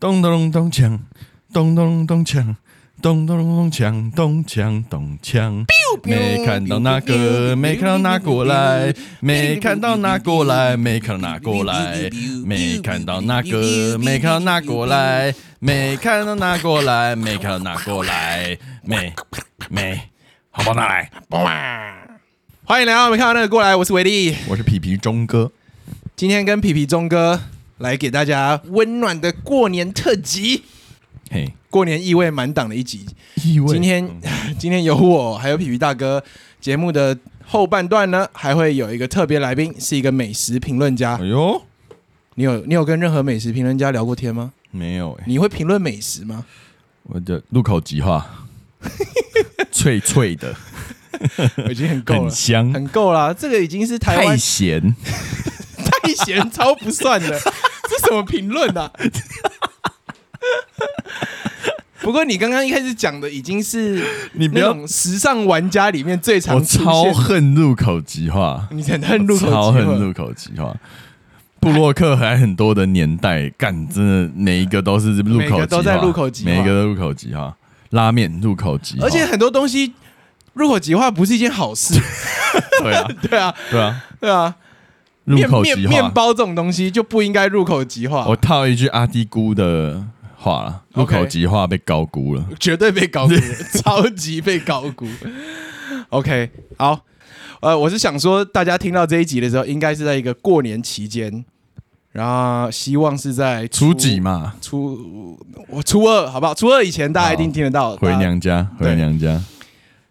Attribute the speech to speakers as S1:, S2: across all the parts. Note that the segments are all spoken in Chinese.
S1: 咚咚咚锵，咚咚咚锵，咚咚咚锵，咚锵咚锵。没看到那个，没看到那过来，没看到那过来，没看到那过来，没看到那个，没看到那过来，没看到那过来，没看到那过来，没没，好吧，那来，
S2: 欢迎来到没看到那个过来，我是维力，
S1: 我是皮皮钟哥，
S2: 今天跟皮皮钟哥来给大家温暖的过年特辑，
S1: 嘿，
S2: 过年意味满档的一集。
S1: 意味
S2: 今天 今天有我还有皮皮大哥，节目的后半段呢还会有一个特别来宾，是一个美食评论家
S1: 哎。呦，
S2: 你有你有跟任何美食评论家聊过天吗？
S1: 没有哎，
S2: 你会评论美食 吗？
S1: 我的入口即化，脆脆的，
S2: 我已经很够
S1: 很
S2: 了，
S1: 香，
S2: 很够了，这个已经是台
S1: 太
S2: 湾
S1: 咸，
S2: 太咸超不算 的，这什么评论啊？ 不过你刚刚一开始讲的已经是
S1: 你不
S2: 那
S1: 要
S2: 种时尚玩家里面最
S1: 我
S2: 常出
S1: 超
S2: 现，
S1: 恨入口即化，
S2: 你很恨入口即
S1: 超
S2: 化
S1: 恨入口即化。布洛克还很多的年代，干真的每一个都是入口即化
S2: 每个都在入口即化
S1: 每一个都入口即化。拉面入口即化，
S2: 而且很多东西入口即化不是一件好事，
S1: 对啊，
S2: 对啊，
S1: 对啊，
S2: 对啊，
S1: 入口
S2: 面
S1: 即
S2: 面
S1: 化
S2: 面。包这种东西就不应该入口即化
S1: 我，套一句阿低姑的话了，入
S2: OK
S1: 口即化被高估了。
S2: 绝对被 高估，超级被高估。OK，好，呃，我是想说，大家听到这一集的时候，应该是在一个过年期间，然后希望是在
S1: 初几？嘛，
S2: 初我初二，好不好？初二以前大家一定听得到。
S1: 回
S2: 大家
S1: 娘家，回
S2: 对
S1: 娘家。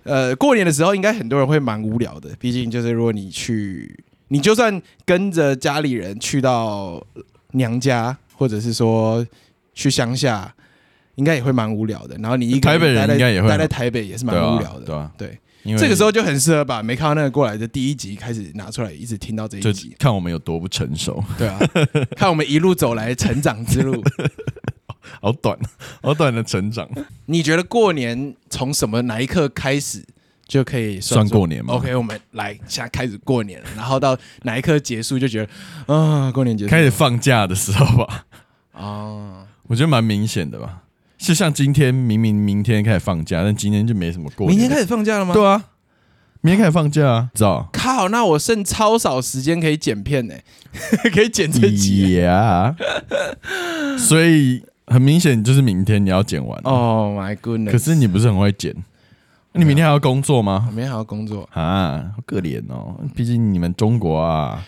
S2: 呃，过年的时候，应该很多人会蛮无聊的，毕竟就是如果你去，你就算跟着家里人去到娘家，或者是说去乡下，应该也会蛮无聊的。然后你一个
S1: 台北人
S2: 待在
S1: 应该也会
S2: 待在台北也是蛮
S1: 对啊
S2: 无聊的，
S1: 对啊
S2: 对。
S1: 因为
S2: 这个时候就很适合把没看到那个过来的第一集开始拿出来，一直听到这
S1: 就
S2: 一集，
S1: 看我们有多不成熟，
S2: 对啊，看我们一路走来成长之路。
S1: 好短， 好短的成长。
S2: 你觉得过年从什么哪一刻开始就可以 算
S1: 算过年吗
S2: o k 我们来现在开始过年了，然后到哪一刻结束就觉得，啊，过年结束
S1: 开始放假的时候吧，
S2: 啊，
S1: 我觉得蛮明显的吧。就像今天明明明天开始放假，但今天就没什么过年。
S2: 明天开始放假了吗？
S1: 对啊，明天开始放假啊，知道？
S2: 靠，那我剩超少时间可以剪片呢、 可以剪这集。
S1: 呀， 所以很明显就是明天你要剪完。
S2: Oh my goodness！
S1: 可是你不是很会剪，你明天还要工作
S2: 我
S1: 吗？
S2: 明天还要工作。
S1: 啊，好可怜哦，毕竟你们中国啊，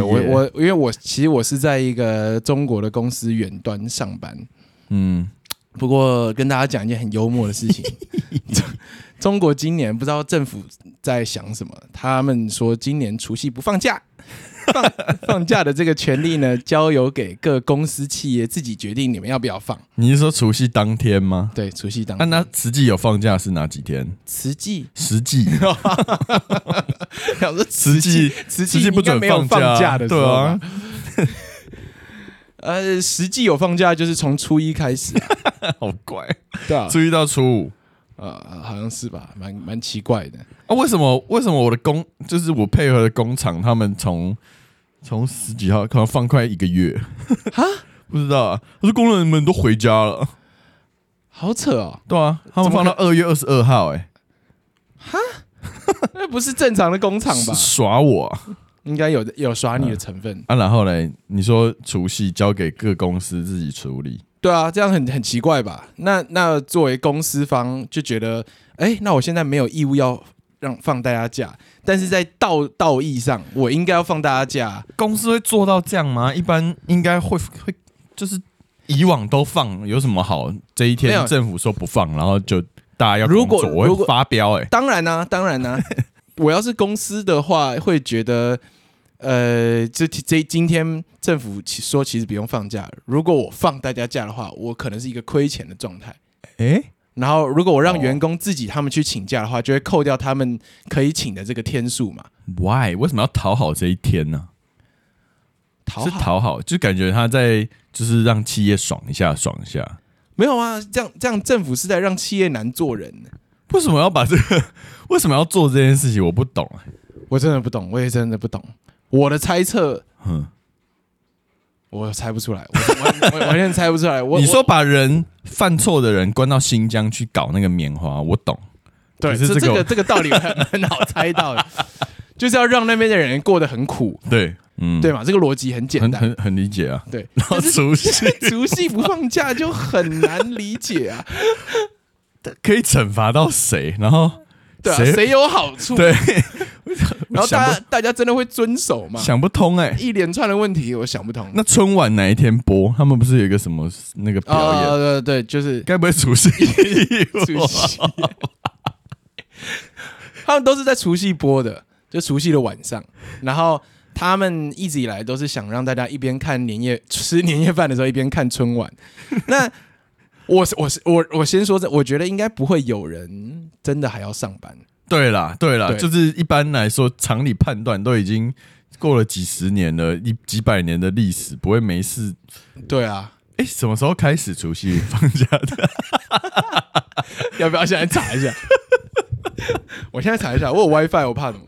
S1: 企
S2: 我
S1: 业
S2: 我因为我其实我是在一个中国的公司远端上班，
S1: 嗯，
S2: 不过跟大家讲一件很幽默的事 情，中中国今年不知道政府在想什么，他们说今年除夕不放假，放 放假的这个权利呢，交由给各公司企业自己决定你们要不要放。
S1: 你是说除夕当天吗？
S2: 对，除夕当
S1: 那那实际有放假是哪几天？
S2: 慈 济，
S1: 实际
S2: 想说
S1: 实际
S2: 慈
S1: 实
S2: 济
S1: 际不
S2: 应该
S1: 准
S2: 没有
S1: 放假
S2: 假的时候
S1: 对啊
S2: 吧， 呃，实际有放假就是从初一开始啊，
S1: 好怪，
S2: 对啊，
S1: 初一到初五。
S2: 呃，好像是吧，蛮蛮奇怪的。
S1: 啊，为什么为什么我的工就是我配合的工厂，他们从从十几号可能放快一个月， 不知道啊。我说工人们都回家了，
S2: 好扯哦，
S1: 对啊，他们放到二月二十二号、欸，
S2: 那不是正常的工厂
S1: 哎，
S2: 吧？
S1: 耍我啊！
S2: 应该有有耍你的成分。
S1: 啊然后嘞，你说除夕交给各公司自己处理，
S2: 对啊，这样很很奇怪吧？那那作为公司方就觉得，哎、那我现在没有义务要让放大家假，但是在道道义上，我应该要放大家假。
S1: 公司会做到这样吗？一般应该会会就是以往都放，有什么好？这一
S2: 没
S1: 天
S2: 有
S1: 政府说不放，然后就大家要
S2: 如果
S1: 工作我
S2: 如
S1: 会
S2: 果
S1: 发飙、欸，哎，
S2: 当然呢、啊当然 呢、我要是公司的话，会觉得，呃，这这今天政府其说其实不用放假，如果我放大家假的话，我可能是一个亏钱的状态。
S1: 哎、
S2: 然后，如果我让
S1: 哦
S2: 员工自己他们去请假的话，就会扣掉他们可以请的这个天数嘛。
S1: why 为什么要讨好这一天呢、
S2: 讨
S1: 是
S2: 好
S1: 讨好，就感觉他在就是让企业爽一下，爽一下。
S2: 没有啊，这样这样政府是在让企业难做人。
S1: 为什么要把这个？ 为什么要做这件事情？我不懂、欸。
S2: 我真的不懂，我也真的不懂。我的猜测，
S1: 嗯，
S2: 我猜不出来，我我我我完 全猜不出来。我
S1: 你说把人犯错的人关到新疆去搞那个棉花，我懂。
S2: 我对，
S1: 可是这
S2: 这这
S1: 个
S2: 个这个道理很很好猜 到的，就是要让那边的人过得很苦，
S1: 对，嗯，
S2: 对，吗？这个逻辑很简
S1: 很
S2: 单。
S1: 很很理解 啊。
S2: 对，
S1: 然后除夕
S2: 除夕不放假就很难理解 啊，
S1: 可以惩罚到谁？然 后
S2: 对啊，
S1: 谁
S2: 谁有好处？
S1: 对，
S2: 然 后
S1: 想
S2: 大
S1: 不
S2: 家大家真的会遵守吗？
S1: 想不通哎、
S2: 一连串的问题我想不通。
S1: 那春晚哪一天播？他们不是有一个什么那个表演？
S2: 啊，对对，就是
S1: 该不会除夕
S2: 除夕，他们都是在除夕播的，就除夕的晚上。然后他们一直以来都是想让大家一边看年夜吃年夜饭的时候，一边看春 晚。那我是我是我我先说这，我觉得应该不会有人真的还要上班。
S1: 对啦，对啦，
S2: 对
S1: 就是一般来说，常理判断都已经过了几十年了，一几百年的历史，不会没事。
S2: 对啊，
S1: 哎，什么时候开始除夕 放假的？
S2: 要不要现在查一下？ 我现在查一下，我有 WiFi，我怕什么？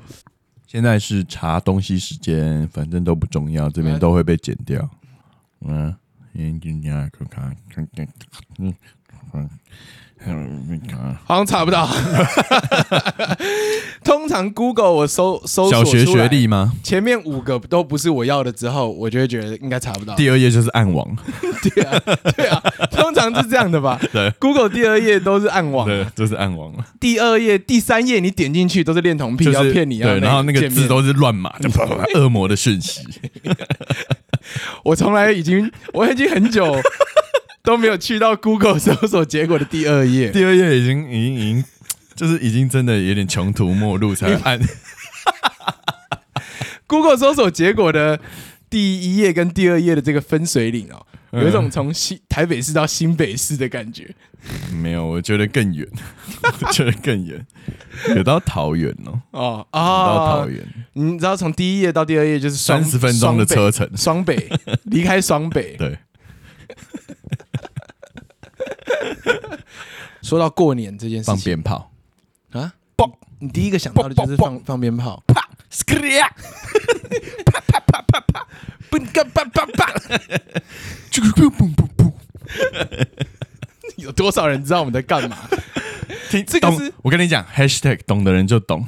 S1: 现在是查东西时间，反正都不重要，这
S2: 哎
S1: 边都会被剪掉。嗯，眼睛啊，看看看看，嗯嗯嗯嗯，
S2: 好像查不 到。通常 Google 我搜搜索
S1: 小学
S2: 出来
S1: 学历吗？
S2: 前面五个都不是我要的之后，我就会觉得应该查不到。
S1: 第二页就是暗网，
S2: 对啊，对啊，通常是这样的吧？
S1: 对
S2: ，Google 第二页都是暗网，
S1: 对，这是暗网了。
S2: 第二页、第三页你点进去都是恋童 癖，
S1: 就
S2: 要
S1: 是
S2: 骗你要
S1: 对，然后那个
S2: 见面哎
S1: 字，都是乱码，就啪啪啪恶魔的讯息。
S2: 我从来已经 我已经很 久都没有去到 Google 搜索结果的第二页。
S1: 第二页已经已经已经 就是已经真的有点穷途末路才 按
S2: Google 搜索结果的第一页跟第二页的这个分水岭哦，
S1: 嗯
S2: 有一种从新台北市到新北市的感觉。
S1: 没有，我觉得更远，我觉得更远，有到桃园哦，
S2: 哦
S1: 有到
S2: 啊
S1: 桃！园，
S2: 你知道从第一页到第二页就是双
S1: 30分钟的车程
S2: 双北双北离开双北。
S1: 对，
S2: 说到过年这件事
S1: 放
S2: 情
S1: 鞭炮，
S2: 啊，
S1: 嘣
S2: 你第一个想到的就是
S1: 嘣嘣
S2: 放放鞭炮，
S1: 啪，斯克里亚，啪啪啪啪啪，嘣嘎啪啪啪，这个嘣嘣嘣嘣，
S2: 有多少人知道我们在干 嘛？
S1: 听
S2: 这个
S1: 懂
S2: 是
S1: 我跟你讲，#hashtag 懂的人就懂，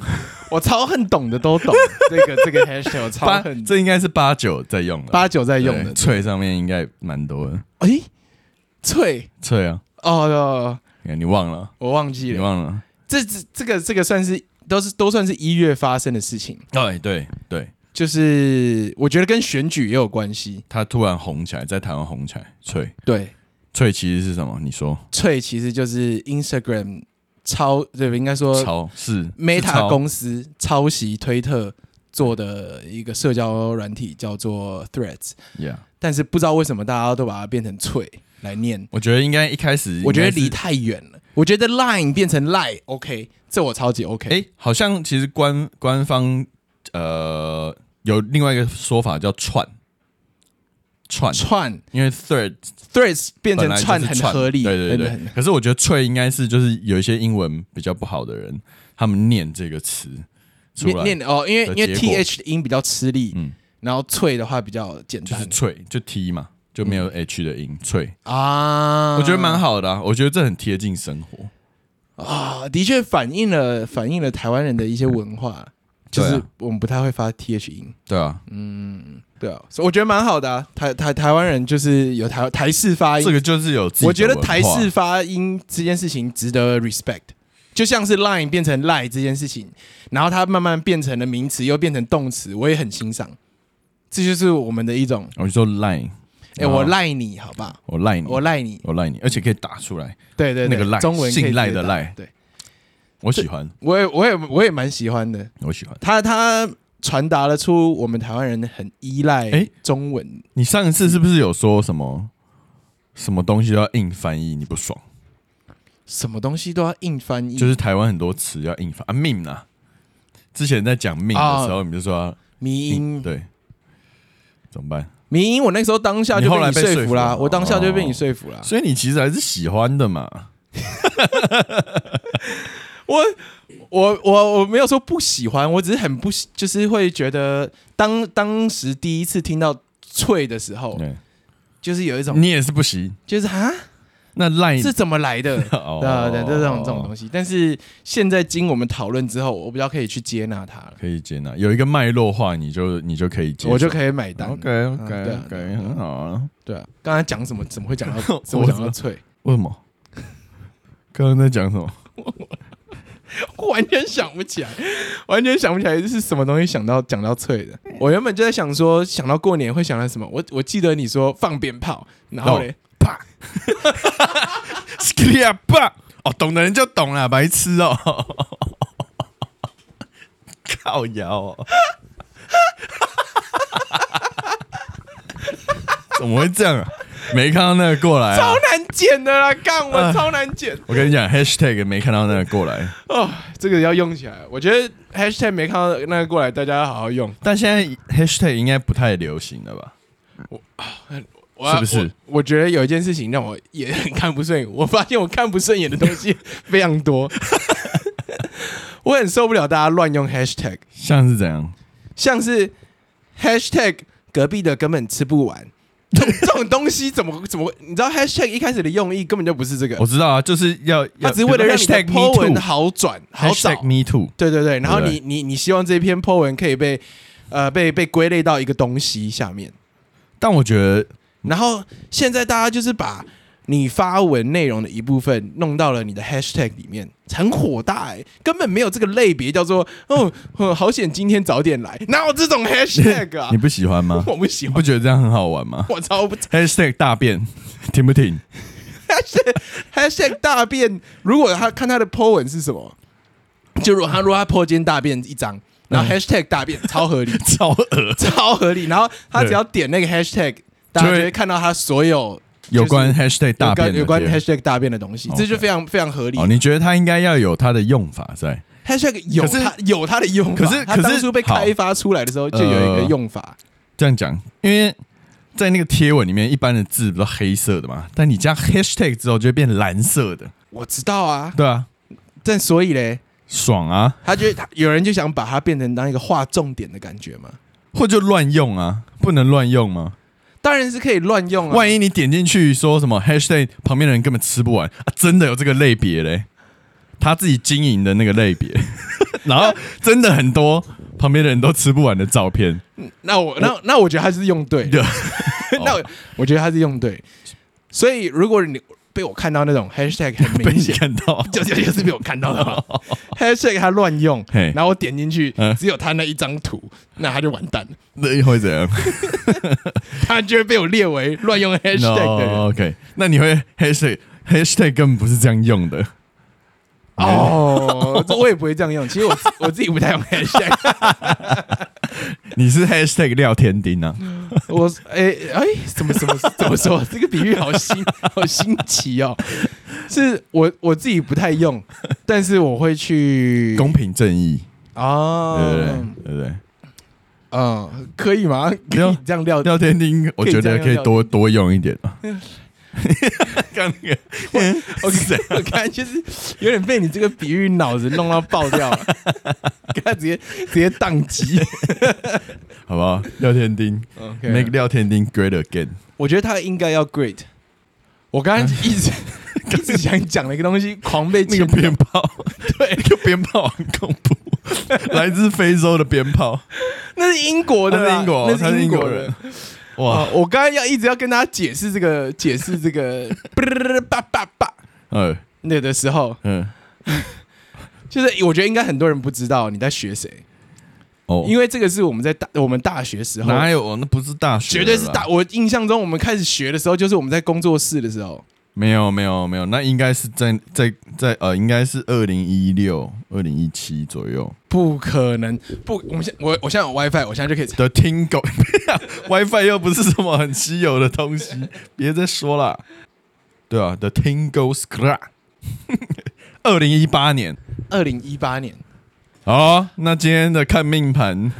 S2: 我超恨懂的都懂，这个这个 hashtag 我超
S1: 八
S2: 恨，
S1: 这应该是八九在用了，
S2: 八九在用的
S1: 对。翠上面应该蛮多的，
S2: 哎，翠
S1: 翠啊，
S2: 哦哦，
S1: 你忘了，
S2: 我忘记
S1: 你
S2: 了，
S1: 忘了。
S2: 这这这个这个算是都是都算是一月发生的事情，
S1: 对哎对对，
S2: 就是我觉得跟选举也有关系。
S1: 他突然红起来，在台湾红起来，翠
S2: 对，
S1: 翠其实是什么？你说
S2: 翠其实就是 Instagram 抄，对吧？应该说
S1: 抄是
S2: Meta
S1: 公
S2: 公司抄袭推特做的一个社交软体，叫做 Threads，
S1: ，Yeah，
S2: 但是不知道为什么大家都把它变成“翠”来念，
S1: 我觉得应该一开始，
S2: 我觉得离太远了。我觉得 Line 变成 Lie，OK，、这我超级 OK。
S1: 哎、好像其实官官方呃有另外一个说法叫串串，
S2: 串
S1: 因为 third
S2: Threads 变成
S1: 本来就是
S2: 串很合理，
S1: 对对
S2: 真的
S1: 对
S2: 很。
S1: 可是我觉得翠应该是就是有一些英文比较不好的人，他们念这个词出来，
S2: 念念哦，因为因为
S1: 的结果
S2: th 的音比较吃力，
S1: 嗯
S2: 然后脆的话比较简
S1: 就
S2: 单、
S1: 是翠就 T 嘛，就没
S2: 嗯
S1: 有 H 的音，翠。
S2: 啊。
S1: 我觉得蛮好的、啊，我觉得这很贴近生活。
S2: 啊，的确反映了反映了台湾人的一些文化，就
S1: 对啊
S2: 是我们不太会发 th 音。
S1: 对啊，
S2: 对啊，所以我觉得蛮好的啊。台台台湾人就是有台台式发音，
S1: 这个就是有自己的
S2: 哎我觉得
S1: 文化
S2: 台式发音这件事情值得 respect。就像是 line 变成 lie 这件事情，然后它慢慢变成了名词，又变成动词，我也很欣赏。这就是我们的一种，
S1: 我就说赖，
S2: 哎、我赖你，好吧，
S1: 我赖你，
S2: 我赖你，
S1: 我赖你，而且可以打出来，
S2: 对对对，
S1: 那个赖
S2: 中文可以
S1: 信赖的
S2: 直接打
S1: 赖
S2: 对
S1: 我喜欢，
S2: 我也我也我也蛮喜欢的。
S1: 我喜欢。
S2: 他他传达了出我们台湾人很依赖
S1: 哎
S2: 中文，
S1: 你上一次是不是有说什么什么东西都要硬翻译，你不爽？
S2: 什么东西都要硬翻译，
S1: 就是台湾很多词要硬翻啊命啊。之前在讲命的时
S2: 啊
S1: 候，你就说要
S2: 迷
S1: 硬
S2: 音
S1: 对，怎么办？
S2: 迷音，我那时候当下就
S1: 你后来
S2: 你
S1: 被
S2: 说
S1: 说
S2: 服啦，
S1: 服了哦
S2: 我当下就被你说服啦。
S1: 所以你其实还是喜欢的嘛。
S2: 我我我我没有说不喜欢，我只是很不喜，就是会觉得当当时第一次听到“脆”的时候，
S1: 对，
S2: 就是有一哦种，
S1: 你也是不行。
S2: 就是啊，
S1: 那赖
S2: 这怎么来的？
S1: 哦
S2: 对啊对，这种这种东西。但是现在经我们讨论之后，我比较可以去接纳它了，
S1: 可以接纳，有一个脉络化，你就你就可以接受，
S2: 我就可以买单了。
S1: OK
S2: 嗯对
S1: OK
S2: 啊
S1: OK，
S2: 对啊
S1: 很好啊。
S2: 对啊，刚才讲什么？怎么会讲 到怎么会讲到脆？
S1: 为什么？ 刚刚在讲什么？
S2: 完全想不起来，完全想不起来是什么东西想到讲到脆的。我原本就在想说，想到过年会想到什么？我我记得你说放鞭炮，然后嘞， 啪，
S1: s k i 吧，哦，懂的人就懂啦，白痴哦， 靠摇哦， 怎么会这样啊？没看到那个过来、啊
S2: 超，难剪的 啦，干
S1: 哎
S2: 我超难剪
S1: 我跟你讲，#hashtag 没看到那个过来，
S2: 哦，这个要用起来。我觉得 hashtag 没看到那个过来，大家要好好用。
S1: 但现在 #hashtag 应该不太流行了吧？
S2: 我要
S1: 是不是
S2: 我？我觉得有一件事情让我也很看不顺眼，我发现我看不顺眼的东西 非常多，我很受不了大家乱用 hashtag，
S1: 像是怎样？
S2: 像是 hashtag 隔壁的根本吃不完。这种这种东西怎么怎么？你知道 hashtag 一开始的用意根本就不是这个
S1: 我，知道啊，就是要，
S2: 它
S1: 要
S2: 只是为了让你的
S1: #hashtag
S2: po
S1: me
S2: 文
S1: too，#hashtag
S2: 好转好找。
S1: me too，
S2: 对对对，然后
S1: 对
S2: 你你你希望这篇 po 文可以被呃被被归类到一个东西下面，
S1: 但我觉得
S2: 然后现在大家就是把你发文内容的一部分弄到了你的 hashtag 里面，很火大哎、根本没有这个类别叫做哦，哦好险今天早点来，哪有这种 hashtag 啊？
S1: 你？不喜欢吗
S2: 我不喜
S1: 你不
S2: 欢，
S1: 觉得这样很好玩吗
S2: 我超不
S1: ？#hashtag 大便停不停？
S2: hashtag hashtag 大便。如果他看他的 po 文是什么，就如果他如果他 po 今天大便一张，然
S1: 嗯
S2: 后 hashtag 大便超合理，
S1: 超恶
S2: 超合理，然后他只要点那个 hashtag，大家就
S1: 就
S2: 会
S1: 会
S2: 看到他所有
S1: 有关 hashtag 大便
S2: 有关
S1: 的
S2: 有关
S1: 贴
S2: hashtag 大便的东西，
S1: OK
S2: 这就非常非常合理
S1: 哦，。你觉得它应该要有它的用法在？
S2: hashtag 有
S1: 可是
S2: 它有它的用法，
S1: 可是
S2: 它
S1: 可是
S2: 当初被开发出来的时候就有一个用法，
S1: 这样讲，因为在那个贴文里面，一般的字不是黑色的嘛，但你加 hashtag 之后就会变蓝色的，
S2: 我知道啊。
S1: 对啊，
S2: 但所以嘞，
S1: 爽啊，
S2: 他觉得他有人就想把它变成当一个划重点的感觉嘛。
S1: 或就乱用啊，不能乱用吗？
S2: 当然是可以乱用啊，
S1: 万一你点进去说什么 hashtag，旁边的人根本吃不完啊，真的有这个类别嘞，他自己经营的那个类别，然后真的很多旁边的人都吃不完的照片，
S2: 那我那那我觉得他是用对
S1: 对， 哦
S2: 那我我觉得他是用对。所以如果你被我看到那种 hashtag 很
S1: 被
S2: 明
S1: 你
S2: 显，
S1: 看 到，
S2: 就就就是被我看到了嘛 hashtag 他乱用，
S1: 嘿
S2: 然后我点进去
S1: 嗯
S2: 只有他那一张图，那他就完蛋了，
S1: 那会怎样？
S2: 他就会被我列为乱用 hashtag 的人。
S1: o k 那你会 hashtag hashtag 根本不是这样用的，
S2: 哦，这我也不会这样用。其实我我自己不太用 hashtag，
S1: 你是 hashtag 廖天丁啊？
S2: 我哎哎，怎么怎么怎么说？这个比喻好新，好新奇哦。是我我自己不太用，但是我会去
S1: 公平正义，对不对
S2: 哦，？
S1: 对不对？
S2: 嗯，可以吗？
S1: 没
S2: 可
S1: 有
S2: 以这样撂
S1: 廖天丁，我觉得
S2: 可
S1: 可以
S2: 以这样用
S1: 多多用一点 啊。刚那个
S2: OK，我看就是有点被你这个比喻脑子弄到爆掉了，给他直接直接宕 机。
S1: 好不好？廖天丁
S2: OK，
S1: ，make 廖天丁 great again。
S2: 我觉得他应该要 great。我刚刚一直 一直想讲的一个东西，狂被
S1: 那个
S2: 牵动
S1: 鞭炮，
S2: 对，
S1: 那个鞭炮很恐 怖，来自非洲的鞭炮，
S2: 那是英国的
S1: 他是
S2: 啦，
S1: 英国，
S2: 啊那
S1: 他
S2: 是
S1: 哦是
S2: 英
S1: 英
S2: 国
S1: 国
S2: 人哦
S1: 人。。
S2: 哇
S1: 哇，！
S2: 啊我刚刚要一直要跟大家解释这个，解释 这个叭叭叭
S1: 嗯
S2: 那的时候，
S1: 嗯，
S2: 就是我觉得应该很多人不知道你在学谁，
S1: 哦，
S2: 因为这个是我们在大我们大学时候，
S1: 哪有？那不是大学，
S2: 绝对是大。。我印象中我们开始学的时候，就是我们在工作室的时候，
S1: 没有没有没有，那应该是在在在呃，应该是二零一六、二零一七左右
S2: 不可能不，我们现我我现在有 WiFi，我现在就可以查。
S1: 的听狗 WiFi 又不是什么很稀有的东西，别再说啦。对啊，The Tingle s c r a 二零一八年。
S2: 二零一八年，
S1: 好啊，那今天的看命盘，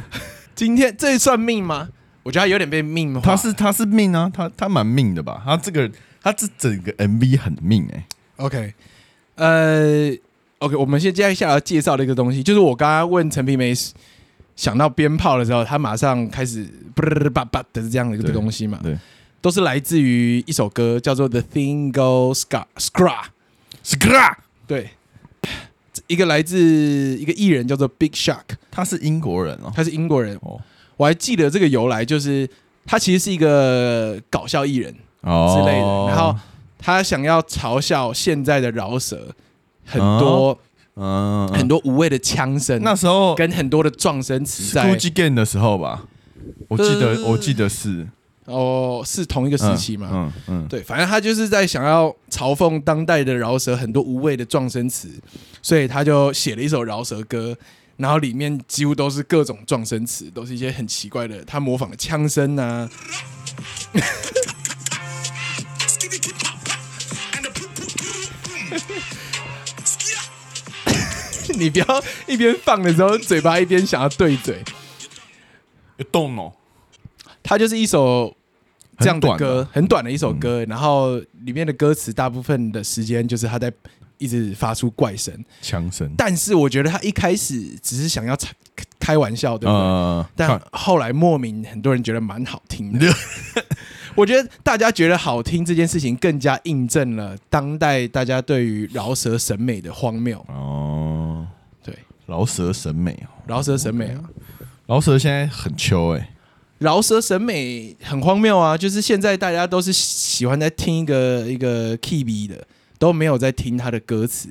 S2: 今天这算命吗？我觉得他有点被命化，
S1: 他是他是命啊，他他蛮命的吧？他这个他这整个 MV 很命哎、
S2: OK，呃，OK，我们先接下来要介绍的一个东西，就是我刚刚问陈皮梅想到鞭炮的时候，他马上开始叭叭叭的这样的一个
S1: 对
S2: 东西嘛，
S1: 对，
S2: 都是来自于一首歌叫做《The Thing Goes Ska Skra》。
S1: Skra，
S2: 对，一个来自一个艺人叫做 Big Shark，
S1: 他是英国人哦。
S2: 他是英国人。
S1: 哦
S2: 我还记得这个由来，就是他其实是一个搞笑艺人，
S1: 哦
S2: 之类的然后他想要嘲笑现在的饶舌，很多、
S1: 嗯，
S2: 很多无谓的枪声，
S1: 那时候
S2: 跟很多的撞声词在
S1: Gucci Gang 的时候吧，我记
S2: 对对
S1: 得
S2: 对
S1: 我记得是
S2: 哦，是呃同一个时期嘛？
S1: 嗯嗯，嗯
S2: 对，反正他就是在想要嘲讽当代的饶舌很多无谓的撞声词，所以他就写了一首饶舌歌，然后里面几乎都是各种撞声词，都是一些很奇怪的，他模仿的枪声啊， 你不要一边放的时候嘴巴一边想要对嘴，
S1: 有动哦，
S2: 它就是一首这样的歌，很短的一首
S1: 嗯
S2: 歌，然后里面的歌词大部分的时间就是他在一直发出怪声，
S1: 枪声，
S2: 但是我觉得他一开始只是想要开开玩笑，对不对？
S1: 呃，
S2: 但
S1: 看
S2: 后来莫名很多人觉得蛮好听 的，我觉得大家觉得好听这件事情更加印证了当代大家对于饶舌审美的荒谬。
S1: 哦，
S2: 对，
S1: 饶舌审美哦，
S2: 饶舌审美啊，
S1: 饶舌现在很秋哎，
S2: 饶舌审美很荒谬啊！就是现在大家都是喜欢在听一个一个 key B 的，都没有在听他的歌词，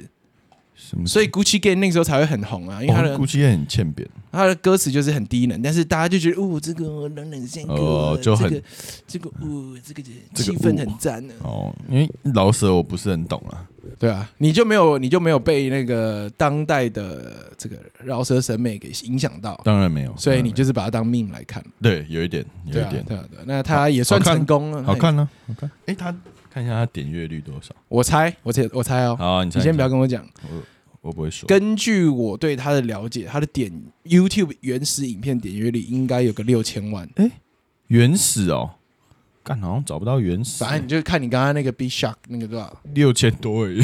S1: 什么？
S2: 所以 Gucci Gang 那时候才会很红啊，因为他的、
S1: 估计也很欠扁，
S2: 他的歌词就是很低能，但是大家就觉得，哦，这个冷冷线歌，
S1: 哦就很
S2: 这个这个，哦，这个
S1: 这个
S2: 气氛
S1: 哦
S2: 很赞呢、啊。
S1: 哦，因为饶舌我不是很懂啊，
S2: 对啊，你就没有你就没有被那个当代的这个饶舌审美给影响到，
S1: 当然没有，
S2: 所以你
S1: 当然
S2: 就是把它当 meme 来看，
S1: 没有对有一点有
S2: 对
S1: 一
S2: 啊，对
S1: 点
S2: 啊，对啊。那他也算
S1: 好看
S2: 成功了，
S1: 好看呢，好看，哎，他看一下他点阅率多少？
S2: 我猜，我猜，我猜哦。
S1: 好，你
S2: 你先不要
S1: 跟
S2: 跟我讲。
S1: 我，我不会说，
S2: 根据我对他的了解，他的点 YouTube 原始影片点阅率应该有个六千万。
S1: 原始哦，干好像找不到原始，
S2: 反正你就看你刚刚那个 B Shark 那个多少？
S1: 六千多而已。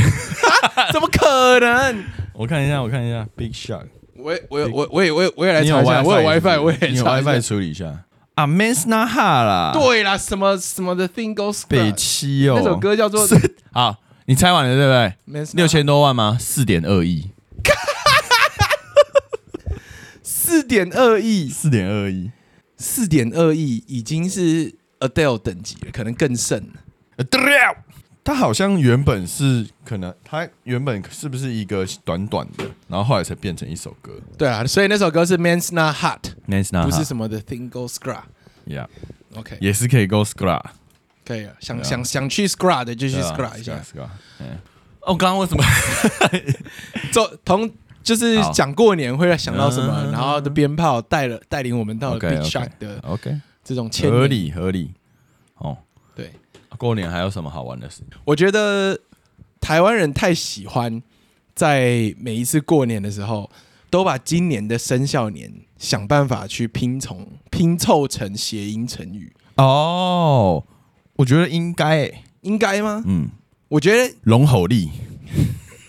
S2: 怎么可能？
S1: 我看一下，我看一下，Big Shark，
S2: 我也我也我我也我也我也来
S1: 你有
S2: 查一下，我有
S1: WiFi，
S2: WiFi，我也
S1: 你有
S2: 查一下
S1: WiFi 处理一下啊，Mans n a h a 啦，，
S2: 对啦，什么什么的 Thing Goes
S1: 北
S2: Club
S1: 七哦，
S2: 那首歌叫做
S1: 是 好，你猜完了对不对？
S2: Man's
S1: 六千多万吗？四点二亿，
S2: 四点二亿，
S1: 四点二亿，
S2: 四点二亿已经是 Adele 等级了，可能更甚了。
S1: 呃对了它好像原本是可能，它原本是不是一个短短的，然后后来才变成一首歌
S2: 对啊，所以那首歌是 Man's Not Hot，
S1: ，Mans n a
S2: 不
S1: h
S2: 是
S1: a
S2: 什么的 Thing Goes Club。
S1: yeah，
S2: OK，
S1: 也是可以 Go Scra，
S2: 可以了，想、
S1: 对啊
S2: 想想去 scra 的就去
S1: 对啊
S2: scra 一下。
S1: ，Scra，嗯哦，刚刚为什 么？
S2: 走，同就是
S1: 好
S2: 讲过年会想到什么，
S1: 嗯
S2: 然后的鞭炮带了带领我们到了
S1: OK，OK
S2: Big Shark 的
S1: OK，
S2: 这种千
S1: 合
S2: 年。
S1: 理合理，哦，
S2: 对，
S1: 过年还有什么好玩的事？
S2: 我觉得台湾人太喜欢在每一次过年的时候，都把今年的生肖年想办法去拼从拼凑成谐音成语，
S1: 哦，我觉得应该欸、
S2: 应该吗？
S1: 嗯，
S2: 我觉得
S1: 龙吼力，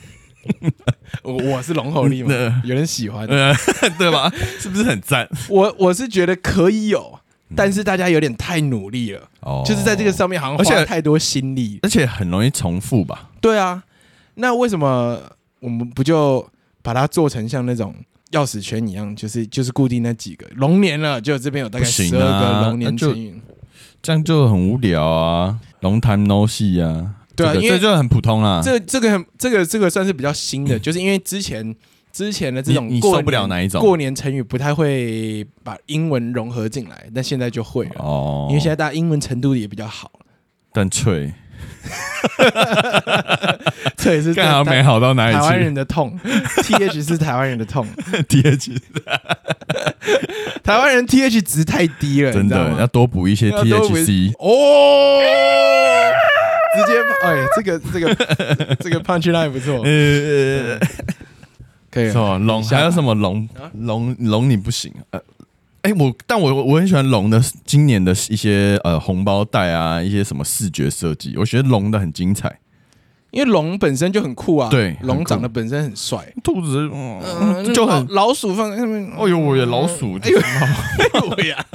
S2: 我我是龙吼力嘛
S1: 嗯，
S2: 有人喜欢。
S1: 呃，对吧？是不是很赞？
S2: 我我是觉得可以有，
S1: 嗯
S2: 但是大家有点太努力了，
S1: 哦
S2: 就是在这个，上面好像
S1: 而且
S2: 花太多心力。
S1: 而且很容易重复吧？
S2: 对啊，那为什么我们不就把它做成像那种钥匙圈一样，就是就是固定那几个龙年了，就这边有大概
S1: 不行
S2: 十
S1: 啊
S2: 二个龙年
S1: 那就
S2: 成语。
S1: 这样就很无聊啊，龙潭 no 戏啊，
S2: 对啊
S1: 这个
S2: 因为
S1: 这就很普通啊啦。
S2: 这这个很这个这个算是比较新的，就是因为之前之前的这种
S1: 你你
S2: 过
S1: 受不了
S2: 年
S1: 哪一种
S2: 过年成语不太会把英文融合进来，但现在就会了，
S1: 哦，
S2: 因为现在大家英文程度也比 较好，
S1: 但脆，
S2: 这也是
S1: 干好
S2: 大
S1: 没好到哪里
S2: 台湾
S1: 去
S2: 人的痛，TH 是台湾人的痛，
S1: ？TH
S2: 台湾人 TH 值太低了，
S1: 真
S2: 你知道
S1: 的
S2: 吗
S1: 要多补一些
S2: 要多补
S1: THC，
S2: 哦，直接哎，这个这个 这个 punch line 不错，
S1: 呃，
S2: 可以啊
S1: 什么龙还有什么龙龙龙你不行啊呃。哎、我但我我很喜欢龙的今年的一些呃红包袋啊，一些什么视觉设计，我觉得龙的很精彩。
S2: 因为龙本身就很酷啊，
S1: 对
S2: 龙
S1: 很酷
S2: 长得本身很帅，
S1: 兔子，嗯，就很，
S2: 老老鼠放在上面， 哎
S1: 哎呦，我也老鼠，
S2: 哎呦哎呦呀，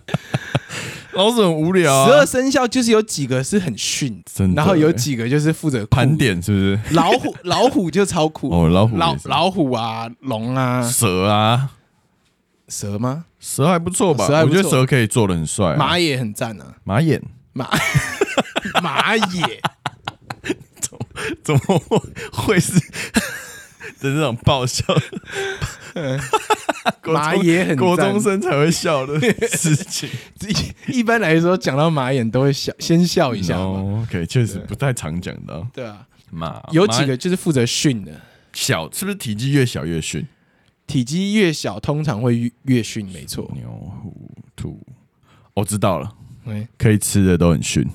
S1: 老子很无
S2: 十
S1: 聊
S2: 二
S1: 啊。
S2: 生肖就是有几个是很逊，
S1: 真的
S2: 然后有
S1: 欸
S2: 几个就是负责酷
S1: 盘。点是不是？
S2: 老虎，老虎就超酷
S1: 哦，老虎
S2: 老
S1: 也是
S2: 老虎啊，龙啊，
S1: 蛇啊，
S2: 蛇吗？
S1: 蛇还不错吧？
S2: 蛇还
S1: 我
S2: 不错
S1: 觉得蛇可以做的很帅啊。
S2: 马也很赞啊，
S1: 马眼
S2: 马 马也
S1: 怎么会是 的那种爆笑？ 国中
S2: 马也很赞
S1: 国
S2: 啊
S1: 中生才会笑的事情。
S2: 一一 般来说讲到马眼都会笑，先笑一下嘛。
S1: o k 确实不太常讲到
S2: 对啊，
S1: 马。
S2: 有几
S1: 马
S2: 个就是负责训的，
S1: 小，是不是体积越小越逊？
S2: 体积越小通常会越越训，没错。
S1: 牛、虎、兔，我、知道了，
S2: 哎
S1: 可以吃的都很逊。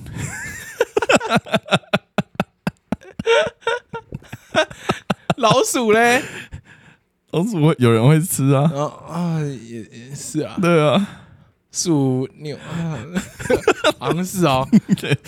S2: 老鼠嘞，
S1: 老鼠哦会有人会吃啊？
S2: 哦啊也也是啊，
S1: 对啊，
S2: 鼠牛 啊，好像是 哦，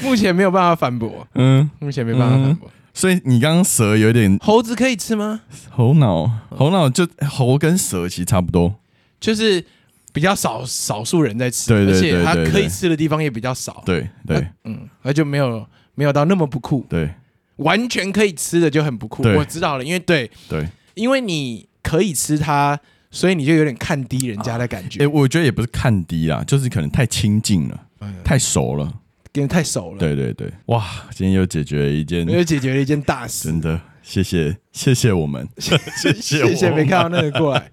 S2: 目前没有办法反驳，
S1: 嗯，
S2: 目前没办法反驳。
S1: 所以你刚刚蛇有点
S2: 猴子可以吃吗？
S1: 猴脑，猴脑就猴跟蛇其实差不多。
S2: 就是比较少少数人在吃，
S1: 对对
S2: 而且
S1: 对
S2: 它
S1: 对
S2: 可以
S1: 对
S2: 吃的地方也比较少，
S1: 对对
S2: 嗯，那就没有没有到那么不酷，
S1: 对
S2: 完全可以吃的就很不酷。
S1: 对
S2: 我知道了，因为对，
S1: 对，
S2: 因为你可以吃它，所以你就有点看低人家的感
S1: 哎，
S2: 觉，
S1: 我觉得也不是看低啦，就是可能太亲近了，太熟了。
S2: 因为太熟了。，
S1: 对对对，哇，今天又解决了一件
S2: 我，就解决了一件大事。
S1: 真的，谢谢谢谢我们，谢谢我
S2: 谢谢没
S1: 们
S2: 看到那个 过来，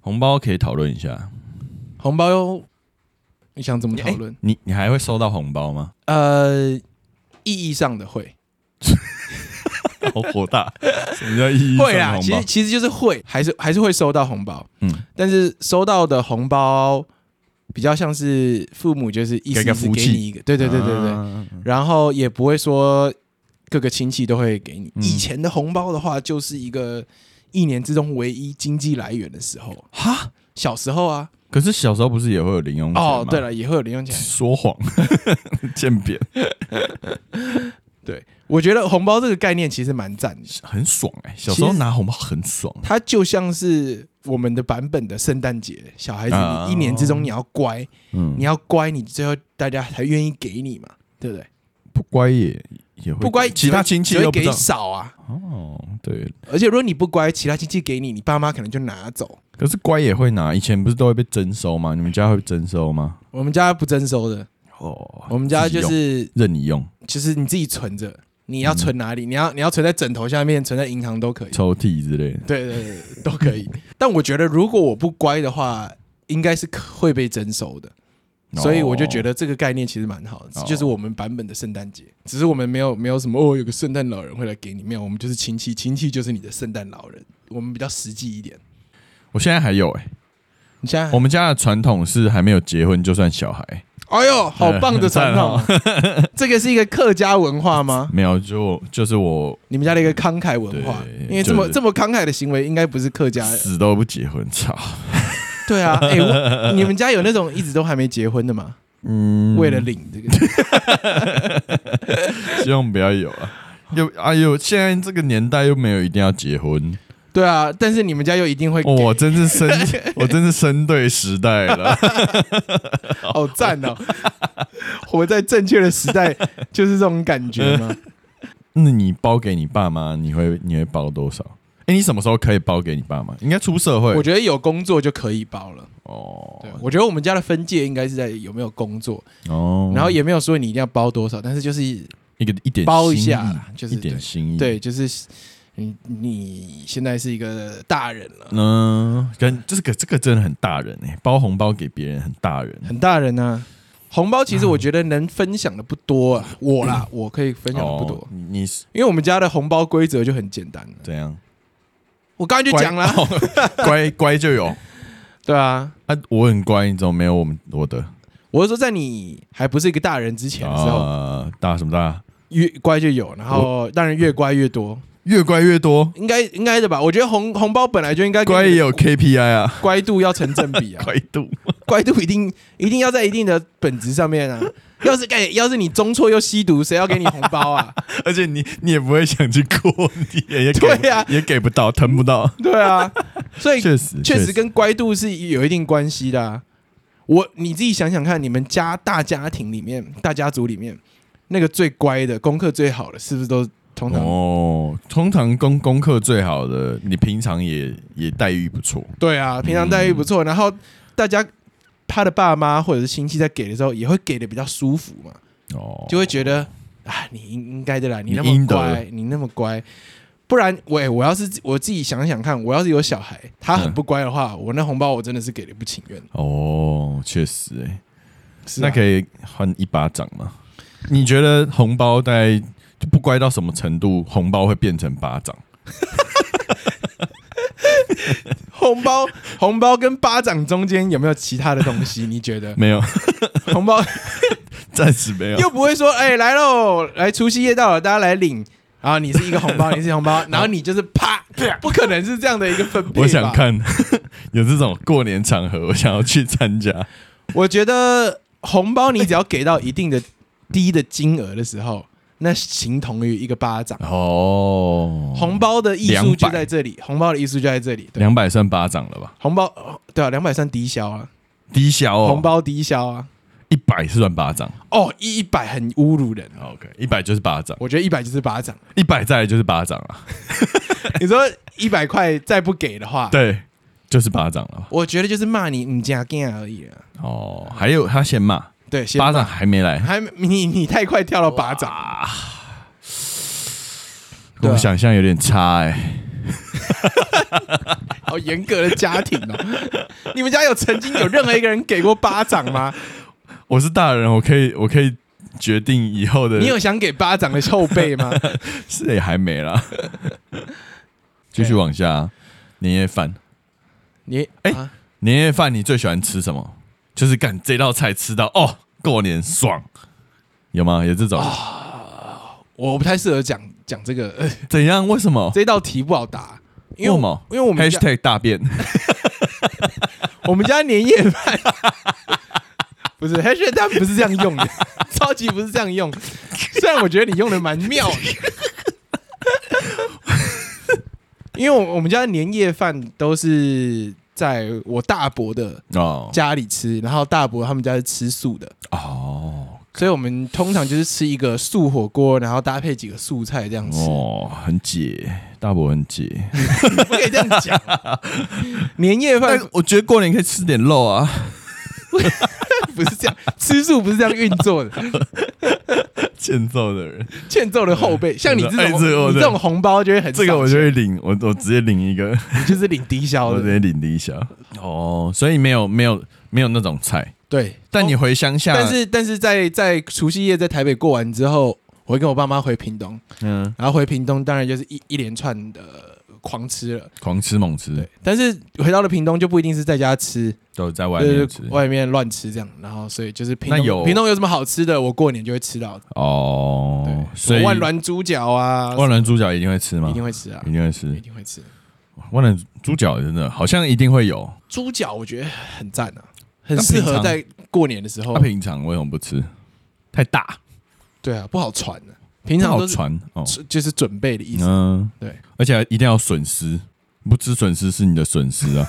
S1: 红包可以讨论一下。
S2: 红包哟，你想怎么讨论？
S1: 你你还会收到红包 吗？
S2: 呃，意义上的会
S1: 好火大！ 什么叫意义上
S2: 会
S1: 的
S2: 啦，
S1: 红
S2: 其
S1: 包啊
S2: 实？其实就是会，还是还是会收到红包。
S1: 嗯，
S2: 但是收到的红包比较像是父母就是意
S1: 给
S2: 思
S1: 个
S2: 是
S1: 福
S2: 给
S1: 气
S2: 你一个，对对对对对，
S1: 啊
S2: 然后也不会说各个亲戚都会给你。
S1: 嗯
S2: 以前的红包的话，就是一个一年之中唯一经济来源的时候，
S1: 哈，
S2: 小时候啊，
S1: 可是小时候不是也会有零用钱吗？
S2: 哦，对，了，也会有零用钱。
S1: 说 谎，渐变，
S2: 对，我觉得红包这个概念其实蛮赞的，
S1: 很爽哎、
S2: 欸
S1: 小时候拿红包很爽，
S2: 它就像是我们的版本的圣诞节，小孩子
S1: 啊
S2: 你一年之中你要乖，
S1: 嗯
S2: 你，要乖，你最后大家才愿意给你嘛，对不对？
S1: 不乖也也会
S2: 不乖，
S1: 其他亲戚
S2: 只会
S1: 又不
S2: 给
S1: 知道
S2: 少啊。
S1: 哦，对，
S2: 而且如果你不乖，其他亲戚给你，你爸妈可能就拿走。
S1: 可是乖也会拿，以前不是都会被征收吗？你们家会征收吗？
S2: 我们家不征收的，
S1: 哦，
S2: 我们家就
S1: 自己用
S2: 是
S1: 任你用，
S2: 就是你自己存着，你要存哪
S1: 嗯
S2: 里，你要你要存在枕头下面，存在银行都可以。
S1: 抽屉之类的，
S2: 对对对，对都可以。 但我觉得如果我不乖的话，应该是可会被征收的。所以我就觉
S1: 得
S2: 得这个概念其实蛮好的，
S1: 哦
S2: 就是我们版本的圣诞节，只是我们没有没有什么哦，有个圣诞老人会来给你，没有，我们就是亲戚，亲戚就是你的圣诞老人，我们比较实际一点。
S1: 我现在还有哎、
S2: 你现在
S1: 我们家的传统是还没有结婚就算小孩，
S2: 哎呦，好棒的传
S1: 哦
S2: 统！啊 这个是一个客家文化吗？
S1: 没有就就是我
S2: 你们家的一个慷慨文化，
S1: 对
S2: 因为这么、
S1: 就是
S2: 这么慷慨的行为，应该不是客家 人。
S1: 死都不结婚，操！
S2: 对啊，哎、我你们家有那种一直都还没结婚的吗？
S1: 嗯
S2: 为了领 这个，
S1: 希望不要有啊。又哎呦，现在这个年代又没有一定要结婚，
S2: 对啊，但是你们家又一定会给，
S1: 哦、我真是生， 我真是生对时代了。
S2: 好赞哦！ 活在正确的时代，就是这种感
S1: 嗯
S2: 觉吗？
S1: 那你包给你爸妈，你会你会包多少？哎、你什么时候可以包给你爸妈？应该出社会
S2: 我觉得有工作就可以包了。
S1: 哦
S2: 对，我觉得我们家的分界应该是在有没有工作，
S1: 哦，
S2: 然后也没有说你一定要包多少，但是就是
S1: 一个一点
S2: 包一
S1: 心
S2: 下
S1: 意
S2: 啦就是
S1: 一点
S2: 对
S1: 心意。，
S2: 对，就是你你现在是一个大人了，
S1: 嗯，跟这个这个真的很大人哎、包红包给别人很大人。
S2: 很大人啊。红包
S1: 啊
S2: 其实我觉得能分享的不多啊，我啦，我可以分享的不多
S1: 嗯哦，，你你是
S2: 因为我们家的红包规则就很简单了。
S1: 怎样？
S2: 我刚才就讲了，
S1: 乖乖就有
S2: 对啊，
S1: 啊！我很乖，你怎么没有我们我的？
S2: 我是说在你还不是一个大人之前的时候，
S1: 啊，大什么大？
S2: 越乖就有，然后当然越乖越多，
S1: 越乖越 多，
S2: 应该应该的吧？我觉得红红包本来就应该跟
S1: 乖也有 KPI 啊，
S2: 乖度要成正比啊，
S1: 乖度。
S2: 乖度一定一定要在一定的本质上面啊。要是哎、要是你中错又吸毒，谁要给你红 包啊？
S1: 而且你你也不会想去过年， 也给
S2: 对啊
S1: 也给不到，疼不到。
S2: 对啊，所以
S1: 哎确实，
S2: 确实跟乖度是有一定关系的、啊。我你自己想想看，你们家大家庭里面、大家族里面，那个最乖的、功课最好的，是不是都通常、
S1: 哦，通常功功课最好的，你平常也也待遇不错，
S2: 对啊？平常待遇不错，然后大家他的爸妈或者是亲戚在给的时候，也会给的比较舒服嘛，
S1: 哦，
S2: 就会觉得啊，你应应该的啦，你那
S1: 你应
S2: 么
S1: 得
S2: 乖，你那么乖。不然，喂，我要是我自己想想看，我要是有小孩，他
S1: 嗯
S2: 很不乖的话，我那红包我真的是给的不情愿。
S1: 哦，确实、欸，
S2: 是啊
S1: 那可以换一巴掌吗？你觉得红包大概就不乖到什么程度，红包会变成巴掌？
S2: 红 包，红包跟巴掌中间有没有其他的东西？你觉 得
S1: 没有，
S2: 红包
S1: 暂时没有。
S2: 又不会说，哎、来喽，来除夕夜到了，大家来领。然后你是一 个红包，你是一个红包，然后你就是啪，不可能是这样的一个分配。
S1: 我想，看 有这种过年场合，我想要去参加。
S2: 我觉得红包你只要给到一定的低的金额的时候，那形同于一个巴掌。
S1: 啊哦，
S2: 红包的艺术
S1: 200
S2: 就在这里，红包的艺术就在这里。对，
S1: 两百算巴掌了吧？
S2: 红包哦对啊，两百算低消啊，
S1: 低消哦，
S2: 红包低消啊。
S1: 一百是算巴掌。
S2: 哦，一一百很侮辱人哦，
S1: OK，一百就是巴掌，
S2: 我觉得一百就是巴掌。
S1: 一百再来就是巴掌啊了。
S2: 你说一百块再不给的话，
S1: 对，就是巴掌了吧。
S2: 我觉得就是骂你你家 g 而已了。
S1: 哦，还有他先骂，
S2: 对，先
S1: 巴掌还没来，
S2: 还没你你太快跳到巴掌，
S1: 啊，
S2: 对啊
S1: 我想象有点差哎、
S2: 好严格的家庭哦。 你们家有曾经有任何一个人给过巴掌吗？
S1: 我是大人，我可以，我可以决定以后的。
S2: 你有想给巴掌的后 辈吗？
S1: 是也还没 啦，继续往下。啊年夜饭，
S2: 你
S1: 哎
S2: 啊
S1: 年夜饭你最喜欢吃什么？就是干这道菜吃到哦，过年爽，有吗？有这种？
S2: 哦我不太适合讲讲这个，呃
S1: 怎样？为什么？
S2: 这道题不好答，因为
S1: 为什
S2: 我
S1: 么？
S2: 因为我们家
S1: hashtag 大 便
S2: 我们家年夜饭不是 hashtag，但不是这样 用的，超级不是这样用。虽然我觉得你用的蛮妙 的，因为我我们家的年夜饭都是在我大伯的
S1: 哦
S2: 家里吃，然后大伯他们家是吃素的，
S1: 哦
S2: 所以我们通常就是吃一个素火锅，然后搭配几个素菜这样吃。
S1: 哦，很解，大伯很解。
S2: 你不可以这样 讲，年夜饭
S1: 但我觉得过年可以吃点肉啊，
S2: 不是这样，吃素不是这样运作的。
S1: 欠揍的人。
S2: 欠揍的后辈，像你这
S1: 哎
S2: 种、
S1: 这个我
S2: 你这种红包就会很少
S1: 这个我就
S2: 钱
S1: 会领，我我直接领一个，
S2: 你就是领低消
S1: 我直
S2: 的，
S1: 接领一下。哦，所以没有没有没有那种菜，
S2: 对。
S1: 但你
S2: 哦
S1: 回乡下，
S2: 但是但是在在除夕夜在台北过完之后，我会跟我爸妈回屏东，
S1: 嗯，
S2: 然后回屏东当然就是一一连串的狂吃了。
S1: 狂吃猛吃，
S2: 但是回到了屏东就不一定是在家吃，
S1: 都在外
S2: 就
S1: 面
S2: 是
S1: 吃。
S2: 外面乱吃这样。然后所以就是屏
S1: 那
S2: 东
S1: 有
S2: 屏东有什么好吃的，我过年就会吃到。对
S1: 哦，，所以
S2: 什么万峦猪脚啊，
S1: 万峦猪脚一定会吃吗嗯
S2: 一？定会吃啊
S1: 一，定会
S2: 一
S1: 吃。
S2: 定会吃。
S1: 万峦猪脚真的好像一定会有。
S2: 猪脚我觉得很赞啊，很
S1: 那
S2: 适
S1: 平
S2: 合
S1: 常
S2: 在过年的时候
S1: 他。平常为什么不吃？太大，
S2: 对啊，不好传的、平
S1: 不
S2: 常
S1: 好
S2: 都是
S1: 传哦。
S2: 是就是准备的意思。
S1: 嗯，
S2: 对，
S1: 而且一定要损失，不吃损失是你的损失 啊。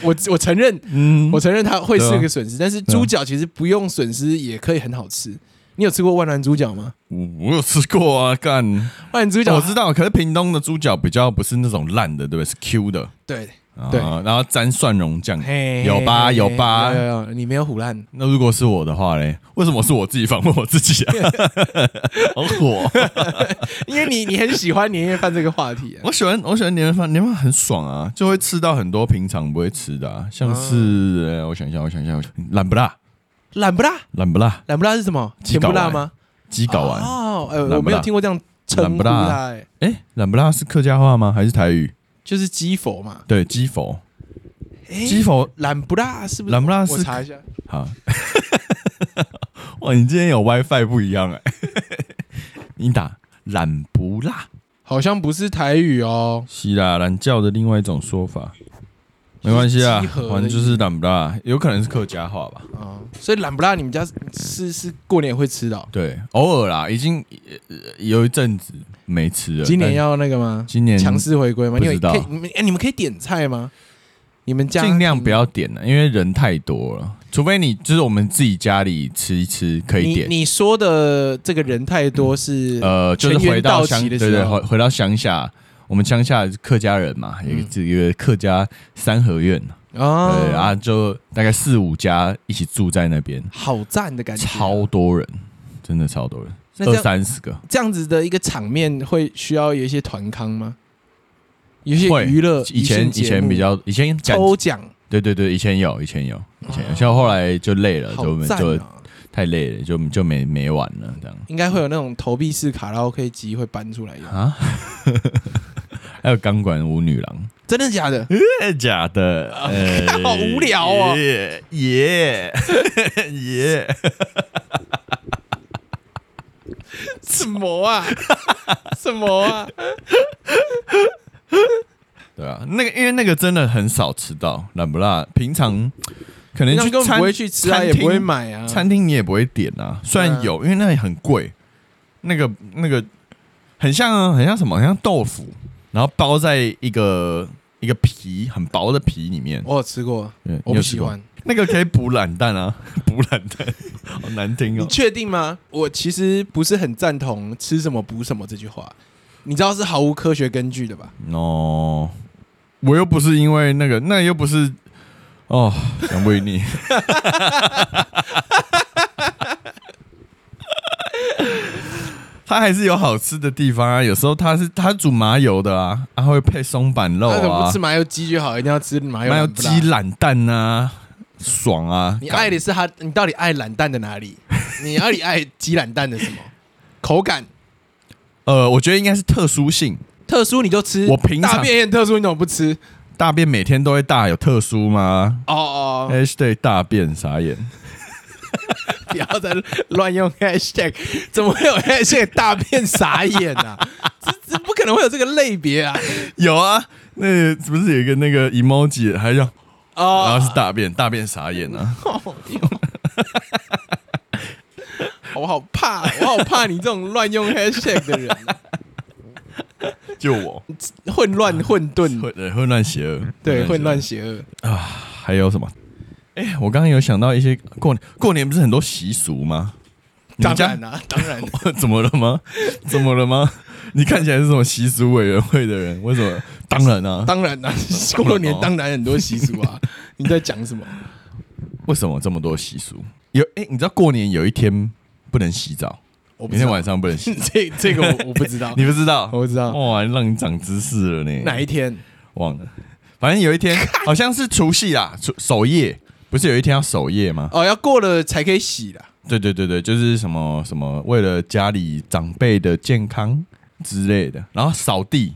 S2: 我我承认，
S1: 嗯，
S2: 我承认它会是
S1: 对啊
S2: 个损失，但是
S1: 对啊
S2: 猪脚其实不用损失也可以很好吃。你有吃过万峦猪脚吗？
S1: 我我有吃过啊，干，哦
S2: 万峦猪脚
S1: 我知，道，可是屏东的猪脚比较不是那种烂的，对不对？是 Q 的，
S2: 对，
S1: 啊
S2: 对
S1: 然后沾蒜蓉酱。
S2: 嘿
S1: 有吧
S2: 嘿
S1: 有吧
S2: 有有有，你没有虎烂，
S1: 那如果是我的话嘞，为什么是我自己访问我自己 啊？好火！啊
S2: 因为你你很喜欢年夜饭这个话题、啊。
S1: 我喜欢我喜欢年夜饭，年夜饭很爽啊，就会吃到很多平常不会吃的、啊，像
S2: 嗯
S1: 是、呃我想一下，我想一下，我想懒不辣，
S2: 懒不辣，
S1: 懒不辣，
S2: 懒不辣是什么？
S1: 鸡
S2: 甜
S1: 睾
S2: 不辣
S1: 丸
S2: 吗？
S1: 鸡睾丸。
S2: 哦，
S1: 懒
S2: 呃，
S1: 不辣
S2: 我没有听过这样称
S1: 懒
S2: 呼
S1: 不辣
S2: 它、欸，
S1: 哎、懒不辣是客家话吗？还是台语？
S2: 就是鸡佛嘛。
S1: 对，鸡佛，
S2: 哎
S1: 鸡佛
S2: 懒不辣是不是？
S1: 懒不辣
S2: 我
S1: 是
S2: 查一下，
S1: 好，哇，你今天有 WiFi 不一样哎、 你打懒不辣，
S2: 好像不是台语哦。
S1: 是啦，懒觉的另外一种说法，没关系啊
S2: 是鸡盒，的
S1: 反正就是懒不辣，有可能是客家话吧。
S2: 啊、所以懒不辣，你们家是是是过年会吃的哦、
S1: 对，偶尔啦，已经呃有一阵子没吃了。
S2: 今年
S1: 但
S2: 要那个吗？
S1: 今年
S2: 强势回归吗？
S1: 不
S2: 你有
S1: 知道
S2: 可以你们哎、你们可以点菜吗？你们家
S1: 啊尽量不要点了，因为人太多了。除非你就是我们自己家里吃一吃可以
S2: 你
S1: 点，
S2: 你说的这个人太多是
S1: 呃，就是
S2: 全员
S1: 回到
S2: 到
S1: 乡
S2: 齐
S1: 对
S2: 的时
S1: 对，
S2: 候
S1: 回回到乡下，我们乡下是客家人嘛，有
S2: 嗯
S1: 一个这个客家三合院，对
S2: 啊，
S1: 啊，就大概四五家一起住在那边，
S2: 好赞的感觉，啊
S1: 超多人，真的超多人，
S2: 那这
S1: 二
S2: 样
S1: 三十个，
S2: 这样子的一个场面会需要有一些团康吗？有一些
S1: 会
S2: 娱乐
S1: 以前
S2: 娱
S1: 以
S2: 乐呃节
S1: 前
S2: 目
S1: 比较以前感
S2: 抽奖，
S1: 对对对，以前有以前有以前有，
S2: 哦
S1: 像后来就累了，就
S2: 好赞
S1: 就
S2: 啊！
S1: 太累了，就就没没玩了这样。
S2: 应该会有那种投币式卡拉 OK 机会搬出来用，
S1: 啊，还有钢管舞女郎，
S2: 真的假的？
S1: 真的假的？呃
S2: 好无聊哦
S1: 耶耶 耶！
S2: 什么啊？ 什么啊？
S1: 对啊，那个因为那个真的很少吃到，懒不辣，平常可能
S2: 平
S1: 去
S2: 常根本
S1: 餐
S2: 不会去吃啊，
S1: 餐
S2: 也不会
S1: 厅
S2: 买啊。
S1: 餐厅你也不会点啊，虽然
S2: 嗯
S1: 有，因为那里很贵，那个那个很像很像什么，很像豆腐，然后包在一个一个皮很薄的皮里面，
S2: 我有吃过，
S1: 嗯
S2: 我
S1: 你有吃
S2: 不喜
S1: 过
S2: 欢。
S1: 那个可以补懒蛋啊， 补懒蛋，好难听
S2: 你
S1: 哦。
S2: 确定吗？我其实不是很赞同“吃什么补什么”这句话，你知道是毫无科学根据的吧？
S1: 哦，我又不是因为那个，那又不是哦，想为你。 它还是有好吃的地方啊，有时候它是它煮麻油的啊，它、会配松板肉
S2: 那怎么
S1: 啊
S2: 不吃，麻油鸡就好，一定要吃麻油
S1: 麻油
S2: 懒不辣
S1: 鸡懒蛋啊，爽啊！
S2: 你
S1: 干
S2: 爱的是它，你到底爱懒蛋的哪 里？你到底爱鸡懒蛋的什么口感？
S1: 呃，我觉得应该是特殊性，
S2: 特殊你就吃，
S1: 我平常
S2: 大便也很特殊，你怎么不吃？
S1: 大便每天都会大，有特殊吗？
S2: 哦哦，
S1: H 对大便傻眼，
S2: 不要再乱用 hashtag，怎么会有 hashtag 大便傻眼啊？ 这这不可能会有这个类别啊！
S1: 有啊，那不是有一个那个 emoji 还让，然后
S2: 哦，
S1: 是大便，大便傻眼啊，啊
S2: 我好怕，我好怕你这种乱用 hashtag 的人啊。
S1: 就 我
S2: 混乱、混沌，
S1: 混呃混乱邪恶，
S2: 对，混乱
S1: 邪
S2: 邪恶。
S1: 恶还有什么？哎、我刚刚有想到一些过年过年不是很多习俗吗？你
S2: 当
S1: 们家
S2: 然啦，当然，
S1: 怎么了吗？怎么了吗？你看起来是什么习俗委员会的人？为什么？当然啊，
S2: 当 然啦，过
S1: 哦
S2: 年当然很多习俗啊。你在讲什么？
S1: 为什么这么多习俗？有哎、你知道过年有一天不能洗澡，
S2: 我
S1: 明
S2: 不知
S1: 天
S2: 道，，
S1: 晚上不能洗
S2: 这这个我我不知道，
S1: 你不哦知道？
S2: 我不知道
S1: 哇，让你长知识了呢。
S2: 哪一天？
S1: 忘了，反正有一天好像是除夕啦，除守夜，不是有一天要守夜吗？
S2: 哦，要过了才可以洗啦。
S1: 对对对对，就是什么什么，为了家里长辈的健康之类的，然后扫地，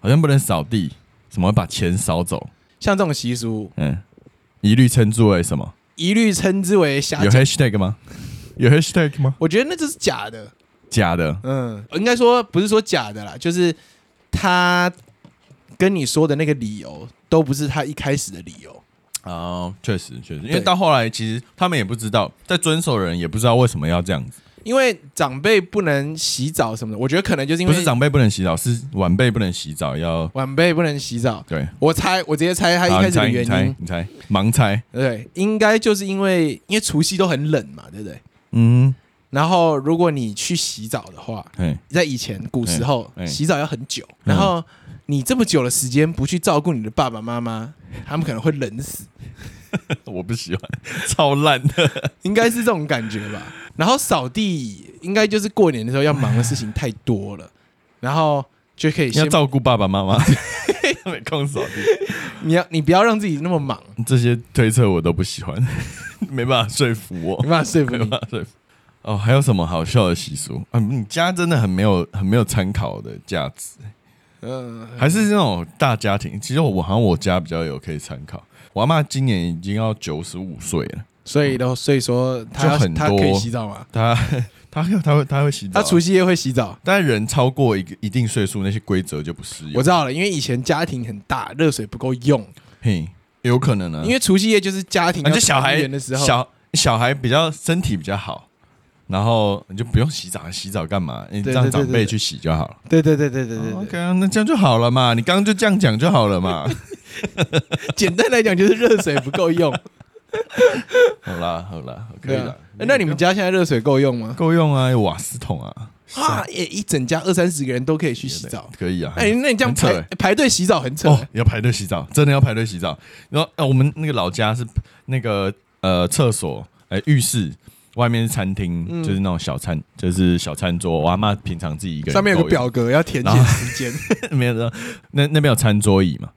S1: 好像不能扫地，什么把钱扫走，
S2: 像这种习俗，
S1: 嗯，一律称之为什么？
S2: 一律称之为瞎
S1: 有
S2: 讲。
S1: hashtag 吗？啊 有 hashtag 吗？
S2: 我觉得那就是假的。
S1: 假的，
S2: 嗯，应该说不是说假的啦，就是他跟你说的那个理由，都不是他一开始的理由。
S1: 哦，确实确实，因为
S2: 对
S1: 到后来其实他们也不知道，在遵守的人也不知道为什么要这样子，
S2: 因为长辈不能洗澡什么的，我觉得可能就是因
S1: 不是
S2: 为
S1: 长辈不能洗澡，是晚辈不能洗澡，要
S2: 晚辈不能洗澡，
S1: 对，
S2: 我猜，我直接猜他一开始的原
S1: 好
S2: 因，
S1: 啊你猜，你猜，盲猜。
S2: 对，应该就是因为因为除夕都很冷嘛，对不对？
S1: 嗯，
S2: 然后如果你去洗澡的话，
S1: 哎，
S2: 在以前古时候、
S1: 哎哎
S2: 洗澡要很久，
S1: 嗯
S2: 然后你这么久的时间不去照顾你的爸爸妈妈，他们可能会冷死，
S1: 我不喜欢，超烂的。
S2: 应该是这种感觉吧。然后扫地应该就是过年的时候要忙的事情太多了，然后就可以
S1: 要
S2: 先
S1: 照顾爸爸妈 妈，没空扫 地，
S2: 你要你不要让自己那 么忙，
S1: 这些推测我都不喜欢， 没办法说服我
S2: 没，办法说 服
S1: 没
S2: 你
S1: 办。法说服。哦，还有什么好笑的习俗？啊，你家真的很没有很没有参考的价值，
S2: 嗯、
S1: 还是那种大家庭？其实我好像我家比较有可以参考。我阿妈今年已经要九十五岁了，
S2: 所以都所以说他
S1: 就很多
S2: 他可以洗澡吗？
S1: 她 她她会她会洗澡
S2: 他
S1: 啊，
S2: 除夕夜会洗澡。
S1: 但人超过一个一定岁数，那些规则就不适用
S2: 我。知道了，因为以前家庭很大，热水不够用，
S1: 嘿，有可能啊，
S2: 因为除夕夜就是家庭
S1: 啊，
S2: 要
S1: 就小
S2: 团
S1: 孩
S2: 圆的时候，
S1: 小小孩比较身体比较好，然后你就不用洗澡，洗澡干嘛？你
S2: 对
S1: 让
S2: 对
S1: 长辈
S2: 对对
S1: 去洗就好了。
S2: 对对对对对对
S1: OK 啊，那这样就好了嘛。 你刚刚就这样讲就好了嘛。
S2: 对，简单来讲就是热水不够用，
S1: 好啦好啦， 可
S2: 对
S1: 以
S2: 啊
S1: 了。。
S2: 哎那你们家现在热水够用吗？
S1: 够用啊？有瓦斯桶啊？
S2: 啊，也一整家二三十个人都可以去洗澡。
S1: 可以啊。
S2: 哎、那你这样
S1: 很扯
S2: 排
S1: 欸
S2: 排队洗澡很扯、欸
S1: 哦，要排队洗澡，真的要排队洗澡。然后、呃、我们那个老家是那个呃厕所，哎、浴室。外面是餐厅，
S2: 嗯
S1: 就是那种小餐，就是小餐桌。我阿妈平常自己一个人
S2: 上面有
S1: 够
S2: 个
S1: 用
S2: 表格要填写
S1: 哦然后
S2: 时间，
S1: 没有，那那边有餐桌椅嘛，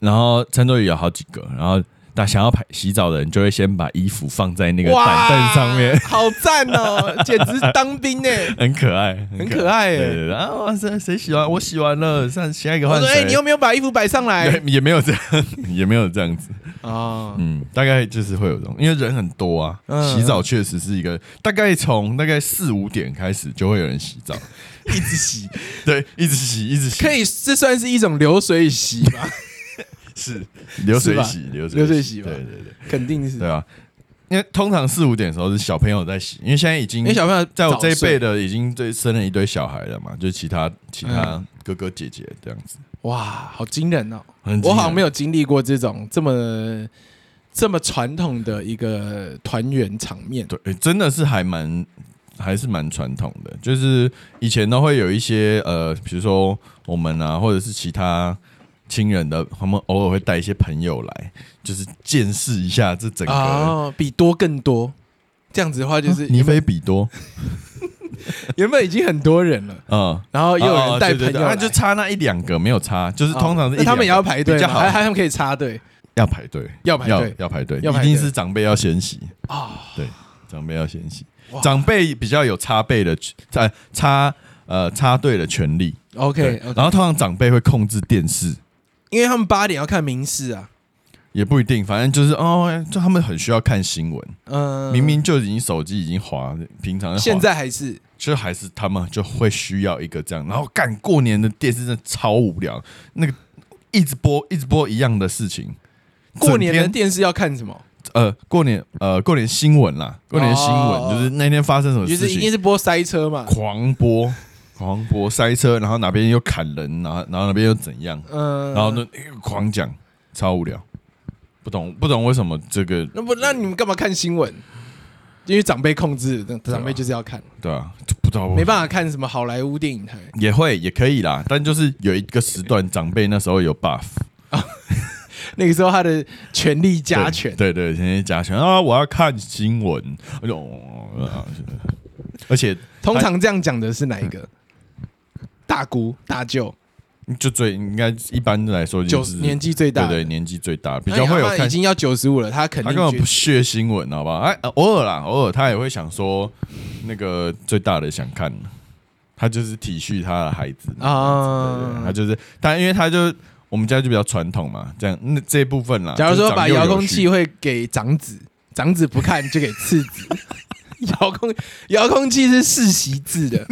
S1: 然后餐桌椅有好几个，然后大想要排洗澡的人就会先把衣服放在 那个板凳上面，
S2: 好赞哦，简直当兵哎、
S1: 很可爱，
S2: 很可爱耶
S1: 对对对啊，哇塞，谁洗完？我洗完了，上下一个
S2: 我
S1: 换
S2: 说：“哎、
S1: 谁？
S2: 你有没有把衣服摆上来
S1: 对也没有这样， 也没有这样子，？”
S2: 啊、
S1: 嗯，大概就是会有这种，因为人很多啊，
S2: 嗯
S1: 洗澡确实是一个，大概从大概四五点开始就会有人洗澡，
S2: 一直洗，
S1: 对，一直洗，一直洗，
S2: 可以，这算是一种流水洗 吧？
S1: 是流
S2: 是
S1: 水
S2: 吧
S1: 洗，流
S2: 流水
S1: 水
S2: 洗吧
S1: 对对对。
S2: 肯定是
S1: 对，啊，因为通常四五点的时候是小朋友在洗，因为现在已经
S2: 因为小朋友
S1: 在我这一
S2: 早
S1: 辈
S2: 睡，
S1: 的已经对生了一堆小孩了嘛，就是其他其
S2: 嗯
S1: 他哥哥姐姐这样子。
S2: 哇，好惊人哦！
S1: 很
S2: 我好像没
S1: 有，
S2: 有经历过这种这么这么传统的一个团圆场面。
S1: 对，诶真的是还蛮还是蛮传统的，就是以前都会有一些呃，比如说我们啊，或者是其他。亲人的，他们偶尔会带一些朋友来，就是见识一下这整个。啊
S2: 哦，比多更多，这样子的话就是
S1: 尼
S2: 原本
S1: 菲比多，
S2: 原本已经很多人了，
S1: 嗯，
S2: 然后又有人
S1: 哦对
S2: 带朋
S1: 对对
S2: 友来，哦
S1: 啊就差那一两个没有差，就是通常是一
S2: 那他们也
S1: 两个
S2: 要排队
S1: 比
S2: 吗，
S1: 较好
S2: 还还他们可以插队
S1: 要排队，
S2: 要排队
S1: 要排队，
S2: 要排
S1: 一
S2: 队
S1: 定是长辈要先洗，哦
S2: 啊，
S1: 长辈要先洗
S2: 哇，
S1: 长辈比较有插队的在插呃插队的权利。
S2: 哦 OK，
S1: 然后通常长辈会控制电视，
S2: 因为他们八点要看民视啊，
S1: 也不一定，反正就是哦，就他们很需要看新闻，
S2: 嗯，
S1: 明明就已经手机已经滑，平常在滑
S2: 现在还是
S1: 就还是他们就会需要一个这样。然后干过年的电视真的超无聊，那个一直播一直播一样的事情。
S2: 过年
S1: 整
S2: 的
S1: 天
S2: 电视要看什么？
S1: 呃，过年呃，过年新闻啦，过年新闻、
S2: 哦
S1: 就是那天发生什么
S2: 就
S1: 事
S2: 是一
S1: 情，
S2: 定是播塞车嘛，
S1: 狂播，狂播塞车，然后哪边又砍人，然后然后哪边又怎样，
S2: 嗯，
S1: 然后呢、哎狂讲，超无聊，不懂不懂为什么这个
S2: 那不那你们干嘛看新闻？因为长辈控制，那
S1: 啊
S2: 长辈就是要看，
S1: 对啊，就不知道
S2: 没
S1: 法
S2: 办法看什么好莱坞电影台，
S1: 也会也可以啦，但就是有一个时段长辈那时候有 buff
S2: 那个时候他的权力加权，
S1: 对对，天天加权啊，我要看新闻，我就哦啊是而且
S2: 通常这样讲的是哪一个？
S1: 哎
S2: 大姑大舅，
S1: 就最应该一般来说
S2: 九
S1: 就
S2: 十
S1: 是
S2: 年纪最大
S1: 对
S2: 的，哎
S1: 对年纪最大，比较会有
S2: 他已
S1: 看
S2: 经要九十五了，他肯
S1: 他
S2: 定
S1: 根本
S2: 觉
S1: 不屑新闻，好不好？哎、呃偶尔啦，偶尔他也会想说，那个最大的想看，他就是体恤他的孩
S2: 嗯
S1: 子啊，对对对他
S2: 啊。
S1: 就是，但因为他就我们家就比较传统嘛，这样那这一部分啦。
S2: 假如
S1: 就
S2: 说
S1: 是长
S2: 把
S1: 幼有
S2: 遥控
S1: 序
S2: 器会给长子，长子不看就给次子。 遥控遥控器是世袭 制的，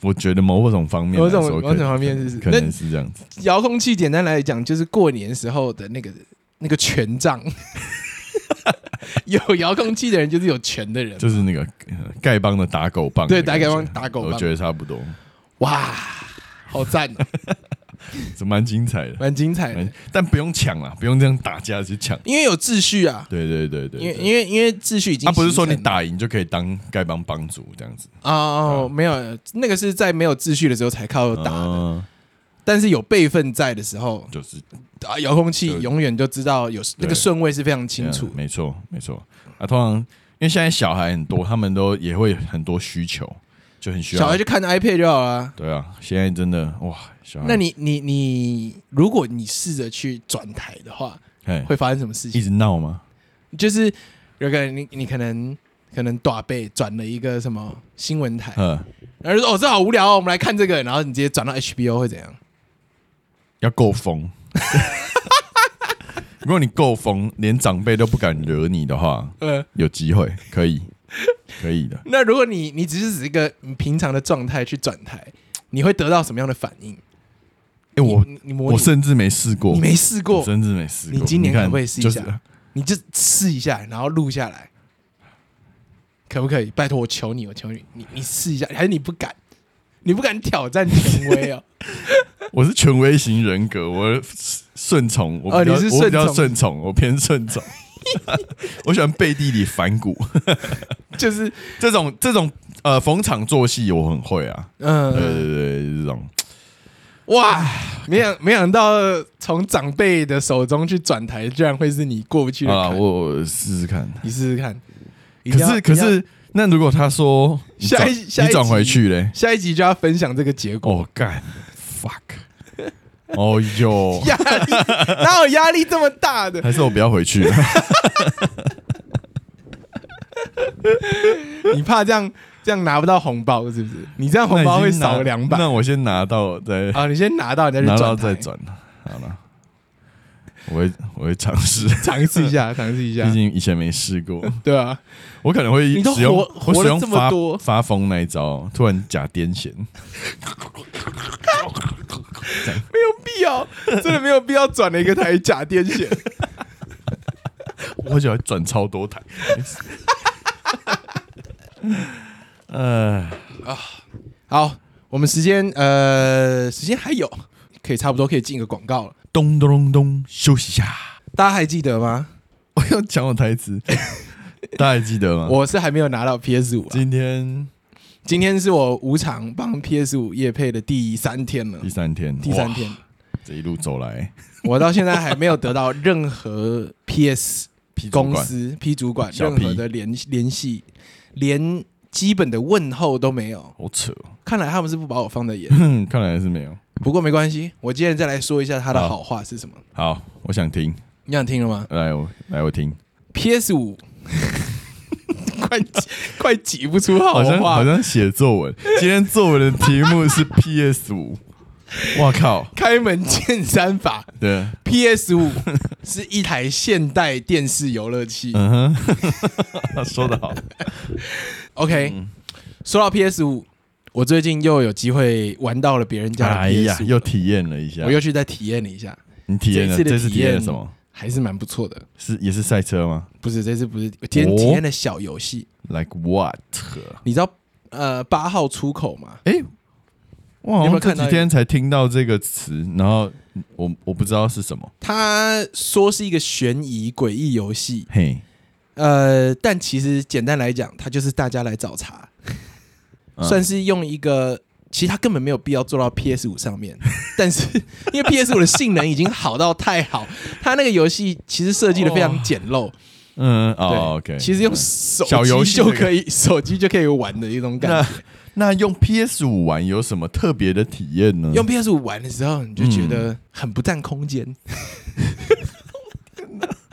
S1: 我觉得某种方面
S2: 某
S1: 来
S2: 种
S1: 说，
S2: 某种方面是
S1: 可能是这样子，
S2: 遥控器简单来讲就是过年时候的那个那个权杖。 有遥控器的人就是有权的人，
S1: 就是那个呃丐帮的打狗棒的
S2: 对
S1: 感觉，
S2: 打丐帮打狗棒
S1: 我觉得差不多，
S2: 哇，好赞哦，
S1: 这蛮精彩的，
S2: 蛮精彩的
S1: 蛮，但不用抢啦，不用这样打架去抢。
S2: 因为有秩序啊，
S1: 对对对对
S2: 因为
S1: 对，
S2: 因为因为秩序已经
S1: 他不是说你
S2: 形成了
S1: 打赢就可以当丐帮帮主这样子。
S2: 哦，没有，那个是在没有秩序的时候才靠打的，
S1: 嗯
S2: 但是有辈分在的时候，
S1: 就是
S2: 啊，遥控器
S1: 就
S2: 永远就知道有那个顺位是非常清楚
S1: 嗯。没错没错。啊，通常因为现在小孩很多，他们都也会很多需求，就很需要。
S2: 小孩就看 iPad 就好啦。
S1: 对啊，现在真的哇，小孩
S2: 那你你你，如果你试着去转台的话，
S1: 嘿
S2: 会发生什么事
S1: 一
S2: 情？
S1: 直闹吗？
S2: 就是有个人，你你可能可能短背转了一个什么新闻台，
S1: 嗯，
S2: 然后就说哦这好无聊哦，我们来看这个，然后你直接转到 HBO 会怎样？
S1: 要够疯。 如果你够疯，连长辈都不敢惹你的话，
S2: 呃，
S1: 有机会可以可以的。
S2: 那如果你你只是指一个你平常的状态去转台，你会得到什么样的反应？
S1: 哎、我
S2: 你你模拟
S1: 我甚至没试过，
S2: 你没试
S1: 我
S2: 过，
S1: 甚至没试过。
S2: 你今年
S1: 看
S2: 可不可以试一
S1: 就是
S2: 下你就试一下，然后录下来，可不可以？拜托，我求你，我求你，你你试一下，还是你不敢？你不敢挑战权威哦？
S1: 我是权威型人格，我顺从，我
S2: 哦
S1: 比较、
S2: 你是
S1: 我比
S2: 顺
S1: 较
S2: 从
S1: 顺从，我偏顺从。 我喜欢背地里反骨，
S2: 就是
S1: 这种这种呃逢场作戏我很会啊，对
S2: 嗯，
S1: 对对，这种
S2: 哇，没想没想到从长辈的手中去转台，居然会是你过不去的
S1: 啊，
S2: 坎。
S1: 我我试试看。
S2: 你试试看。一定
S1: 可
S2: 要
S1: 是可是，那如果他说你
S2: 下一
S1: 转
S2: 下一
S1: 你转回
S2: 集
S1: 去嘞，
S2: 下一集就要分享这个结果，
S1: 哦干，fuck，哦 哟，
S2: 压力哪有压力这么大的？
S1: 还是我不要回 去了。
S2: 你怕这样这样拿不到红包是不是？你这样红包会少两百
S1: 那我先拿到再
S2: 啊！你先拿到，你再去
S1: 拿
S2: 转
S1: 到
S2: 台
S1: 再转，啊好了，我会我会尝试，
S2: 尝试一下，尝试一下
S1: 毕，竟以前没试过，
S2: 对啊，
S1: 我可能会
S2: 你都
S1: 使用
S2: 活活
S1: 我使
S2: 了
S1: 用
S2: 这么
S1: 发
S2: 多
S1: 发疯那一招，突然假癫痫，
S2: 没有必要，真的没有必要转了一个台假癫 痫。
S1: 我就要转超多台。呃，
S2: 好，我们时间呃时间还有，可以差不多可以进一个广告了。
S1: 咚咚咚咚，休息一下。
S2: 大家还记得吗？
S1: 我要讲我台词， 大家还记得吗？
S2: 我是还没有拿到 PS 五、啊，
S1: 今天
S2: 今天是我无偿帮 PS 五夜配的第三天了
S1: 第，三天，
S2: 嗯第三
S1: 哇，
S2: 天，
S1: 这一路走 来，
S2: 我到现在还没有得到任何 PS
S1: 批主
S2: 公
S1: 管
S2: 司 P 主管
S1: 小
S2: 任
S1: P
S2: 何的联联系，连基本的问候都没有。
S1: 好扯哦，
S2: 看来他们是不把我放在眼里。
S1: 哼， 看来是没有。
S2: 不过没关系，我今天再来说一下他的
S1: 好
S2: 好话是什么。
S1: 好，我想听，
S2: 你想听了吗
S1: 来我来我听，
S2: ？PS 五， 快挤快挤不出好
S1: 好像好
S2: 话。
S1: 像写作 文，今天作文的题目是 PS 五，我靠，
S2: 开门见山法
S1: 对，
S2: ，PS 五是一台现代电视游乐器。
S1: 嗯哼，说得好，
S2: OK，说
S1: 嗯
S2: 到 PS 五，我最近又有机会玩到了别人家的
S1: 哎呀，
S2: PS
S1: 又
S2: 五，
S1: 体验了一下
S2: 我，又去再体验了一下，
S1: 你体验了，
S2: 这一次的
S1: 这次体验了
S2: 体验
S1: 什么？
S2: 还是蛮不错的。
S1: 是也是赛车吗
S2: 不是，这次不是，我今天
S1: 哦
S2: 体验了小游戏。
S1: ？Like what？
S2: 你知道呃八号出口吗？
S1: 哎，我好
S2: 你有没
S1: 像这
S2: 有看到
S1: 几天才听到这个词，然后我我不知道是什么，
S2: 他说是一个悬疑诡异游戏，
S1: 嘿，
S2: 呃，但其实简单来讲，它就是大家来找茬，
S1: 嗯
S2: 算是用一个。其实它根本没有必要做到 PS 五上面， 但是因为 PS 五的性能已经好到太好，它那个游戏其实设计的非常简陋，
S1: 嗯，哦
S2: 对
S1: ，OK，
S2: 其实用手
S1: 小游
S2: 机
S1: 戏那
S2: 就
S1: 个
S2: 可以，手机就可以玩的一种感
S1: 那
S2: 觉。
S1: 那用 PS 五玩有什么特别的体验呢？
S2: 用 PS 五玩的时候，你就觉
S1: 嗯
S2: 得很不占空间，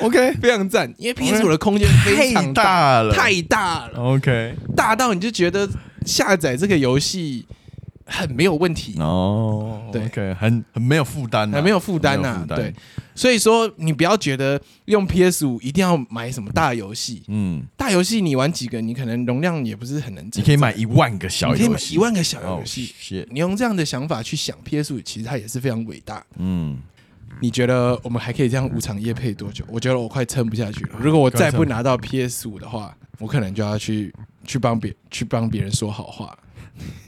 S1: OK
S2: 非常占，因为 PS 五的空间非常
S1: 太大了，
S2: 太大了，
S1: OK
S2: 大到你就觉得下载这个游戏很没有问题，
S1: 哦，
S2: 对
S1: OK 很很没有负担啊，
S2: 很没有负担
S1: 很
S2: 呐。
S1: 没有负
S2: 对，，所以说你不要觉得用 PS 五一定要买什么大游戏，
S1: 嗯，
S2: 大游戏你玩几个，你可能容量也不是很能承载。
S1: 你可以买一万个小
S2: 你可以
S1: 游
S2: 买
S1: 戏，哦
S2: 一万个小游戏。
S1: 戏，
S2: 你用这样的想法去想 PS 五，其实它也是非常伟大。
S1: 嗯，
S2: 你觉得我们还可以这样无偿夜配多久？我觉得我快撑不下去了。如果我再不拿到 PS 五的话，我可能就要去去帮别去帮别人说好话。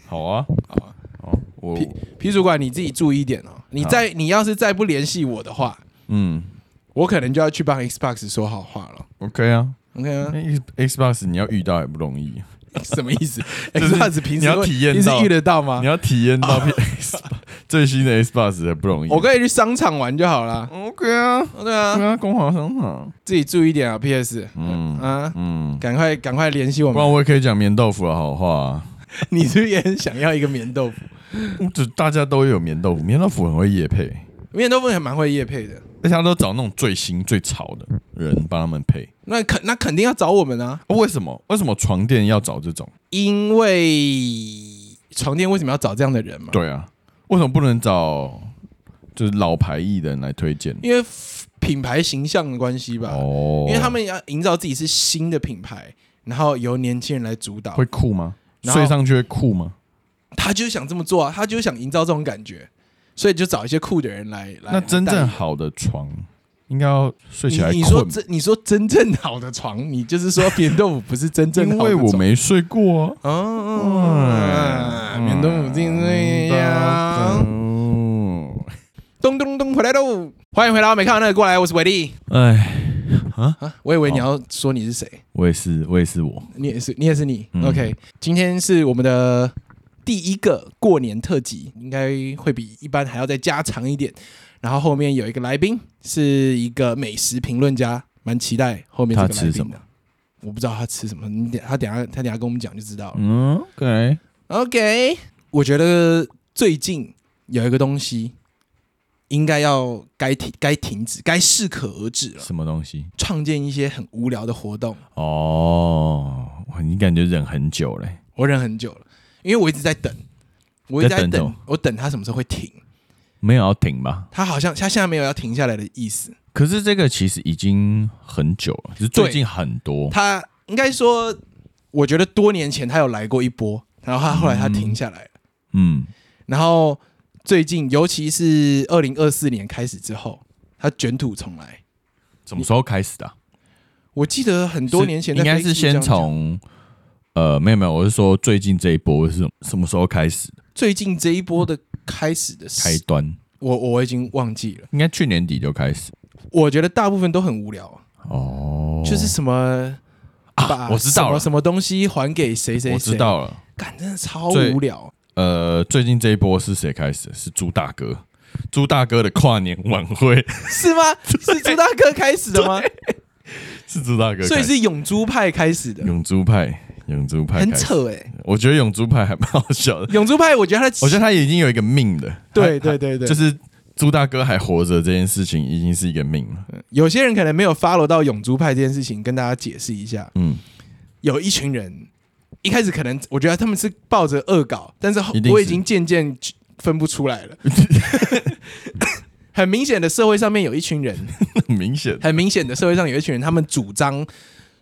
S1: 好啊，好
S2: 啊，
S1: 哦，我
S2: 皮皮主管，你自己注意一点哦。你再你要是再不联系我的话，
S1: 嗯
S2: 我可能就要去帮 Xbox 说好话了。
S1: OK 啊，
S2: OK 吗
S1: 那？X- Xbox 你要遇到也不容易，
S2: 什么意思
S1: 就是
S2: ？Xbox 平
S1: 你
S2: 时
S1: 要
S2: 会
S1: 体验
S2: 你是
S1: 到
S2: 遇得到吗
S1: 你？要体验到 PS 最新的 Xbox 也不容易，
S2: 啊我可以去商场玩就好啦。
S1: OK 啊，
S2: 对啊，
S1: 对啊，光华商场，
S2: 自己注意一点啊，PS
S1: 嗯
S2: 啊，
S1: 嗯。
S2: 赶快赶快联系我
S1: 不然
S2: 们。
S1: 我也可以讲棉豆腐的好话、啊。
S2: 你是不是也很想要一个棉豆腐？
S1: 就大家都有棉豆腐，棉豆腐很会夜配，
S2: 棉豆腐也蛮会夜配的，
S1: 而且他都找那种最新最潮的人帮他们配。
S2: 那肯那肯定要找我们啊，
S1: 啊为什么？为什么床垫要找这种？
S2: 因为床垫为什么要找这样的人嘛？
S1: 对啊，为什么不能找就是老牌艺人来推荐？
S2: 因为品牌形象的关系吧。
S1: 哦，
S2: 因为他们要营造自己是新的品牌，然后由年轻人来主导
S1: 会，酷吗？
S2: 然后
S1: 睡上去会酷吗？
S2: 他就是想这么做啊，他就是想营造这种感觉，所以就找一些酷的人来来。
S1: 那真
S2: 来
S1: 正
S2: 带
S1: 好的床应该要睡起来
S2: 你你说
S1: 困，
S2: 真你说真正好的床，你就是说扁豆腐不是 真正
S1: 因
S2: 好的
S1: 为
S2: 床
S1: 我没睡过啊。
S2: 哦，扁豆腐就是这样。
S1: 嗯
S2: 咚咚咚，回来喽！欢迎回到没看到那个过来，我是伟力。
S1: 哎，啊，
S2: 啊，我以为你要说你是谁，
S1: 我也是，我也是我，
S2: 你也是，你也是你。
S1: 嗯
S2: OK，今天是我们的第一个过年特辑，应该会比一般还要再加长一点。然后后面有一个来宾是一个美食评论家，蛮期待后面这个
S1: 他
S2: 来
S1: 吃
S2: 宾
S1: 什
S2: 的。我不知道他吃什么，你等他等下他等下跟我们讲就知道了。
S1: 嗯，OK，
S2: OK，我觉得最近有一个东西应该要该停该停止该适可而止了，
S1: 什么东西？
S2: 创建一些很无聊的活动。
S1: 哦，哇你感觉忍很久嘞，
S2: 我忍很久了，因为我一直在等，我一直在
S1: 在
S2: 等，
S1: 等什么
S2: 我等它什么时候会停。
S1: 没有要停吧？
S2: 它好像它现在没有要停下来的意思，
S1: 可是这个其实已经很久了，只是最
S2: 对
S1: 近很多。
S2: 它应该说，我觉得多年前它有来过一波，然后它后来它停下来了，
S1: 嗯，
S2: 然后最近尤其是二零二四年开始之后，它卷土重来。
S1: 什么时候开始的啊、
S2: 我记得很多年前
S1: 是应该是先从
S2: 从
S1: 呃，没有没有，我是说最近这一波是什么时候开始的
S2: 最近这一波的开始的
S1: 开
S2: 事，
S1: 端？
S2: 我我已经忘记了。
S1: 应该去年底就开始
S2: 我觉得大部分都很无聊，啊
S1: 哦。
S2: 就是什么把
S1: 啊，我知道
S2: 什么
S1: 了，
S2: 什么东西还给谁谁谁，
S1: 我知，道了。
S2: 干真的超
S1: 最
S2: 无聊。
S1: 呃，最近这一波是谁开始的？是朱大哥，朱大哥的跨年晚会
S2: 是吗？是朱大哥开始的吗？
S1: 是朱大哥开始，
S2: 所以是永猪派开始的，
S1: 永珠派，永珠派
S2: 很
S1: 开始。
S2: 扯哎、
S1: 我觉得永珠派还蛮好笑 的，
S2: 永猪派，我觉得他的
S1: 我觉得他已经有一个命了。
S2: 对
S1: 他
S2: 对对对，
S1: 就是朱大哥还活着这件事情已经是一个命了。
S2: 有些人可能没有 follow 到永猪派这件事情，跟大家解释一下，
S1: 嗯，
S2: 有一群人一开始可能我觉得他们是抱着恶搞，但是后
S1: 一定是
S2: 我已经渐渐分不出 来了。 很明显的，社会上面有一群人，
S1: 很嗯 明显。
S2: 很明显的，社会上有一群人，他们主张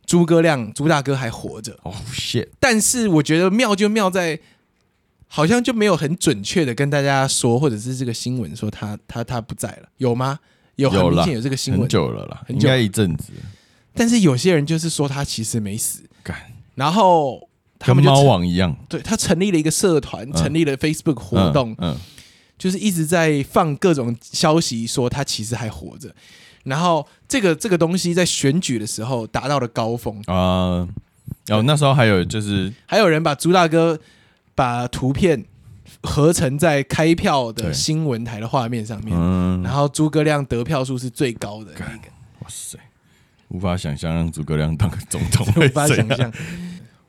S2: 诸葛亮、朱大哥还活着，
S1: 哦、shit！
S2: 但是我觉得妙就妙在，好像就没有很准确的跟大家说，或者是这个新闻说他他他不在了，有吗？有
S1: 有啦
S2: 很明显有这个新
S1: 很
S2: 闻，
S1: 久了啦，
S2: 很
S1: 应
S2: 久
S1: 该一阵子。
S2: 但是有些人就是说他其实没死，
S1: 干，
S2: 然后他
S1: 跟
S2: 们就
S1: 猫
S2: 成
S1: 王一样
S2: 对他成立了一个社团，
S1: 嗯
S2: 成立了 Facebook 活动，
S1: 嗯，嗯
S2: 就是一直在放各种消息说他其实还活着，然后这个这个东西在选举的时候达到了高峰，
S1: 啊。然后那时候还有就是
S2: 还有人把朱大哥把图片合成在开票的
S1: 对
S2: 新闻台的画面上面，
S1: 嗯，
S2: 然后诸葛亮得票数是最高的
S1: 干
S2: 那个，
S1: 哇塞，无法想象让诸葛亮当总统 会
S2: 无法
S1: 怎
S2: 想
S1: 样。
S2: 象。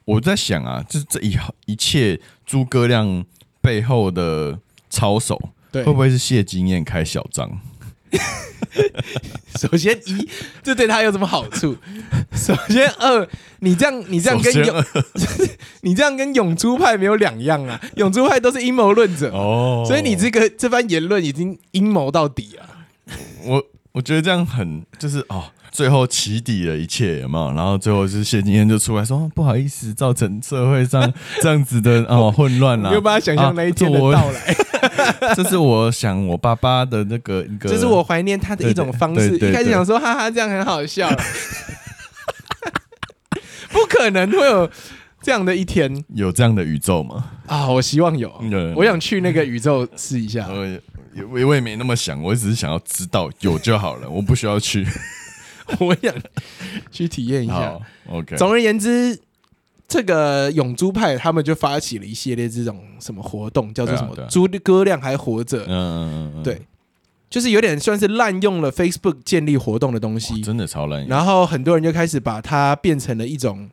S1: 我在想啊，就是这一一切诸葛亮背后的操守，
S2: 对，
S1: 会不会是谢金燕开小张？
S2: 首先一，这对他有什么好 处？首先二，你这样你这样跟
S1: 首先
S2: 永你这样跟永珠派没有两样 啊！永珠派都是阴谋论者，
S1: 哦
S2: 所以你这个这番言论已经阴谋到底啊了。
S1: 我我觉得这样很就是哦，最后起底了一切有没有？然后最后就是谢金燕就出来说、哦不好意思，造成社会上 这样子的哦混乱
S2: 你
S1: 啦。
S2: 有办法想象那一天的
S1: 啊
S2: 到来？
S1: 这我这是我想我爸爸的那个一个，
S2: 这是我怀念他的一种方式。
S1: 对对对
S2: 一开始想说哈哈，这样很好笑， 不可能会有这样的一天
S1: 有这样的宇宙吗？
S2: 啊！我希望有
S1: 嗯，
S2: 我想去那个宇宙试一下。
S1: 我也我也我也没那么想，我只是想要知道有就好了，我不需要去。
S2: 我想去体 验一下
S1: 好。，OK，
S2: 总而言之，这个永珠派他们就发起了一系列这种什么活动，叫做什么
S1: 对啊对啊
S2: “诸葛亮还活着”，
S1: 嗯嗯嗯，嗯，
S2: 对，就是有点算是滥用了 Facebook 建立活动的东
S1: 哇
S2: 西，
S1: 哦真的超烂。
S2: 然后很多人就开始把它变成了一种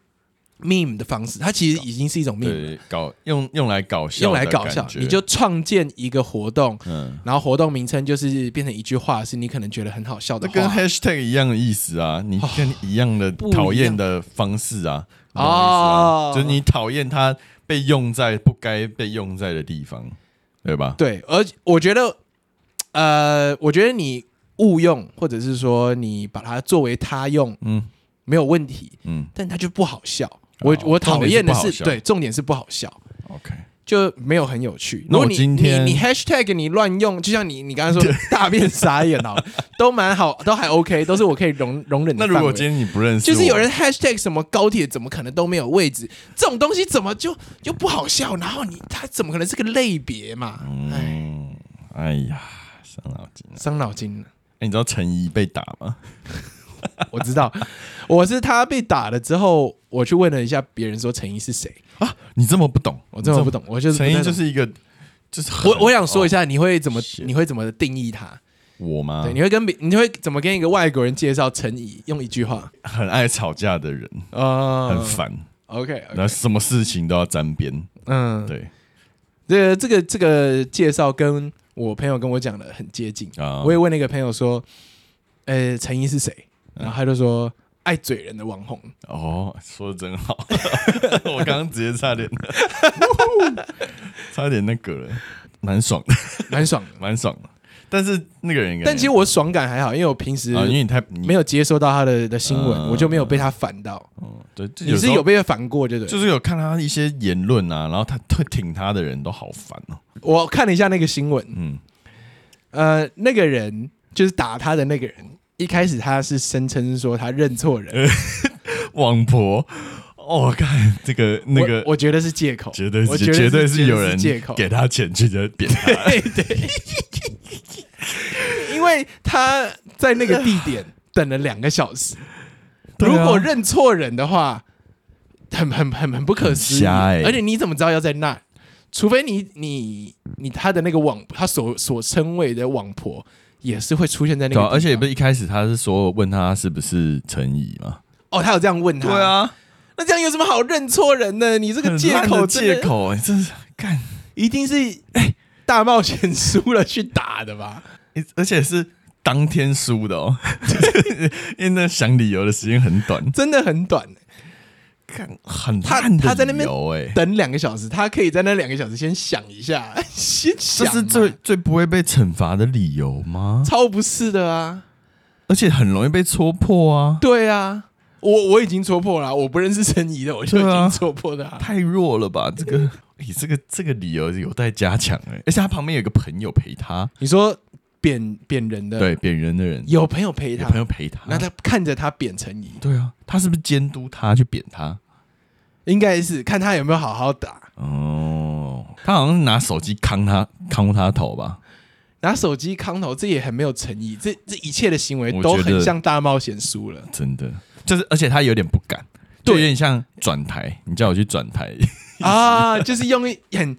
S2: meme 的方式，它其实已经是一种 meme，
S1: 对，搞用用来搞笑，
S2: 用来搞笑，你就创建一个活动。
S1: 嗯，
S2: 然后活动名称就是变成一句话，是你可能觉得很好笑
S1: 这
S2: 的
S1: 跟
S2: 话
S1: hashtag 一样的意思啊，你
S2: 哦
S1: 跟一样的
S2: 不一样
S1: 讨厌的方式啊，你懂我意思吗
S2: 哦，
S1: 就是你讨厌它被用在不该被用在的地方，对吧？
S2: 对，而我觉得，呃，我觉得你误用，或者是说你把它作为他用
S1: 嗯
S2: 没有问题，
S1: 嗯哦
S2: 但它就不好笑。我、我
S1: 重
S2: 讨
S1: 点是
S2: 厌的
S1: 不好
S2: 是，
S1: 笑
S2: 对，重点是不好笑，
S1: ，OK，
S2: 就没有很有趣。
S1: 那
S2: 如果
S1: 我
S2: 你
S1: 今天
S2: 你你 hashtag 你乱用，就像你你刚才说大便傻眼 哦，都蛮好，都还 OK，都是我可以容容忍的
S1: 那
S2: 范围。
S1: 如果今天你不认识，
S2: 就是有人 hashtag 什么高铁怎么可能都没有位置，这种东西怎么就就不好笑？然后你它怎么可能是个类别嘛？哎、
S1: 嗯，哎呀，伤脑筋了。
S2: 伤脑筋了。
S1: 哎，你知道陈怡被打吗？
S2: 我知道， 我是他被打了之后，我去问了一下别人说陈怡是谁，
S1: 啊！你这么不懂，
S2: 我真的不懂，我就是
S1: 陈毅
S2: 不太
S1: 就
S2: 懂
S1: 是一个，就是很
S2: 我我想说一下，你会怎么
S1: Shit
S2: 你会怎么定义他？
S1: 我吗
S2: 对，？你会跟别你会怎么跟一个外国人介绍陈怡？用一句话
S1: 很爱吵架的人，
S2: 啊
S1: 很烦，
S2: OK，
S1: 然后什么事情都要沾边。
S2: 嗯，
S1: 对
S2: 这个这个这个介绍跟我朋友跟我讲的很接近。
S1: 啊，
S2: 我也问了一个朋友说，呃，陈怡是谁？
S1: 嗯
S2: 然后他就说爱嘴人的 网红。
S1: 哦，说的真好， 我刚刚直接差点， 差点那个了，蛮爽的，
S2: 蛮爽 的。
S1: 蛮爽的。但是那个人感觉，
S2: 但其实我爽感还好，因为我平时
S1: 啊，因为你太你
S2: 没有接收到他的的新闻，
S1: 嗯
S2: 我就没有被他烦到。
S1: 哦对，就
S2: 你
S1: 时
S2: 是
S1: 候
S2: 有被烦过，对不
S1: 就
S2: 对？
S1: 是有看他一些言论啊，然后他特挺他的人都好烦哦。
S2: 我看了一下那个新闻，
S1: 嗯，
S2: 呃，那个人就是打他的那个人，一开始他是声称说他认错
S1: 呃
S2: 人，
S1: 网婆，哦，看这个那个
S2: 我，我觉得是借口，
S1: 绝对
S2: 我
S1: 是
S2: 觉得
S1: 绝对
S2: 是
S1: 是有人
S2: 借口，
S1: 给他钱去就扁他。
S2: 对对，因为他在那个地点等了两个小时，
S1: 对啊
S2: 如果认错人的话，很很很很不可思议，
S1: 很瞎欸
S2: 而且你怎么知道要在那？除非你你你他的那个网，他所所称谓的网婆也是会出现在那
S1: 对啊、
S2: 个地方，
S1: 而且不是一开始他是说问他是不是陈怡吗？
S2: 哦，他有这样问他，，
S1: 啊，
S2: 那这样有什么好认错人呢？你这个
S1: 很
S2: 借
S1: 烂
S2: 口
S1: 的
S2: 真的
S1: 借口、哎，真是干、
S2: 一定是哎大冒险输了去打的吧？
S1: 哎而且是当天输的哦，因为那想理由的时间很短，
S2: 真的很短欸、
S1: 看很
S2: 他
S1: 烂的
S2: 他在那边
S1: 理由哎、
S2: 等两个小时，他可以在那两个小时先想一下， 先
S1: 这
S2: 想嘛，
S1: 是最最不会被惩罚的理由吗？
S2: 超不是的啊！
S1: 而且很容易被戳破啊，
S2: 对啊，我我已经戳破了啊，我不认识陈怡的，我就已
S1: 对啊
S2: 经戳破他、啊。
S1: 太弱了吧？这个，哎、这个这个理由有待加强哎、而且他旁边有个朋友陪他，
S2: 你说扁扁人的，
S1: 对，扁人的人
S2: 有朋友啊陪
S1: 有
S2: 他
S1: 朋，友陪他，
S2: 那他看着他扁陈怡，
S1: 对啊，他是不是监督他去扁他？
S2: 应该是看他有没有好好打，
S1: 哦，他好像是拿手机扛他扛过他的头吧？
S2: 拿手机康头，这也很没有诚意，这这一切的行为
S1: 我
S2: 都
S1: 觉得
S2: 很像大冒险 输了。
S1: 真的，就是而且他有点不敢，
S2: 对
S1: 就有点像转台，你叫我去转台，
S2: 啊，就是用一很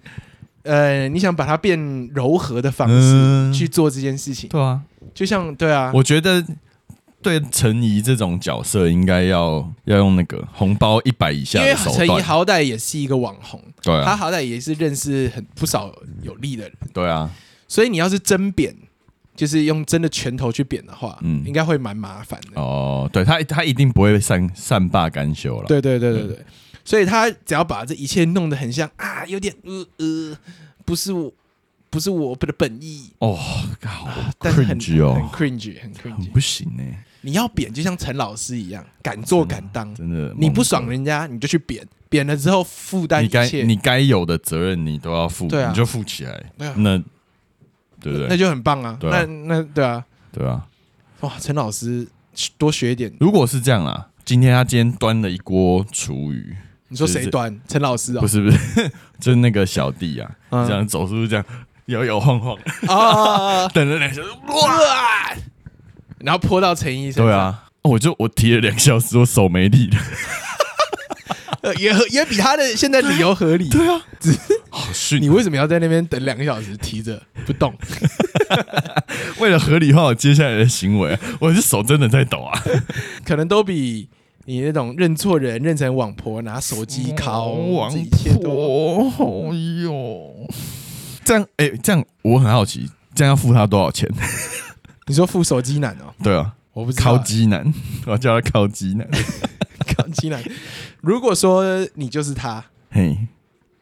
S2: 呃，你想把它变柔和的方式
S1: 嗯
S2: 去做这件事情，
S1: 对啊，
S2: 就像对啊，
S1: 我觉得。对陈怡这种角色，应该要要用那个红包一百以下
S2: 因为
S1: 的手
S2: 陈怡
S1: 段，
S2: 好歹也是一个网红，
S1: 对
S2: 他
S1: 啊，
S2: 好歹也是认识很不少有力的人，
S1: 对啊，
S2: 所以你要是真扁，就是用真的拳头去扁的话，
S1: 嗯
S2: 应该会蛮麻烦的。
S1: 哦，对他他一定不会善善罢甘休了，
S2: 对对
S1: 嗯
S2: 对对对，所以他只要把这一切弄得很像啊，有点呃呃，不是我，不是我的本意。
S1: 哦，好
S2: 啊但是很
S1: cringe
S2: 很
S1: 哦，
S2: cringe，很
S1: 很
S2: cringe。
S1: 不行欸呢，
S2: 你要扁就像陈老师一样，敢做敢当。
S1: 真的，
S2: 你不
S1: 蒙
S2: 爽人家，你就去扁，扁了之后负担
S1: 你
S2: 一
S1: 该
S2: 切，
S1: 你该有的责任你都要负，
S2: 对啊
S1: 你就负起来，
S2: 对啊
S1: 那对不
S2: 那
S1: 对？
S2: 就很棒啊。
S1: 对啊
S2: 那那对啊，
S1: 对啊，
S2: 哇，陈老师多学一点。
S1: 如果是这样啦，今天他今天端了一锅厨余，
S2: 你说
S1: 就
S2: 谁
S1: 是啊
S2: 端？陈老师哦
S1: 不，是不是， 就是那个小弟啊，
S2: 嗯
S1: 这样走出去这样摇摇晃晃，
S2: 啊，
S1: 等了两 小时，
S2: 哇！然后泼到陈医生，
S1: 对，啊。我就我提了两小时，我手没力了。
S2: 呃 也合也比他的现在理由合理。
S1: 对啊，好逊！啊
S2: 你
S1: 你
S2: 为什么要在那边等两个小时提着不 动？
S1: 为了合理化我接下来的行为，啊我是手真的在抖 啊。
S2: 可能都比你那种认错人、认成网婆拿手机拷，
S1: 王
S2: 这一切都
S1: 婆，哎呦，这样哎、这样我很好奇，这样要付他多少钱？
S2: 你说付手机男哦，
S1: 对啊，
S2: 我不知道
S1: 烤鸡男，我要叫他烤鸡男。
S2: 烤鸡男。如果说你就是他，
S1: 嘿，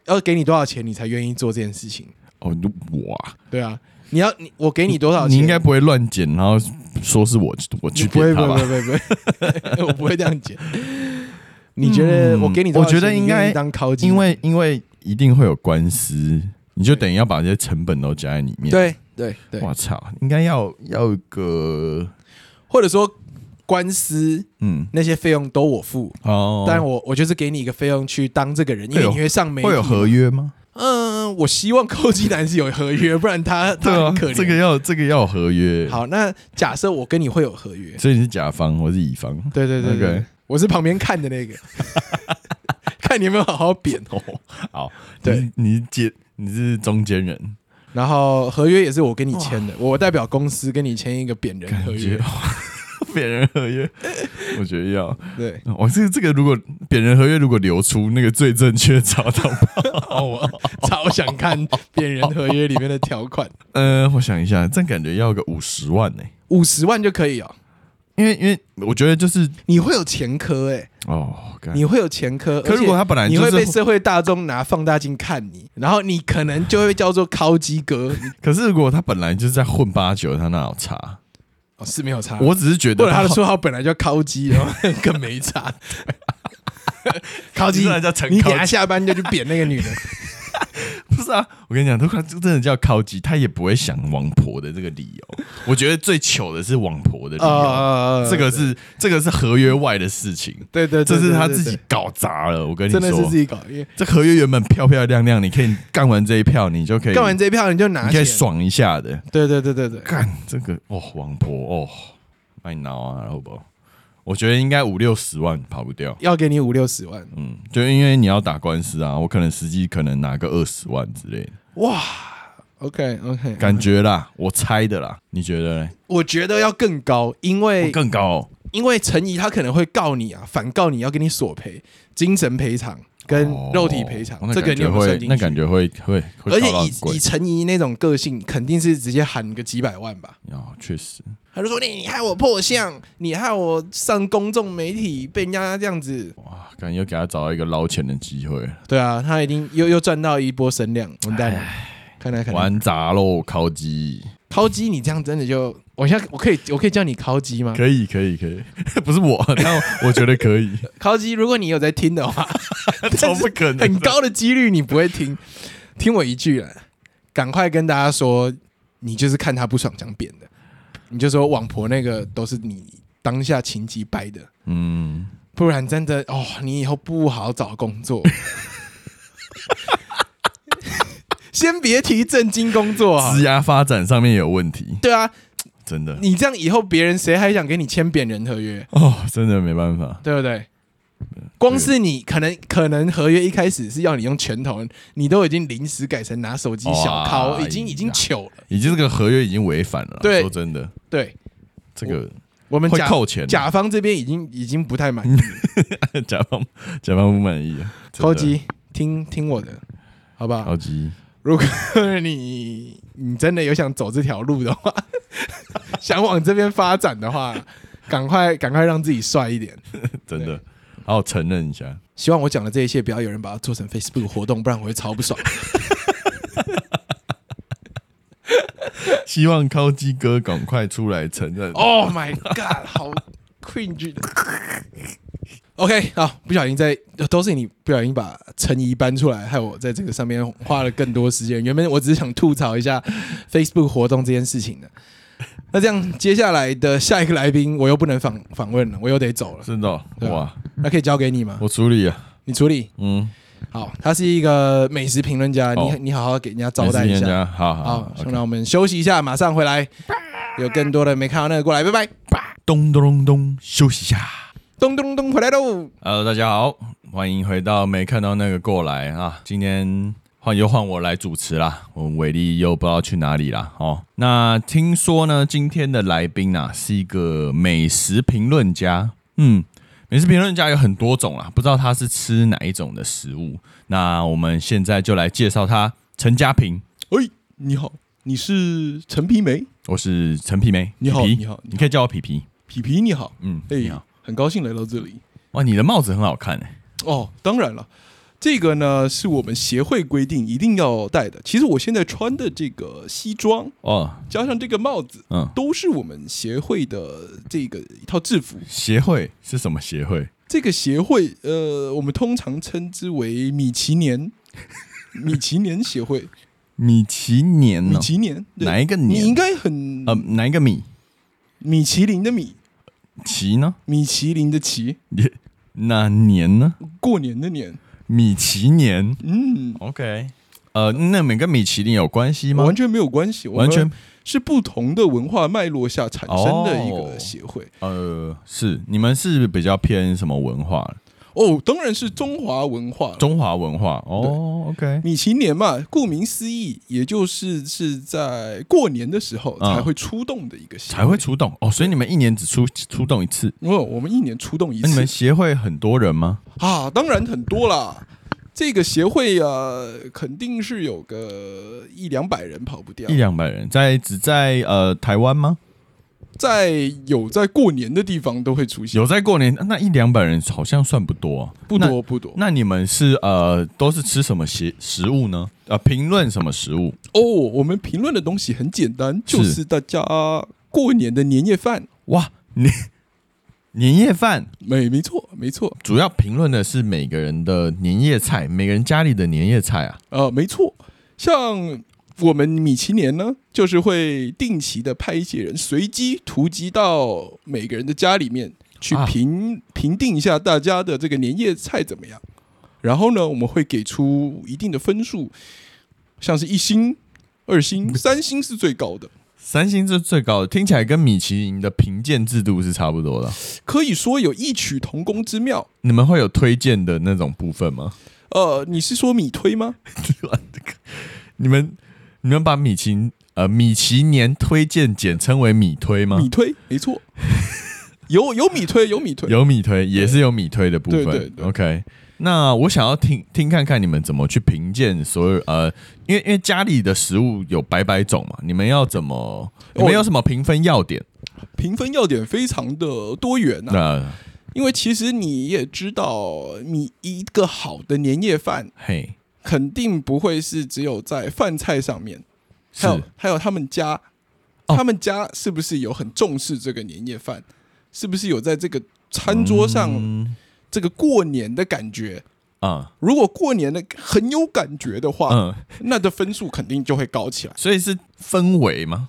S2: 要给你多少钱你才愿意做这件事情？
S1: 哦，哇，
S2: 对啊，你要你我给你多少钱？
S1: 你应该不会乱剪，然后说是我我
S2: 你
S1: 去
S2: 不会
S1: 扁
S2: 不
S1: 他
S2: 会
S1: 吧？
S2: 不会不 会，我不会这样讲。你觉得
S1: 嗯
S2: 我给你多少钱，
S1: 我觉得应该
S2: 你愿意当烤鸡男，
S1: 因为因为一定会有官司，你就等于要把这些成本都加在里面。，
S2: 对对对，
S1: 我操，应该要要一个
S2: 或者说官司
S1: 嗯
S2: 那些费用都我付，
S1: 哦，哎
S2: 但我我就是给你一个费用去当这个人，因
S1: 会哦
S2: 为
S1: 有
S2: 你会上媒体，
S1: 会有合约吗？
S2: 嗯，呢，我希望寇基男是有合约，不然 他
S1: 对
S2: 他
S1: 啊
S2: 很可，怜。
S1: 这个要这个要有合约。
S2: 好，那假设我跟你会有合约，
S1: 所以你是甲方，我是乙方。
S2: 对对对对
S1: OK
S2: 我是旁边看的 那个，看你有没有好好扁哦。
S1: 好，
S2: 对
S1: 你，你解你是中间人，
S2: 然后合约也是我跟你签的，我代表公司跟你签一个扁人合
S1: 感觉 哦
S2: 约。
S1: 扁人合约，我觉得要。
S2: 对，
S1: 我、哦、这个这个，如果扁人合约如果流出，那个最正确找到我。
S2: 超想看扁人合约里面的条款，
S1: 呃，我想一下，这样感觉要个五十万呢、
S2: 五十万就可以哦。
S1: 因为因为我觉得就是
S2: 你会有前科哎、
S1: 哦，干
S2: 你会有前科，
S1: 可如果他本来
S2: 你
S1: 就
S2: 会被
S1: 是，
S2: 社会大众拿放大镜看你，然后你可能就会叫做敲 鸡哥，你
S1: 可是如果他本来就是在混八九，他哪有差？
S2: 哦是没有差。
S1: 我只是觉
S2: 或
S1: 得
S2: 者他的
S1: 好
S2: 绰号本来叫敲鸡，然后 更 没差。敲
S1: 你
S2: 鸡
S1: 说他叫陈，
S2: 你
S1: 敲鸡
S2: 等下下班就去扁那 个女的，
S1: 不是啊，我跟你讲，如果他真的叫靠基，他也不会想王婆的这个理 由。我觉得最糗的是王婆的理由，
S2: 呃，
S1: 这个是这个是合约外的事情，
S2: 对对，对
S1: 这是
S2: 对
S1: 他
S2: 对
S1: 自
S2: 对
S1: 己搞砸了。我跟你
S2: 真的是自
S1: 说，
S2: 己搞，因为
S1: 这合约原本漂漂亮亮，你可以干完这一票，你就可以
S2: 干完这一票你就拿
S1: 你可以
S2: 钱，
S1: 爽一下的。
S2: 对对对对对，
S1: 干这个哦，王婆哦，卖挠啊，然后不，我觉得应该五六十万跑不掉。
S2: 要给你五六十万，
S1: 嗯，就因为你要打官司啊，我可能实际可能拿个二十万之类的，
S2: 哇，OK OK，
S1: 感觉啦，我猜的啦，你觉得嘞？
S2: 我觉得要更高，因为
S1: 更高、哦，
S2: 因为陈怡他可能会告你啊，反告你要给你索赔、精神赔偿跟肉体赔偿，
S1: 哦那
S2: 这个
S1: 感
S2: 你
S1: 觉
S2: 有没有
S1: 会
S2: 算，进
S1: 那
S2: 去？
S1: 感觉会会会高
S2: 而
S1: 到很
S2: 且以以
S1: 贵
S2: 陈怡那种个性，肯定是直接喊个几百万吧。
S1: 哦，确实，
S2: 他就说：“你你害我破相，你害我上公众媒体被人家这样子。
S1: 哇，感啊觉又给他找到一个捞钱的机会，”
S2: 对啊，他一定又又赚到一波声量，完蛋了！看来看来，
S1: 玩砸喽，烤鸡，
S2: 敲击你这样真的就，我现在我可以我可以叫你敲击吗？
S1: 可以可以可以， 不是我，但我觉得可 以，
S2: 敲击，如果你有在听的话，
S1: 怎么不可能？
S2: 很，高的几率你不会听。听我一句啊，赶快跟大家说，你就是看他不爽想扁的，你就说网婆那个都是你当下情急掰的，
S1: 嗯，
S2: 不然真的哦，你以后不好找工作。 先别提正经工作啊
S1: 职，涯发展上面有问题，
S2: 对啊，
S1: 真的，
S2: 你这样以后别人谁还想跟你签扁人合约，
S1: 哦，真的没办法，
S2: 对不对？光是你可能可能合约一开始是要你用拳头，你都已经临时改成拿手机小敲，
S1: 哇
S2: 已经已经
S1: 哎呀
S2: 糗了。
S1: 已经这个合约已经违反了，
S2: 对
S1: 说真的，
S2: 对
S1: 这个
S2: 我们
S1: 会
S2: 甲
S1: 扣钱，嗯
S2: 甲方这边已经已经不太满意，
S1: 甲方甲方不满意啊，真的
S2: 扣，机听听我的，好不好？
S1: 烤鸡，
S2: 如果你你真的有想走这条路的话， 想往这边发展的话，赶快赶快让自己帅一点。
S1: 真的，好好承认一下。
S2: 希望我讲的这一切不要有人把它做成 Facebook 活动，不然我会超不爽。
S1: 希望高基哥赶快出来承认。
S2: Oh my god，好 cringe 的。OK，好，不小心在都是你不小心把陈怡搬出来，害我在这个上面花了更多时间。原本我只是想吐槽一下 Facebook 活动这件事情的。那这样，接下来的下一个来宾我又不能访访问了，我又得走 了。
S1: 真的哦、
S2: 对啊
S1: 哇，
S2: 那可以交给你吗？
S1: 我处理啊，
S2: 你处理。
S1: 嗯，
S2: 好，他是一个美食评论家，你
S1: 哦
S2: 你好好给人家招待一
S1: 没事人
S2: 下。
S1: 家好好好
S2: 好，
S1: ，OK
S2: 那我们休息一下，马上回来。有更多的没看到那个过来，拜拜。
S1: 咚咚咚咚，休息一下。
S2: 咚咚咚，回来喽。
S1: Hello，大家好，欢迎回到没看到那个过来啊！今天换又换我来主持啦，我们伟力又不知道去哪里啦哦。那听说呢，今天的来宾啊是一个美食评论家，嗯，美食评论家有很多种啦，不知道他是吃哪一种的食物。那我们现在就来介绍他，陈家平，
S2: 喂，你好，你是陈皮梅，
S1: 我是陈皮梅，
S2: 你好
S1: 皮皮
S2: 你好你好
S1: 你可以叫我皮皮，
S2: 皮皮你好，
S1: 嗯，
S2: 哎、
S1: 你好，
S2: 很高兴来到这里。
S1: 哇，你的帽子很好看诶、欸
S2: 哦，当然了，这个呢是我们协会规定一定要戴的。其实我现在穿的这个西装，
S1: 哦，
S2: 加上这个帽子，
S1: 嗯，
S2: 都是我们协会的这个一套制服。
S1: 协会是什么协会？
S2: 这个协会，呃，我们通常称之为米 其年。米其年协会，
S1: 米其年
S2: 米
S1: 呢、
S2: 其年，对
S1: 哪一个
S2: 你应
S1: 年？
S2: 该很
S1: 呃，哪一个米？
S2: 米其林的米，
S1: 奇呢？
S2: 米其林的奇，
S1: 也那年呢？
S2: 过年的年，
S1: 米奇年。
S2: 嗯，
S1: OK，呃，那米跟米其林有关系吗？
S2: 完全没有关系，我
S1: 完
S2: 们
S1: 全
S2: 是不同的文化脉络下产生的一个协会。
S1: 呃，是你们是比较偏什么文化？
S2: 哦，当然是中华文化了。
S1: 中华文化哦，OK，
S2: 米其年嘛，顾名思义，也就是是在过年的时候
S1: 嗯
S2: 才会出动的一个协
S1: 才会。出动哦，所以你们一年只出出动一次。
S2: 因为我们一年出动一
S1: 那你
S2: 次
S1: 们协会很多人吗？
S2: 啊，当然很多啦。这个协会啊，肯定是有个一两百人跑不掉
S1: 一。两百人，在只在呃台湾吗？
S2: 在有在过年的地方都会出现，
S1: 有在过年那一两百人好像算不多、啊，
S2: 不多不多
S1: 那。那你们是呃都是吃什么食食物呢？呃，评论什么食物？
S2: 哦。我们评论的东西很简单，就是大家过年的年夜饭。
S1: 哇，年 年夜饭
S2: 哎没没错没错，
S1: 主要评论的是每个人的年夜菜，每个人家里的年夜菜啊。
S2: 呃，没错，像我们米其年呢，就是会定期的派一些人随机突击到每个人的家里面去
S1: 啊
S2: 评、评定一下大家的这个年夜菜怎么样。然后呢，我们会给出一定的分数，像是一星、二星、三星是最高的，
S1: 三星是最高的，听起来跟米其林的评鉴制度是差不多的。
S2: 可以说有异曲同工之妙。
S1: 你们会有推荐的那种部分吗？
S2: 呃，你是说米推吗？
S1: 你们你们把米其林呃米其年推荐简称为米推吗？
S2: 米推，没错，有有米推，有米推，
S1: 有米推，也是有米推的部分。
S2: 对对对
S1: OK，那我想要听听看看你们怎么去评鉴所有呃，因为因为家里的食物有百百种嘛，你们要怎
S2: 哦
S1: 么？你们有什么评分要点？
S2: 评分要点非常的多元啊。
S1: 那、
S2: 因为其实你也知道，你一个好的年夜饭
S1: 嘿
S2: 肯定不会是只有在饭菜上面，
S1: 是
S2: 还有还有他们家，
S1: 哦
S2: 他们家是不是有很重视这个年夜饭？是不是有在这个餐桌上、
S1: 嗯
S2: 这个过年的感觉？
S1: 啊
S2: 如果过年的很有感觉的话，
S1: 嗯，
S2: 那的分数肯定就会高起来。
S1: 所以是氛围吗？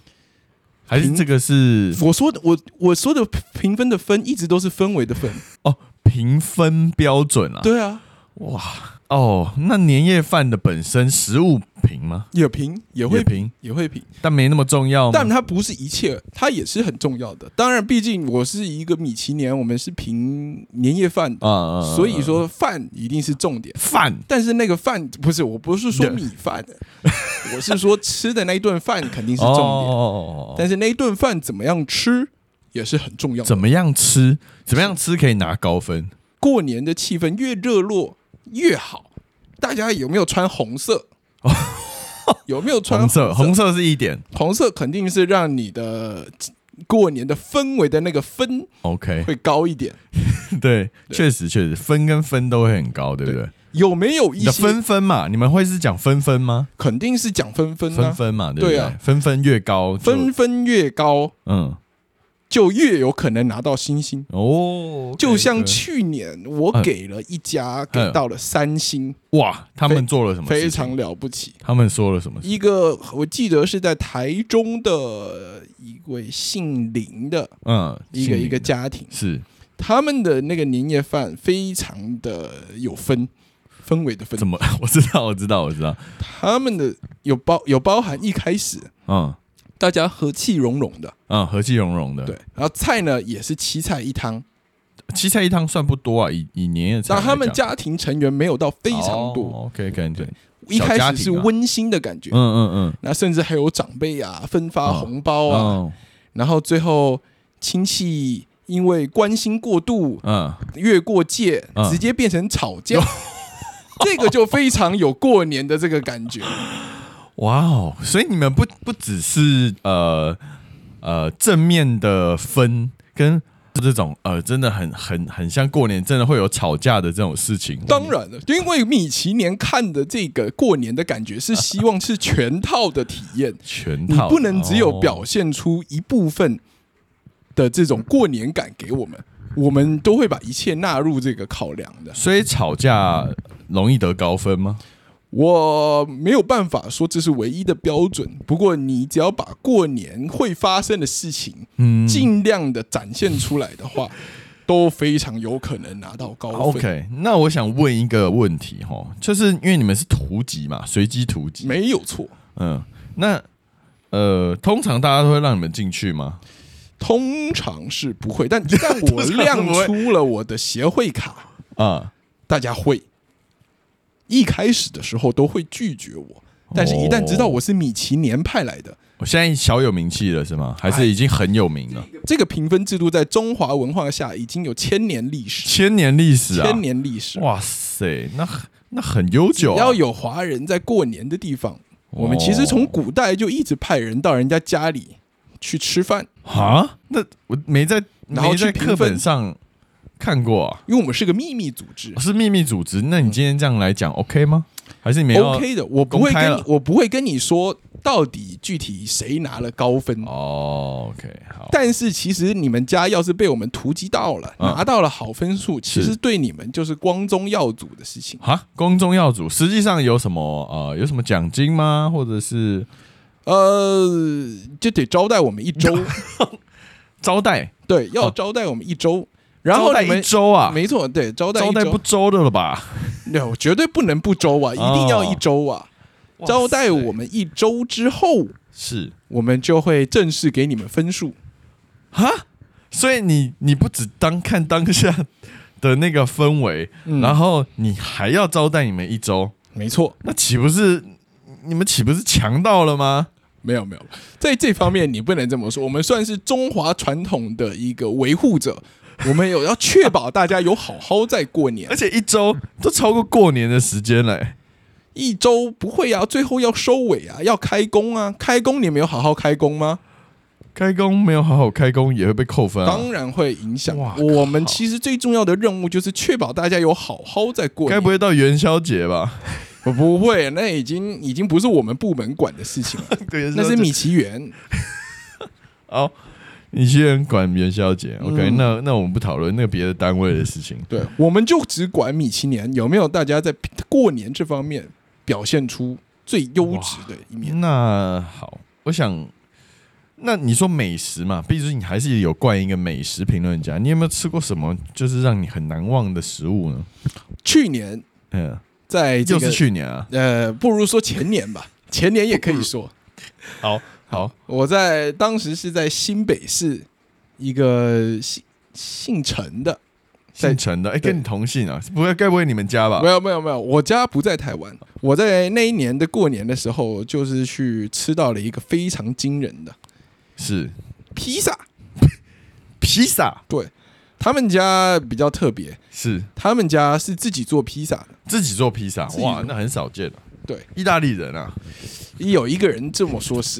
S1: 还是
S2: 评
S1: 这个是
S2: 我说的，我我说的评分的分一直都是氛围的分，
S1: 哦评分标准啊？
S2: 对啊，
S1: 哇哦，那年夜饭的本身食物评吗？
S2: 也评也会
S1: 也评，
S2: 也会评。
S1: 但没那么重要吗啊
S2: 但？它不是一切，它也是很重要的。当然，毕竟我是一个米其年，我们是凭年夜饭的，
S1: 啊啊啊
S2: 所以说饭一定是重点。
S1: 饭
S2: 但是那个饭不是，我不是说
S1: 对
S2: 米饭，我是说吃的那一顿饭肯定是
S1: 哦
S2: 重
S1: 哦
S2: 点，
S1: 哦哦哦
S2: 但是那一顿饭怎么样吃也是很重要的
S1: 怎。么样吃，怎么样吃可以拿高分？
S2: 过年的气氛越热络越好，大家有没有穿红色？ 有没有穿
S1: 红色，
S2: 红
S1: 红色是一点
S2: 红色肯定是让你的过年的氛围的那个分
S1: ，OK，
S2: 会高一点。
S1: 对，确实确实，分跟分都会很高，对不对？
S2: 有没有一
S1: 你的
S2: 些
S1: 分分嘛，你们会是讲分分吗？
S2: 肯定是讲分分
S1: 分
S2: 啊，
S1: 分嘛，对不
S2: 对
S1: 对
S2: 啊？
S1: 分分越高就，
S2: 分分越高
S1: 嗯
S2: 就越有可能拿到星星。
S1: 哦，
S2: 就像
S1: OK，
S2: 去年我给了一家给到了三星，
S1: 对哇，他们做了什么事情？
S2: 非常了不起。
S1: 他们说了什么事？
S2: 一个我记得是在台中的一位姓林的
S1: 嗯，
S2: 一个
S1: 姓
S2: 一个
S1: 林
S2: 家庭，
S1: 是
S2: 他们的那个年夜饭非常的有分氛围的分
S1: 怎，么？ 我知道，我知道，我知道。
S2: 他们的有包有包含一开始
S1: 嗯
S2: 大家和气融融的，
S1: 嗯，和气融融的。
S2: 对，，然后菜呢也是七菜一汤。
S1: 七菜一汤算不多啊，以以年夜菜来讲。
S2: 那他们家庭成员没有到非常多，
S1: 哦、，OK，感觉。
S2: 对一
S1: 小家
S2: 开
S1: 庭
S2: 始是
S1: 啊
S2: 温馨的感觉
S1: 嗯，嗯
S2: 那甚至还有长辈啊分发
S1: 哦
S2: 红
S1: 嗯，
S2: 包啊，
S1: 哦，
S2: 然后最后亲戚因为关心过度
S1: 嗯，
S2: 越过界
S1: 嗯，
S2: 直接变成吵架， 这个就非常有过年的这个 感觉。
S1: 哇哦！所以你们不不只是呃呃正面的分跟这种呃真的很很很像过年真的会有吵架的这种事情。
S2: 当然了，因为米其年看的这个过年的感觉是希望是全套的体验，
S1: 全
S2: 你
S1: 套
S2: 不能只有表
S1: 哦
S2: 现出一部分的这种过年感给我们，我们都会把一切纳入这个考量的。
S1: 所以吵架容易得高分吗？
S2: 我没有办法说这是唯一的标准，不过你只要把过年会发生的事情
S1: 嗯，
S2: 尽量的展现出来的话，都非常有可能拿到高分。
S1: OK，那我想问一个问题哈，就是因为你们是图集嘛，随机图集，
S2: 没有错。
S1: 嗯，那呃，通常大家都会让你们进去吗？
S2: 通常是不会，但一旦我
S1: 通常是不会
S2: 亮出了我的协会 卡，
S1: 啊、
S2: 大家会一开始的时候都会拒绝我，
S1: 哦
S2: 但是一旦知道我是米奇年派来的，
S1: 我现在小有名气了是吗？还
S2: 哎
S1: 是已经很有名了？
S2: 这个评分制度在中华文化下已经有千年历史，
S1: 千年历史啊！
S2: 千年历史。
S1: 哇塞，那很那很悠久、
S2: 只
S1: 啊
S2: 要。有华人在过年的地方，
S1: 哦
S2: 我们其实从古代就一直派人到人家家里去吃饭，
S1: 啊，那我没在，
S2: 然后
S1: 没
S2: 去
S1: 在
S2: 评
S1: 课本
S2: 分
S1: 上看过、啊，
S2: 因为我们是个秘密组织
S1: 是秘密组织。那你今天这样来讲，OK 吗？还是你没有
S2: 嗯，OK 的，我不
S1: 公
S2: 会
S1: 开
S2: 跟
S1: 了
S2: 你，我不会跟你说到底具体谁拿了高分。
S1: 哦，OK，好，
S2: 但是其实你们家要是被我们突击到了，
S1: 嗯
S2: 拿到了好分数，其
S1: 是
S2: 实对你们就是光宗耀祖的事情。
S1: 哈，光宗耀祖，实际上有什么呃，有什么奖金吗？或者是
S2: 呃，就得招待我们 一周，
S1: 招待？
S2: 对，要
S1: 哦
S2: 招待我们一周。然后
S1: 招待
S2: 你们
S1: 一周啊，
S2: 没错，对，招待
S1: 招
S2: 一
S1: 待
S2: 周
S1: 不，周的了吧？
S2: 对我绝对不能不周
S1: 哦
S2: 啊，一定要一周啊！招待我们一周之后，
S1: 是
S2: 我们就会正式给你们分数。
S1: 哈，所以你你不只当看当下的那个氛围，
S2: 嗯
S1: 然后你还要招待你们一周，
S2: 没错，
S1: 那岂不是你们岂不是强到了吗？
S2: 没有没有，在这方面你不能这么说，我们算是中华传统的一个维护者，我们有要确保大家有好好在过年
S1: 而，且一周都超过过年的时间了、欸
S2: 一周不会啊，最后要收尾啊，要开工啊，开工你们有好好开工吗？
S1: 开工没有好好开工也会被扣分啊。
S2: 当然会影响
S1: 哇。
S2: 我们
S1: 靠
S2: 其实最重要的任务就是确保大家有好好在过
S1: 该
S2: 年
S1: 不。会到元宵节 吧？
S2: 我不会，那已经已经不是我们部门管的事情 了，那是米奇园。
S1: 哦。你去人管元宵节、o k
S2: 嗯
S1: 那那我们不讨论那个别的单位的事情。
S2: 对，我们就只管米奇年有没有大家在过年这方面表现出最优质的一面。
S1: 那好，我想，那你说美食嘛，毕竟你还是有冠一个美食评论家。你有没有吃过什么就是让你很难忘的食物呢？
S2: 去年
S1: 嗯，
S2: 在
S1: 就
S2: 这个
S1: 是去年啊。
S2: 呃，不如说前年 吧，前年也可以说，
S1: 好好，
S2: 我在当时是在新北市一个姓姓陈的，在
S1: 姓陈的，哎、
S2: 对
S1: 跟你同姓啊？不会，该不会你们家吧
S2: 没？有没有没有，我家不在台湾，我在那一年的过年的时候，就是去吃到了一个非常惊人的
S1: 是
S2: 披萨。
S1: 披萨，
S2: 对，他们家比较特别，
S1: 是
S2: 他们家是自己做披萨的。
S1: 自己做披萨，
S2: 自己
S1: 哇，
S2: 做
S1: 那很少见啊。
S2: 对，
S1: 意大利人 啊，
S2: 有一个人这么 说是，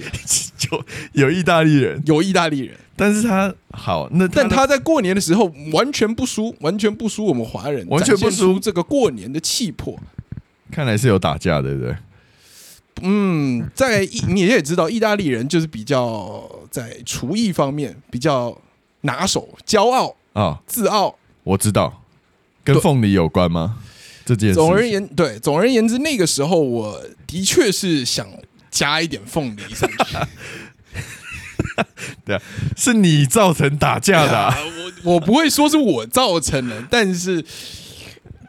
S1: 就有意大利人，
S2: 有意大利人，
S1: 但是他好，那
S2: 但他在过年的时候完全不输，完全不输我们华人，
S1: 完全不输
S2: 展现出这个过年的气魄。
S1: 看来是有打架，对不对？
S2: 嗯，在意你也知道，意大利人就是比较在厨艺方面比较拿手，骄傲、
S1: 啊、
S2: 自傲。
S1: 我知道，跟
S2: 对
S1: 凤梨有关吗？这件事情
S2: 总而言对，总而言之，那个时候我的确是想加一点凤梨上去。
S1: 是你造成打架的啊、
S2: 我不会说是我造成的，但是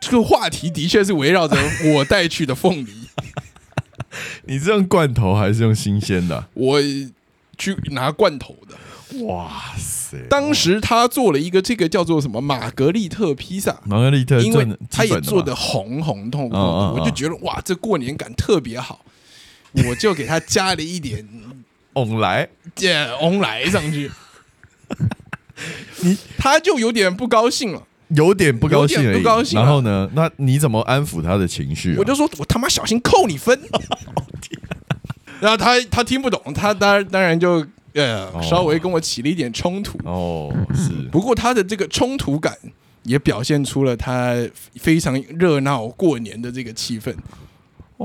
S2: 这个话题的确是围绕着我带去的凤梨。
S1: 你是用罐头还是用新鲜的啊、
S2: 我去拿罐头的，
S1: 哇塞！
S2: 当时他做了一个这个叫做什么玛格丽特披萨，
S1: 玛格丽特
S2: 因
S1: 这
S2: 为
S1: 基本
S2: 他也
S1: 嘛
S2: 做的红红痛
S1: 嗯
S2: 痛的，
S1: 嗯嗯
S2: 我就觉得哇，这过年感特别好，我就给他加了一点
S1: 翁来，
S2: 呃翁来上 去。你他就有点不高兴了，
S1: 有点不高兴而已，
S2: 有点不高兴啊
S1: 然后呢，那你怎么安抚他的情绪、啊？
S2: 我就说我他妈小心扣你 分。哦然后他他听不懂，他当然当然就
S1: 哦
S2: 呃稍微跟我起了一点冲突，
S1: 哦，是
S2: 不过他的这个冲突感也表现出了他非常热闹过年的这个气氛。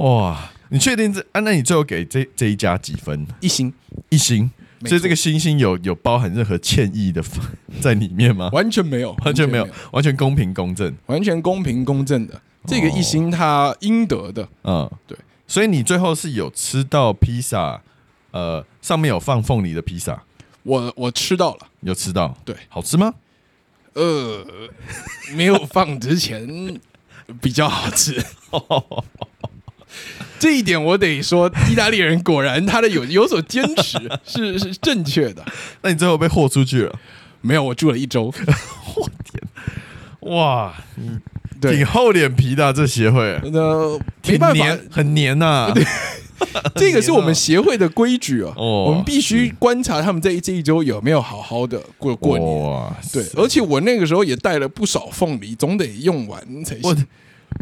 S1: 哇，你确定这啊？那你最后给这这一家几分？
S2: 一星
S1: 一星，
S2: 没错
S1: 所以这个星星有有包含任何歉意的 在里面吗？
S2: 完全没有，
S1: 完全没有，完全公平公正，
S2: 完全公平公正的。这个一星他应得的，
S1: 嗯，
S2: 对。
S1: 所以你最后是有吃到披萨，呃，上面有放凤梨的披萨，
S2: 我我吃到了。
S1: 有吃到？
S2: 对
S1: 好吃吗？
S2: 呃，没有放之前比较好吃。这一点我得说，意大利人果然他的有有所坚持是是正确的。
S1: 那你最后被豁出去了，
S2: 没有，我住了一 周，
S1: 哇，
S2: 对
S1: 挺，厚脸皮的、啊、这协会，
S2: 那没
S1: 挺
S2: 办法，
S1: 黏，很黏啊呐、
S2: 这个是我们协会的规矩啊，
S1: 哦
S2: 我们必须观察他们这一这一周有没有好好的过过年。
S1: 哇，
S2: 对，而且我那个时候也带了不少凤梨，总得用完才
S1: 我
S2: 行。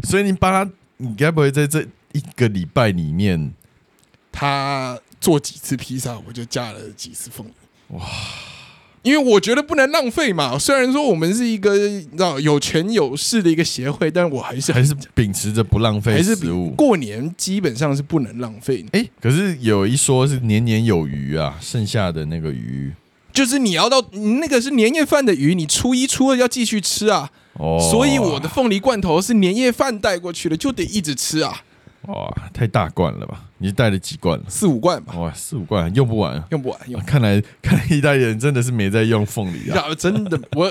S1: 所以你帮他，你该不会在这一个礼拜里面，
S2: 他做几次披萨，我就加了几次凤梨。哇！因为我觉得不能浪费嘛。虽然说我们是一个你知道有权有势的一个协会，但我还是
S1: 还是秉持着不浪费
S2: 还是比
S1: 食物？
S2: 过年基本上是不能浪费的。
S1: 哎、可是有一说是年年有余啊，剩下的那个鱼
S2: 就是你要到你那个是年夜饭的鱼，你初一初二要继续吃啊。
S1: 哦，
S2: 所以我的凤梨罐头是年夜饭带过去的，就得一直吃啊，
S1: 哇太大罐了吧？你带了几罐了？
S2: 四五罐吧，
S1: 哇，四五罐用不完啊。
S2: 用不完，用不 完
S1: 看来，看来意大利人真的是没在用凤梨啊！
S2: 呀，真的，我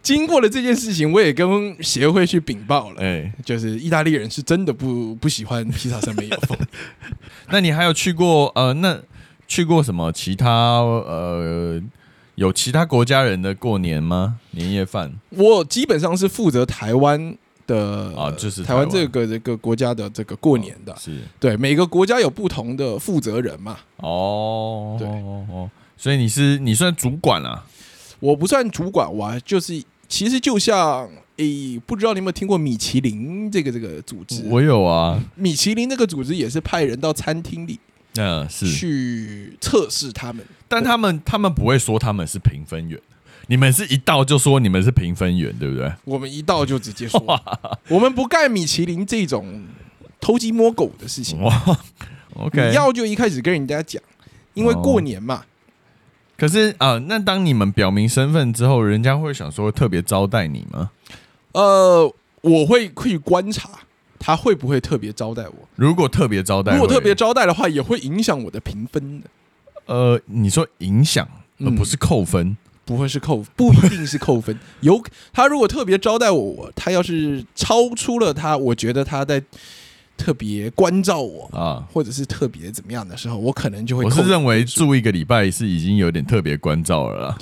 S2: 经过了这件事情，我也跟协会去禀报了。
S1: 哎，
S2: 就是意大利人是真的不不喜欢披萨上面有 凤梨，
S1: 那你还有去过呃，那去过什么其他呃，有其他国家人的过年吗？年夜饭？
S2: 我基本上是负责台湾的
S1: 啊就是
S2: 台湾
S1: 台湾哦
S2: 这个这个国家的这个过年的，
S1: 是
S2: 对，每个国家有不同的负责人嘛，
S1: 哦，
S2: 对
S1: 哦哦，所以你是你算主管啊？
S2: 我不算主管，我还就是其实就像诶，不知道你有没有听过米其林这个这个组织？
S1: 我有啊，
S2: 米其林这个组织也是派人到餐厅里
S1: 嗯、是，
S2: 去测试他们，
S1: 但他们他们不会说他们是评分员，你们是一到就说你们是评分员，对不对？
S2: 我们一到就直接说，我们不干米其林这种偷鸡摸狗的事情。
S1: 哇，OK，哦
S2: 你要就一开始跟人家讲，因为过年嘛，
S1: 可是啊、呃那当你们表明身份之后，人家会想说特别招待你吗？
S2: 呃，我会去观察他会不会特别招待我。
S1: 如果特别招待，
S2: 如果特别招待的话，也会影响我的评分的，
S1: 呃，你说影响，而
S2: 嗯
S1: 不是扣分、
S2: 不会是扣，不一定是扣分。 有他如果特别招待我，我他要是超出了他，我觉得他在特别关照我，
S1: 啊。
S2: 或者是特别怎么样的时候，我可能就会
S1: 我
S2: 扣
S1: 是。认为住一个礼拜是已经有点特别关照了啦。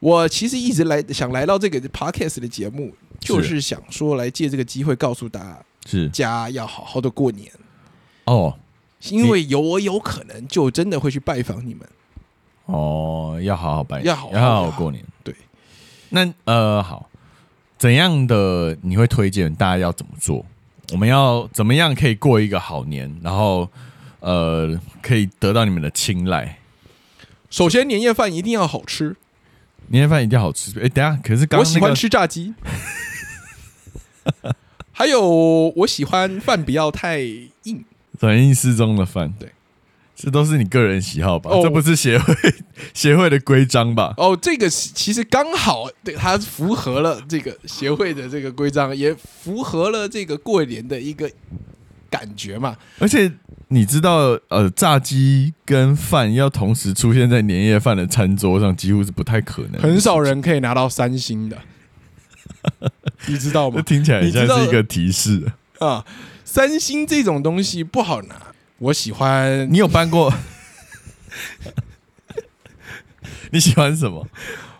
S2: 我其实一直来想来到这个 podcast 的节目，就是想说来借这个机会告诉大
S1: 是
S2: 家要好好的过年。
S1: 哦
S2: 因为有我有可能就真的会去拜访你们。
S1: 哦，要好好办，
S2: 要好好
S1: 要好好过年。
S2: 对，
S1: 那呃好，怎样的你会推荐大家要怎么做？我们要怎么样可以过一个好年？然后呃，可以得到你们的青睐。
S2: 首先，年夜饭一定要好吃，
S1: 年夜饭一定要好吃。哎、等一下，可是刚
S2: 我
S1: 刚
S2: 喜
S1: 那
S2: 欢
S1: 个
S2: 吃炸鸡。 还有，我喜欢饭不要太硬。
S1: 转运失踪的饭，
S2: 对，
S1: 这都是你个人喜好吧？
S2: 哦
S1: 这不是协会协会的规章吧？
S2: 哦，这个是其实刚好，对它符合了这个协会的这个规章，也符合了这个过年的一个感觉嘛。
S1: 而且你知道，呃，炸鸡跟饭要同时出现在年夜饭的餐桌上，几乎是不太可能的。
S2: 很少人可以拿到三星的，你知道
S1: 这
S2: 吗？
S1: 听起来很像
S2: 你知道
S1: 是一个提示。
S2: 啊，三星这种东西不好拿。我喜欢
S1: 你有搬过？你喜欢什么？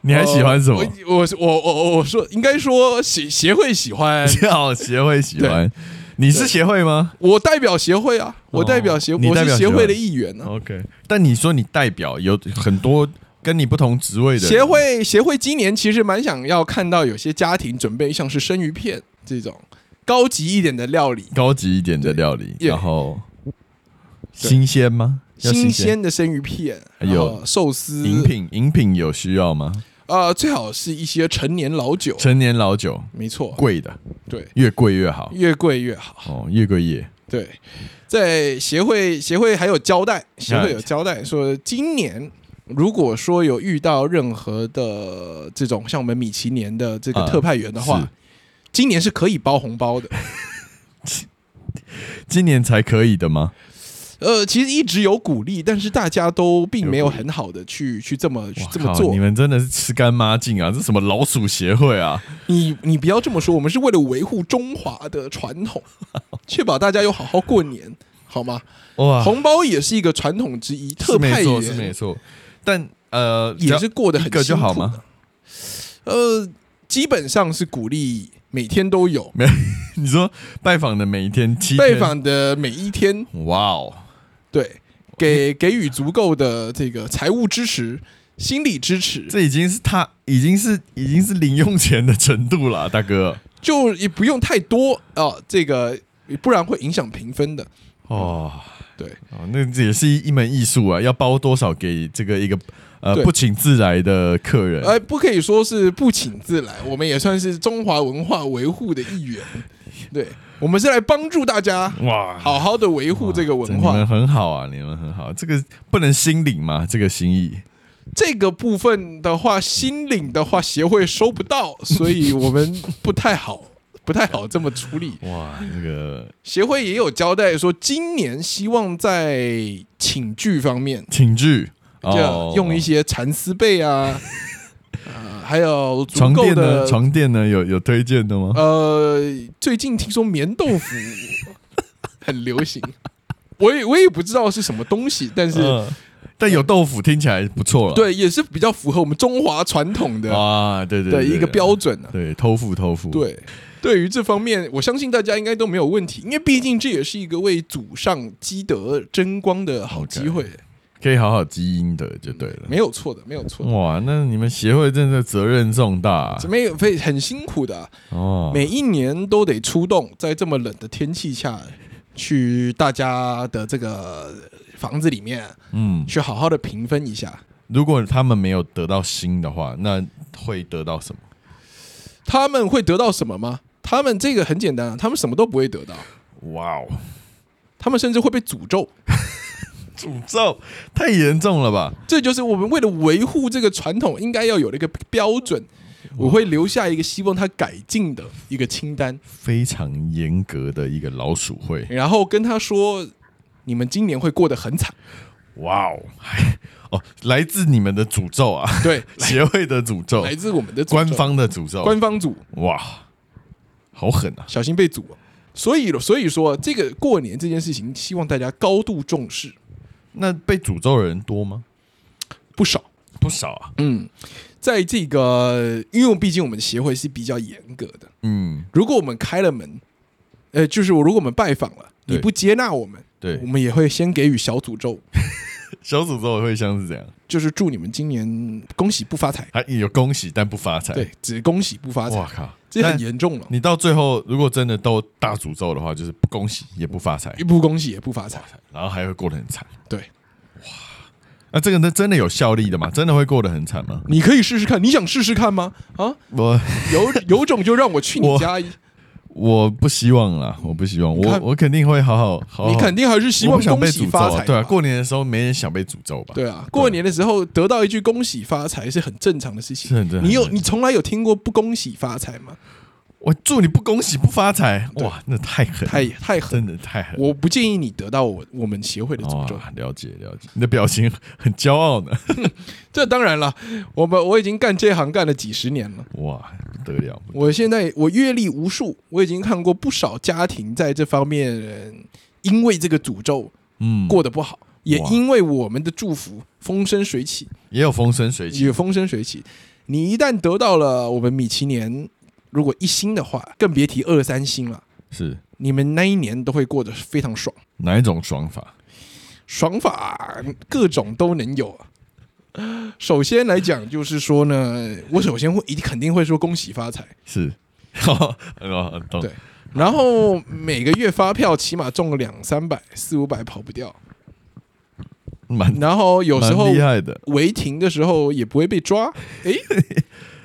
S1: 你还喜欢什么？，
S2: 哦我我我我我说应该说协协会喜欢
S1: 要协会喜欢？你是协会吗
S2: 我代表协会啊，我代表协，
S1: 哦你
S2: 我
S1: 代表
S2: 是
S1: 协
S2: 协
S1: 会哦
S2: 会的一员呢、啊。
S1: ？OK，但你说你代表有很多跟你不同职位的人
S2: 协会协会今年其实蛮想要看到有些家庭准备像是生鱼片这种高级一点的料理，
S1: 高级一点的料理，
S2: 对
S1: 然后
S2: 对
S1: 新鲜哎吗？要
S2: 新鲜的生鱼片，
S1: 还有
S2: 然后寿司，
S1: 饮品，饮品有需要吗？
S2: 呃，最好是一些陈年老酒，
S1: 陈年老酒，
S2: 没错，
S1: 贵的，
S2: 对，
S1: 越贵越好
S2: 越贵越好。
S1: 哦，越贵越
S2: 对，在协会协会还有交代，协会有
S1: 哎
S2: 交代说，今年如果说有遇到任何的这种像我们米其年的这个
S1: 啊
S2: 特派员的话，
S1: 是
S2: 今年是可以包红包的。
S1: 今年才可以的吗？
S2: 呃，其实一直有鼓励，但是大家都并没有很好的去去这么去
S1: 哇
S2: 这么
S1: 靠
S2: 做
S1: 你。们真的是吃干抹净啊！这什么老鼠协会啊？
S2: 你你不要这么说，我们是为了维护中华的 传统，确保大家有好好过年，好吗？
S1: 哇，
S2: 红包也是一个传统之一，
S1: 啊
S2: 特
S1: 是没
S2: 派
S1: 错是没
S2: 员
S1: 错，但呃，只
S2: 也
S1: 要
S2: 是过得
S1: 一
S2: 很
S1: 个就
S2: 辛
S1: 好
S2: 苦
S1: 吗
S2: 的。？呃，基本上是鼓励每天都有
S1: 你说拜访的每一天七
S2: 拜
S1: 天，
S2: 访的每一天，
S1: 哇哦，
S2: 对， 给给予足够的这个财务支持、心理支持，
S1: 这已经是他已经是已经是零用钱的程度了，大哥
S2: 就也不用太多啊、这个不然会影响评分的。
S1: 哦。
S2: 对
S1: 哦，那这也是一一门艺术啊，要包多少给这个一个呃
S2: 对
S1: 不请自来的客人？
S2: 呃，不可以说是不请自来，我们也算是中华文化维护的一员。对，我们是来帮助大家
S1: 哇，
S2: 好好的维护这个文
S1: 你
S2: 化
S1: 们。很好啊，你们很好。这个不能心领嘛，这个心意。
S2: 这个部分的话，心领的话，协会收不到，所以我们不太好，不太好这么处理。
S1: 哇，那个
S2: 协会也有交代说，今年希望在请剧方面，
S1: 请剧哦
S2: 就用一些蚕丝被啊， 呃，还有足
S1: 床
S2: 够
S1: 垫呢？
S2: 的
S1: 床垫呢？有有推荐的吗？
S2: 呃，最近听说棉豆腐很流行， 我也我也不知道是什么东西，但是、
S1: 嗯但有豆腐听起来不错了。
S2: 对也是比较符合我们中华传统的
S1: 啊，对对
S2: 的一个标，准啊。
S1: 对对偷富偷富。
S2: 对，对于这方面，我相信大家应该都没有问题，因为毕竟这也是一个为祖上积德争光的好机会
S1: 可以好好基因的嗯就对了。
S2: 没有错的，没有错的。
S1: 哇，那你们协会真的责任重大啊、
S2: 这没有非很辛苦的啊、
S1: 哦。
S2: 每一年都得出动，在这么冷的天气下，去大家的这个房子里面
S1: 嗯，
S2: 去好好的评分一下。
S1: 如果他们没有得到心的话，那会得到什么？
S2: 他们会得到什么吗？他们这个很简单啊，他们什么都不会得到，
S1: 哇哦，
S2: 他们甚至会被诅咒。
S1: 诅咒太严重了吧？
S2: 这就是我们为了维护这个传统应该要有的一个标准。
S1: 嗯
S2: 我会留下一个希望他改进的一个清单，
S1: 非常严格的一个老鼠会。
S2: 然后跟他说，你们今年会过得 很惨。
S1: 哇哦， 还哦，来自你们的诅咒啊，
S2: 对， 来
S1: 协会的诅咒，
S2: 来自我们的诅咒
S1: 官方的诅咒。
S2: 官方组，
S1: 哇，好狠啊！
S2: 小心被阻。所以，所以说这个过年这件事情，希望大家高度重视，
S1: 那被诅咒的人多吗？
S2: 不少。
S1: 不少啊。
S2: 嗯，在这个，因为毕竟我们协会是比较严格的，
S1: 嗯，
S2: 如果我们开了门，呃，就是我如果我们拜访了，
S1: 对
S2: 你不接纳我们，我
S1: 对，
S2: 们也会先给予小诅咒，
S1: 小诅咒会像是这样，
S2: 就是祝你们今年恭喜不发财。
S1: 还有恭喜但不发财。，
S2: 对，只恭喜不发
S1: 哇
S2: 财，
S1: 靠，
S2: 这很
S1: 但
S2: 严重了，
S1: 你到最后如果真的都大诅咒的话，就是不恭喜也不发财
S2: 一，不恭喜也不发财。
S1: 然后还会过得很惨。
S2: 对，
S1: 那这个呢，真的有效力的吗？真的会过得很惨吗？
S2: 你可以试试看，你想试试看吗？ 啊，
S1: 我
S2: 有有种就让我去你
S1: 我
S2: 家，
S1: 我不希望啦，我不希望，
S2: 你
S1: 我
S2: 看
S1: 我肯定会好好好好。
S2: 你肯定还是希
S1: 哦我
S2: 望
S1: 不想
S2: 恭
S1: 被
S2: 喜
S1: 诅咒
S2: 发
S1: 啊
S2: 财。
S1: 对啊，过年的时候没人想被诅咒吧？
S2: 对啊，过年的时候得到一句恭喜发财是很正常的事
S1: 是
S2: 情。
S1: 很正常
S2: 你有
S1: 的
S2: 你从来有听过不恭喜发财吗？
S1: 我祝你不恭喜不发财，
S2: 对
S1: 哇，那太狠，
S2: 太太狠，
S1: 真的太狠。
S2: 我不建议你得到我我们协会的诅咒。
S1: 哇了解了解，你的表情很骄傲呢，
S2: 这当然了，我们我已经干这行干了几十年了，
S1: 哇，不得了，
S2: 我现在我阅历无数，我已经看过不少家庭在这方面呃因为这个诅咒
S1: 嗯，
S2: 过得不好，也
S1: 哇
S2: 因为我们的祝福风生水起，
S1: 也有风生水起，
S2: 也风生水起。你一旦得到了我们米其林，如果一星的话，更别提二三星了。
S1: 是
S2: 你们那一年都会过得非常爽，
S1: 哪一种爽法？
S2: 爽法各种都能有啊。首先来讲，就是说呢，我首先会一定肯定会说恭喜发财，
S1: 是， 哦，哦懂
S2: 对然后每个月发票起码中个两三百、四五百跑不掉，
S1: 蛮
S2: 然后有时候
S1: 蛮厉害的，
S2: 违停的时候也不会被抓， 诶，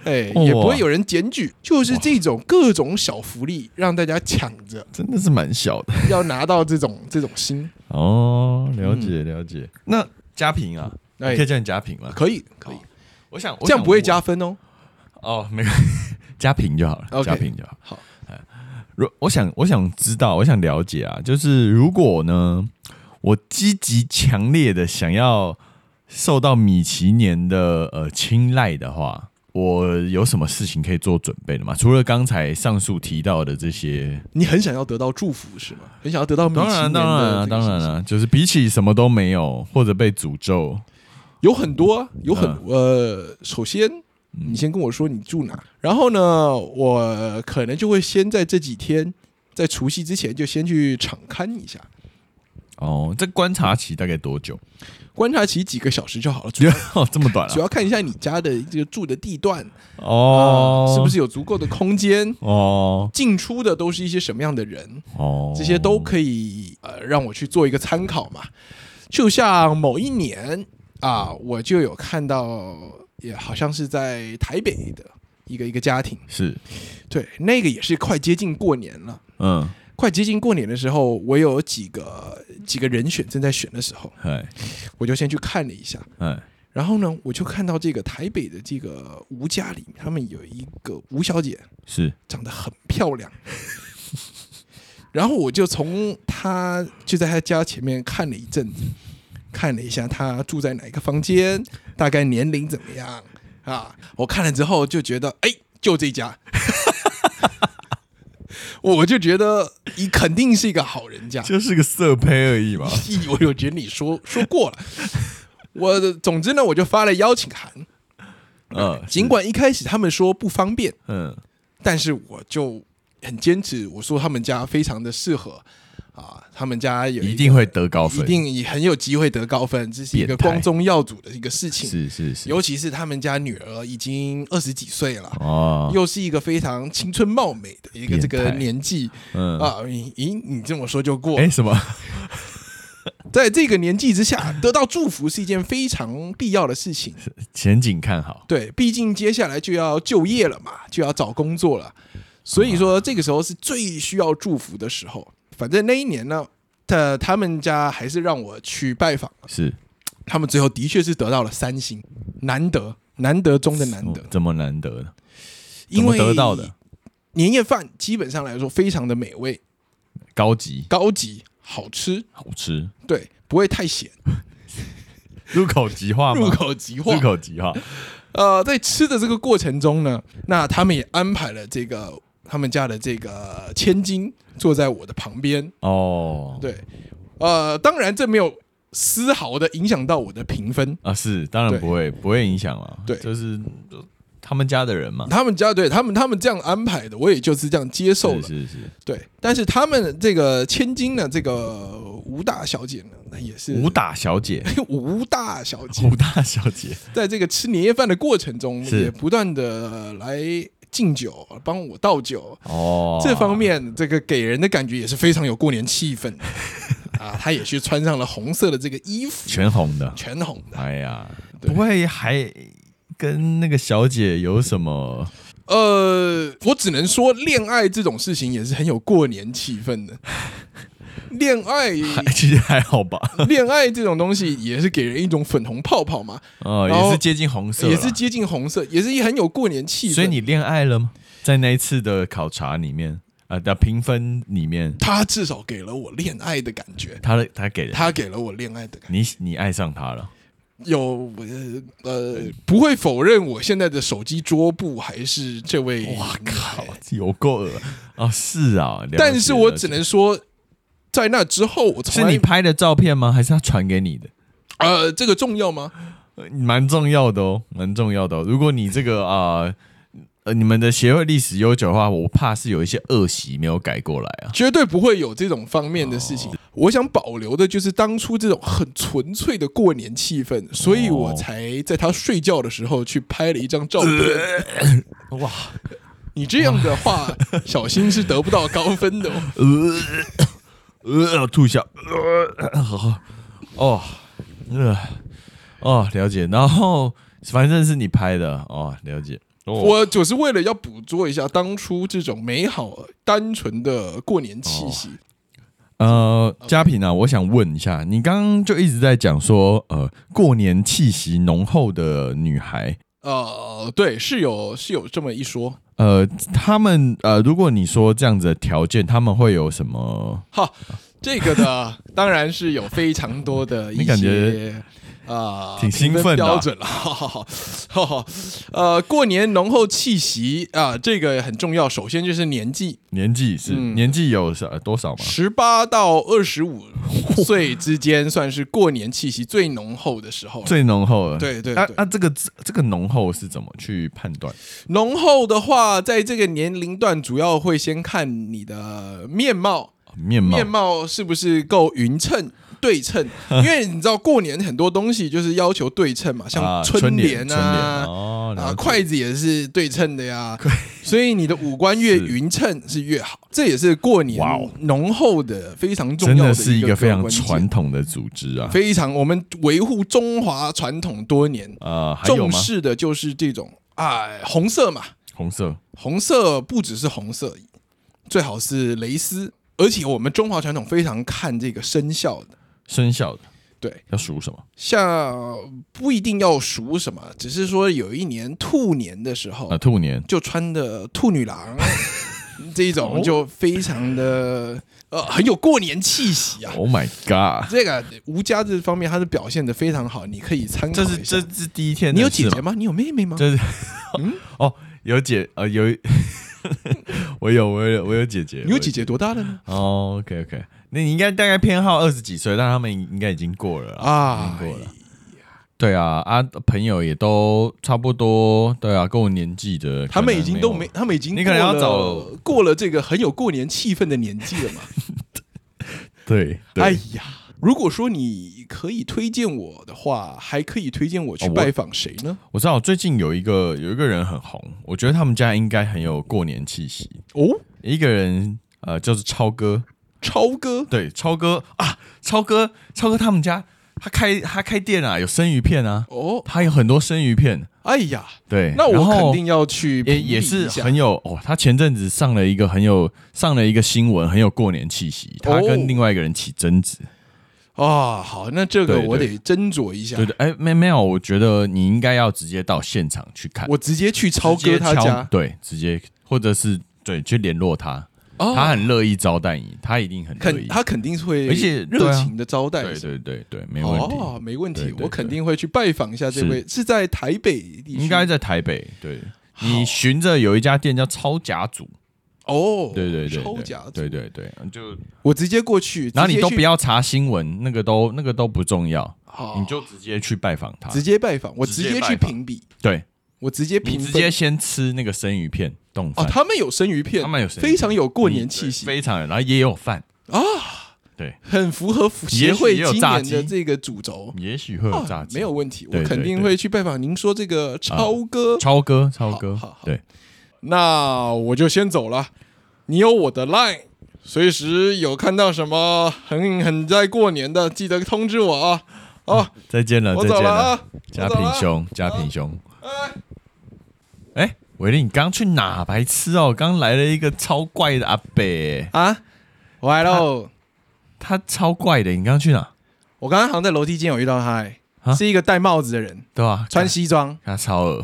S2: 诶，也不会有人检举，就是这种各种小福利让大家抢 着
S1: 真的是蛮小的
S2: 要拿到这种这种心，
S1: 哦，了解了解。那嘉平啊，
S2: 哎
S1: 我可以叫你嘉平吗？
S2: 可以可以
S1: 好，我想哦我
S2: 这样
S1: 想
S2: 不会
S1: 问
S2: 加分哦。
S1: 哦，没关系， 嘉平就好了，
S2: OK
S1: 嘉平就好。哎
S2: 好，
S1: 如我想，我想知道，我想了解啊，就是如果呢，我积极强烈的想要受到米其年的呃青睐的话，我有什么事情可以做准备的吗？除了刚才上述提到的这些，
S2: 你很想要得到祝福是吗？很想要得到米其
S1: 当
S2: 林
S1: 然当然啊
S2: 的这个
S1: 当然
S2: 信息
S1: 了、就是比起什么都没有或者被诅咒，
S2: 有很多啊，有很、
S1: 嗯
S2: 呃，首先你先跟我说你住哪，然后呢，我可能就会先在这几天，在除夕之前就先去场勘一下，
S1: 哦，这观察期大概多久？
S2: 观察期几个小时就好了，主
S1: 觉
S2: 要
S1: 得 哦这么短
S2: 主
S1: 啊？
S2: 要看一下你家的这个住的地段
S1: 哦、
S2: 呃是不？是有足够的空间。
S1: 哦
S2: 进出的都是一些什么样的人，
S1: 哦，
S2: 这些都可以呃让我去做一个参考嘛。就像某一年啊，我就有看到，也好像是在台北的一个一个家庭，
S1: 是
S2: 对，那个也是快接近过年了。
S1: 嗯，
S2: 快接近过年的时候，我有几个几个人选正在选的时候，
S1: 哎
S2: 我就先去看了一下。
S1: 哎
S2: 然后呢，我就看到这个台北的这个吴家里，他们有一个吴小姐，
S1: 是
S2: 长得很漂亮。 然后我就从她就在她家前面看了一阵子，看了一下她住在哪一个房间，大概年龄怎么样啊？我看了之后就觉得，哎，就这家， 我就觉得你肯定是一个好人家。
S1: 就是个色胚而已嘛。
S2: 我有觉得你说说过了，我的总之呢，我就发了邀请函。
S1: 嗯，是
S2: 尽管一开始他们说不方便，
S1: 嗯
S2: 但是我就很坚持，我说他们家非常的适合啊，他们家有
S1: 一
S2: 个
S1: 定会得高
S2: 一
S1: 分，
S2: 定也很有机会得高分，这是一个
S1: 变态
S2: 光宗耀祖的一个事情。
S1: 是是是
S2: 尤其是他们家女儿已经二十几岁了，
S1: 哦，
S2: 又是一个非常青春貌美的一个
S1: 变
S2: 这
S1: 态
S2: 个年纪
S1: 嗯
S2: 啊，咦咦，你这么说就过
S1: 哎，什么？
S2: 在这个年纪之下，得到祝福是一件非常必要的事情。
S1: 前景看好，
S2: 对，毕竟接下来就要就业了嘛，就要找工作了，所以说这个时候是最需要祝福的时候。反正那一年呢，他他们家还是让我去拜访，
S1: 是
S2: 他们最后的确是得到了三星，难得难得中的难得
S1: 哦，怎么难得呢？怎
S2: 因
S1: 么
S2: 为
S1: 得到的
S2: 年夜饭基本上来说非常的美味、
S1: 高级
S2: 高级、好吃，
S1: 好吃，
S2: 对，不会太咸，
S1: 入口即化吗？
S2: 入口即化
S1: 入。口即化，
S2: 呃，在吃的这个过程中呢，那他们也安排了这个他们家的这个千金坐在我的旁边，
S1: 哦，
S2: 对，呃，当然这没有丝毫的影响到我的评分。
S1: 啊，是当然
S2: 对
S1: 不会不会影响了，
S2: 对
S1: 就是呃他们家的人嘛，
S2: 他们家对他们他们这样安排的，我也就是这样接受了。
S1: 是是是，
S2: 对，但是他们这个千金呢，这个吴大小姐呢，也是
S1: 武打小姐，
S2: 吴大小姐，
S1: 武大小姐，
S2: 在这个吃年夜饭的过程中，
S1: 哦是
S2: 也不断的来敬酒，帮我倒酒。
S1: 哦，
S2: 这方面，这个给人的感觉也是非常有过年 气氛的啊！她也是穿上了红色的这个衣服，
S1: 全红的，
S2: 全红的。
S1: 哎呀，
S2: 对
S1: 不会还跟那个小姐有什么？
S2: 呃，我只能说，恋爱这种事情也是很有过年气 氛的。恋爱，
S1: 还其实还好吧，
S2: 恋爱这种东西也是给人一种粉红泡泡嘛，
S1: 哦，
S2: 然后
S1: 也是接近红色啦，
S2: 也是接近红色，也是一很有过年气氛。
S1: 所以你恋爱了吗？在那一次的考察里面，啊、的评分里面，
S2: 他至少给了我恋爱的感觉，
S1: 他的他给的，
S2: 他给了我恋爱的感
S1: 你你爱上他了，
S2: 觉。有呃呃，不会否认我现在的手机桌布还是这位。
S1: 哇靠，有够恶哦，是啊，了解
S2: 但是我只
S1: 了
S2: 能说，在那之后，我
S1: 解
S2: 从
S1: 是
S2: 来
S1: 你拍的照片吗？还是他传给你的？
S2: 呃，这个重要吗？
S1: 呃蛮重要的哦，蛮重要的、哦。如果你这个啊。呃呃，你们的协会历史悠久的话，我怕是有一些恶习没有改过来啊。
S2: 绝对不会有这种方面的事
S1: 哦
S2: 情。我想保留的就是当初这种很纯粹的过年气氛，所以我才在他睡觉的时候去拍了一张照片。
S1: 哇，
S2: 你这样的 话，小新是得不到高分的哦。
S1: 呃，吐一下，呃，好，哦，呃，哦，了解。然后反正是你拍的，哦，了解。哦，
S2: 我就是为了要捕捉一下当初这种美好、单纯的过年气息。
S1: 哦呃，嘉平啊，我想问一下，你刚刚就一直在讲说，呃，过年气息浓厚的女孩，
S2: 呃，对，是有是有这么一说。
S1: 呃，她们呃，如果你说这样子的条件，她们会有什么？
S2: 哈，这 个的当然是有非常多的一
S1: 你感
S2: 些
S1: 觉
S2: 啊，
S1: 挺兴奋的啊
S2: 评标准了，哈哈哈哈哈。呃，过年浓厚气息啊，这个很重要。首先就是年纪，
S1: 年纪是、
S2: 嗯
S1: 年纪有少呃多少吗？
S2: 十八到二十五岁之间算是过年气息最浓厚的时候了。
S1: 最浓厚了。
S2: 对对
S1: 那
S2: 对
S1: 那、这个这个浓厚是怎么去判断？
S2: 浓厚的话，在这个年龄段，主要会先看你的面貌，
S1: 面貌
S2: 面貌是不是够匀称、对称？因为你知道过年很多东西就是要求对称嘛，
S1: 啊
S2: 像
S1: 春春
S2: 联
S1: 联
S2: 啊。
S1: 哦，了
S2: 啊，
S1: 解
S2: 筷子也是对称的呀，所以你的五官越
S1: 是
S2: 匀称是越好，这也是过年
S1: 哇哦
S2: 浓厚的非常重
S1: 真
S2: 要
S1: 的
S2: 的
S1: 是一
S2: 个
S1: 个非常
S2: 关键
S1: 传统的组织啊
S2: 非常我们维护中华传统多年，
S1: 啊，还有
S2: 重
S1: 吗？
S2: 视的就是这种啊红色嘛，
S1: 红色
S2: 红色不只是红色，最好是蕾丝，而且我们中华传统非常看这个生肖的，
S1: 生肖的
S2: 对，
S1: 要属什么
S2: 像不一定要属什么，只是说有一年兔年的时候
S1: 啊？兔年
S2: 就穿的兔 女郎这一种，就非常的呃很有过年气息啊。
S1: ，Oh my god！
S2: 这个吴家这方面，他是表现的非常好，你可以参考
S1: 这
S2: 一
S1: 是
S2: 下。
S1: 这是第一天
S2: 你
S1: 的
S2: 有
S1: 事
S2: 姐
S1: 吗，
S2: 姐吗？你有妹妹吗？
S1: 就是
S2: 嗯
S1: 哦，有姐呃有， 我有我有我有姐姐，
S2: 你有
S1: 我
S2: 姐姐多大了呢？
S1: 哦，OK OK，那你应该大概偏好二十几岁，但他们应该已经过了啊，
S2: 啊，
S1: 已经过了。对啊，啊，朋友也都差不多，对啊，跟我年纪的，
S2: 他们已经
S1: 可能
S2: 都
S1: 有
S2: 没，他们已经
S1: 你可能要
S2: 过了过了这个很有过年气氛的年纪了嘛。
S1: 对，
S2: 哎
S1: 对，
S2: 呀，如果说你可以推荐我的话，还可以推荐我去
S1: 哦我
S2: 拜访谁呢？
S1: 我知道最近有一个有一个人很红，我觉得他们家应该很有过年气息。
S2: 哦，
S1: 一个人呃，就是超哥，
S2: 超哥
S1: 对，超哥啊，超哥，超哥他们家他开他开店啊，有生鱼片啊，
S2: 哦，
S1: 他有很多生鱼片，
S2: 哎呀，
S1: 对，
S2: 那
S1: 然
S2: 我
S1: 后
S2: 肯定要去
S1: 也
S2: 评
S1: 也
S2: 比
S1: 是
S2: 一下
S1: 很有哦，他前阵子上了一个很有上了一个新闻，很有过年气息。他
S2: 哦
S1: 跟另外一个人起争执，
S2: 啊。好，那这个
S1: 对
S2: 我
S1: 对
S2: 得斟酌一下
S1: 对。对，哎，没没有，我觉得你应该要直接到现场去看，
S2: 我直接去超
S1: 直
S2: 哥
S1: 接
S2: 他
S1: 敲
S2: 家，
S1: 对，直接或者是对去联络他，
S2: 哦
S1: 他很乐意招待你，他一定很乐
S2: 肯
S1: 意，
S2: 他肯定会，
S1: 而且对
S2: 热
S1: 啊
S2: 情的招待，
S1: 对对对对，没问题，
S2: 哦，没问题
S1: 对，对
S2: 我肯定会去拜访一下这位，是在台北地区，
S1: 应该在台北，对
S2: 好
S1: 你循着有一家店叫超甲组，
S2: 哦，
S1: 对对对，
S2: 超
S1: 对
S2: 假，
S1: 对，对对，嗯就
S2: 我直接过去，
S1: 然后你都不
S2: 要，
S1: 要嗯查新闻，那个都那个都不重要。
S2: 好
S1: 你就直接去拜访他，
S2: 哦直接拜访，我直
S1: 直
S2: 接
S1: 接
S2: 去
S1: 拜访
S2: 评比，
S1: 对
S2: 我直接
S1: 你
S2: 评
S1: 直
S2: 分
S1: 接先吃那个生鱼片冻
S2: 哦，
S1: 饭，
S2: 他们有生鱼片，
S1: 他们有生鱼片
S2: 非常有过年气息，
S1: 非常有，然后也有饭，
S2: 很符合协
S1: 也许
S2: 会
S1: 也有
S2: 今
S1: 炸
S2: 年
S1: 鸡
S2: 的这个主轴，
S1: 也许会有炸
S2: 啊
S1: 鸡，
S2: 没有问题，我
S1: 对啊对
S2: 肯定
S1: 对
S2: 会去拜访。您说这个超哥，
S1: 超哥，超哥
S2: 好好，
S1: 对，
S2: 那我就先走了。你有我的 line，随时有看到什么很很在过年的，记得通知我啊。哦，
S1: 再见了，
S2: 我
S1: 再
S2: 走
S1: 见
S2: 了，啊，
S1: 家
S2: 我走了
S1: 平
S2: 啊
S1: 兄，家平兄，
S2: 哎，
S1: 哎，伟力，你刚去哪？白痴哦，刚来了一个超怪的阿欸北，
S2: 啊，我来喽。
S1: 他超怪的，你刚去哪？
S2: 我刚刚好像在楼梯间有遇到他、哎
S1: 啊
S2: 是一个戴帽子的人，
S1: 对吧？
S2: 穿西装。
S1: 他超恶，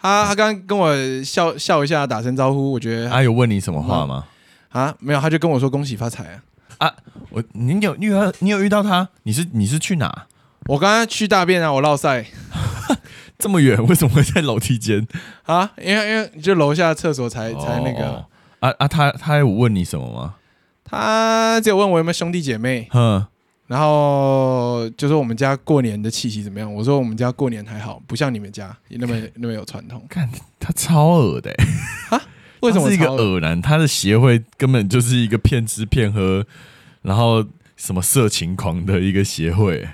S1: 啊
S2: 他他刚刚跟我笑笑一下，打声招呼，我觉得啊
S1: 他有问你什么话吗？
S2: 没有，他就跟我说恭喜发财啊。
S1: 啊，我你有遇到你有遇到他？你是你是去哪？
S2: 我刚刚去大便啊，我落塞
S1: 这么远， 为什么会在楼梯间？
S2: 啊，因为因为就楼下厕所才才那个，
S1: 哦啊啊，他他有问你什么吗？
S2: 他只有问我有没有兄弟姐妹，
S1: 哼，
S2: 然后就说我们家过年的气息怎么样？我说我们家过年还好，不像你们家那 么那么有传统。
S1: 看他超恶的、欸，
S2: 为什
S1: 他
S2: 么
S1: 是一个
S2: 超
S1: 恶男？他的协会根本就是一个骗吃骗喝，然后什么色情狂的一个协会、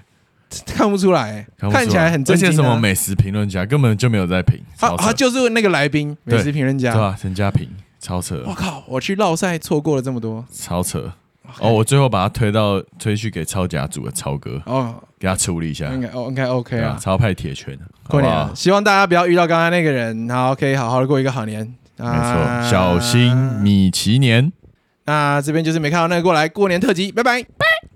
S2: 看不出来？
S1: 看不出
S2: 看起来很正经、啊。
S1: 而且什么美食评论家根本就没有在评，
S2: 他
S1: 超扯
S2: 他就是那个来宾，美
S1: 对
S2: 食评论
S1: 对
S2: 家。
S1: 吧、陈家平超扯
S2: 我，靠！我去绕赛错过了这么多。
S1: 超扯。哦，我最后把他推到推去给超甲组的超哥，
S2: 哦，
S1: 给他处理一下
S2: 应，该哦应该 OK
S1: 对啊，
S2: 啊。
S1: 超派铁拳，
S2: 过
S1: 好
S2: 年
S1: 不
S2: 了，
S1: 好
S2: 希望大家不要遇到刚刚那个人，然后可以好好的过一个好年。
S1: 没
S2: 啊、
S1: 错，小心米奇年。
S2: 那这边就是没看到那个过来过年特辑，拜拜。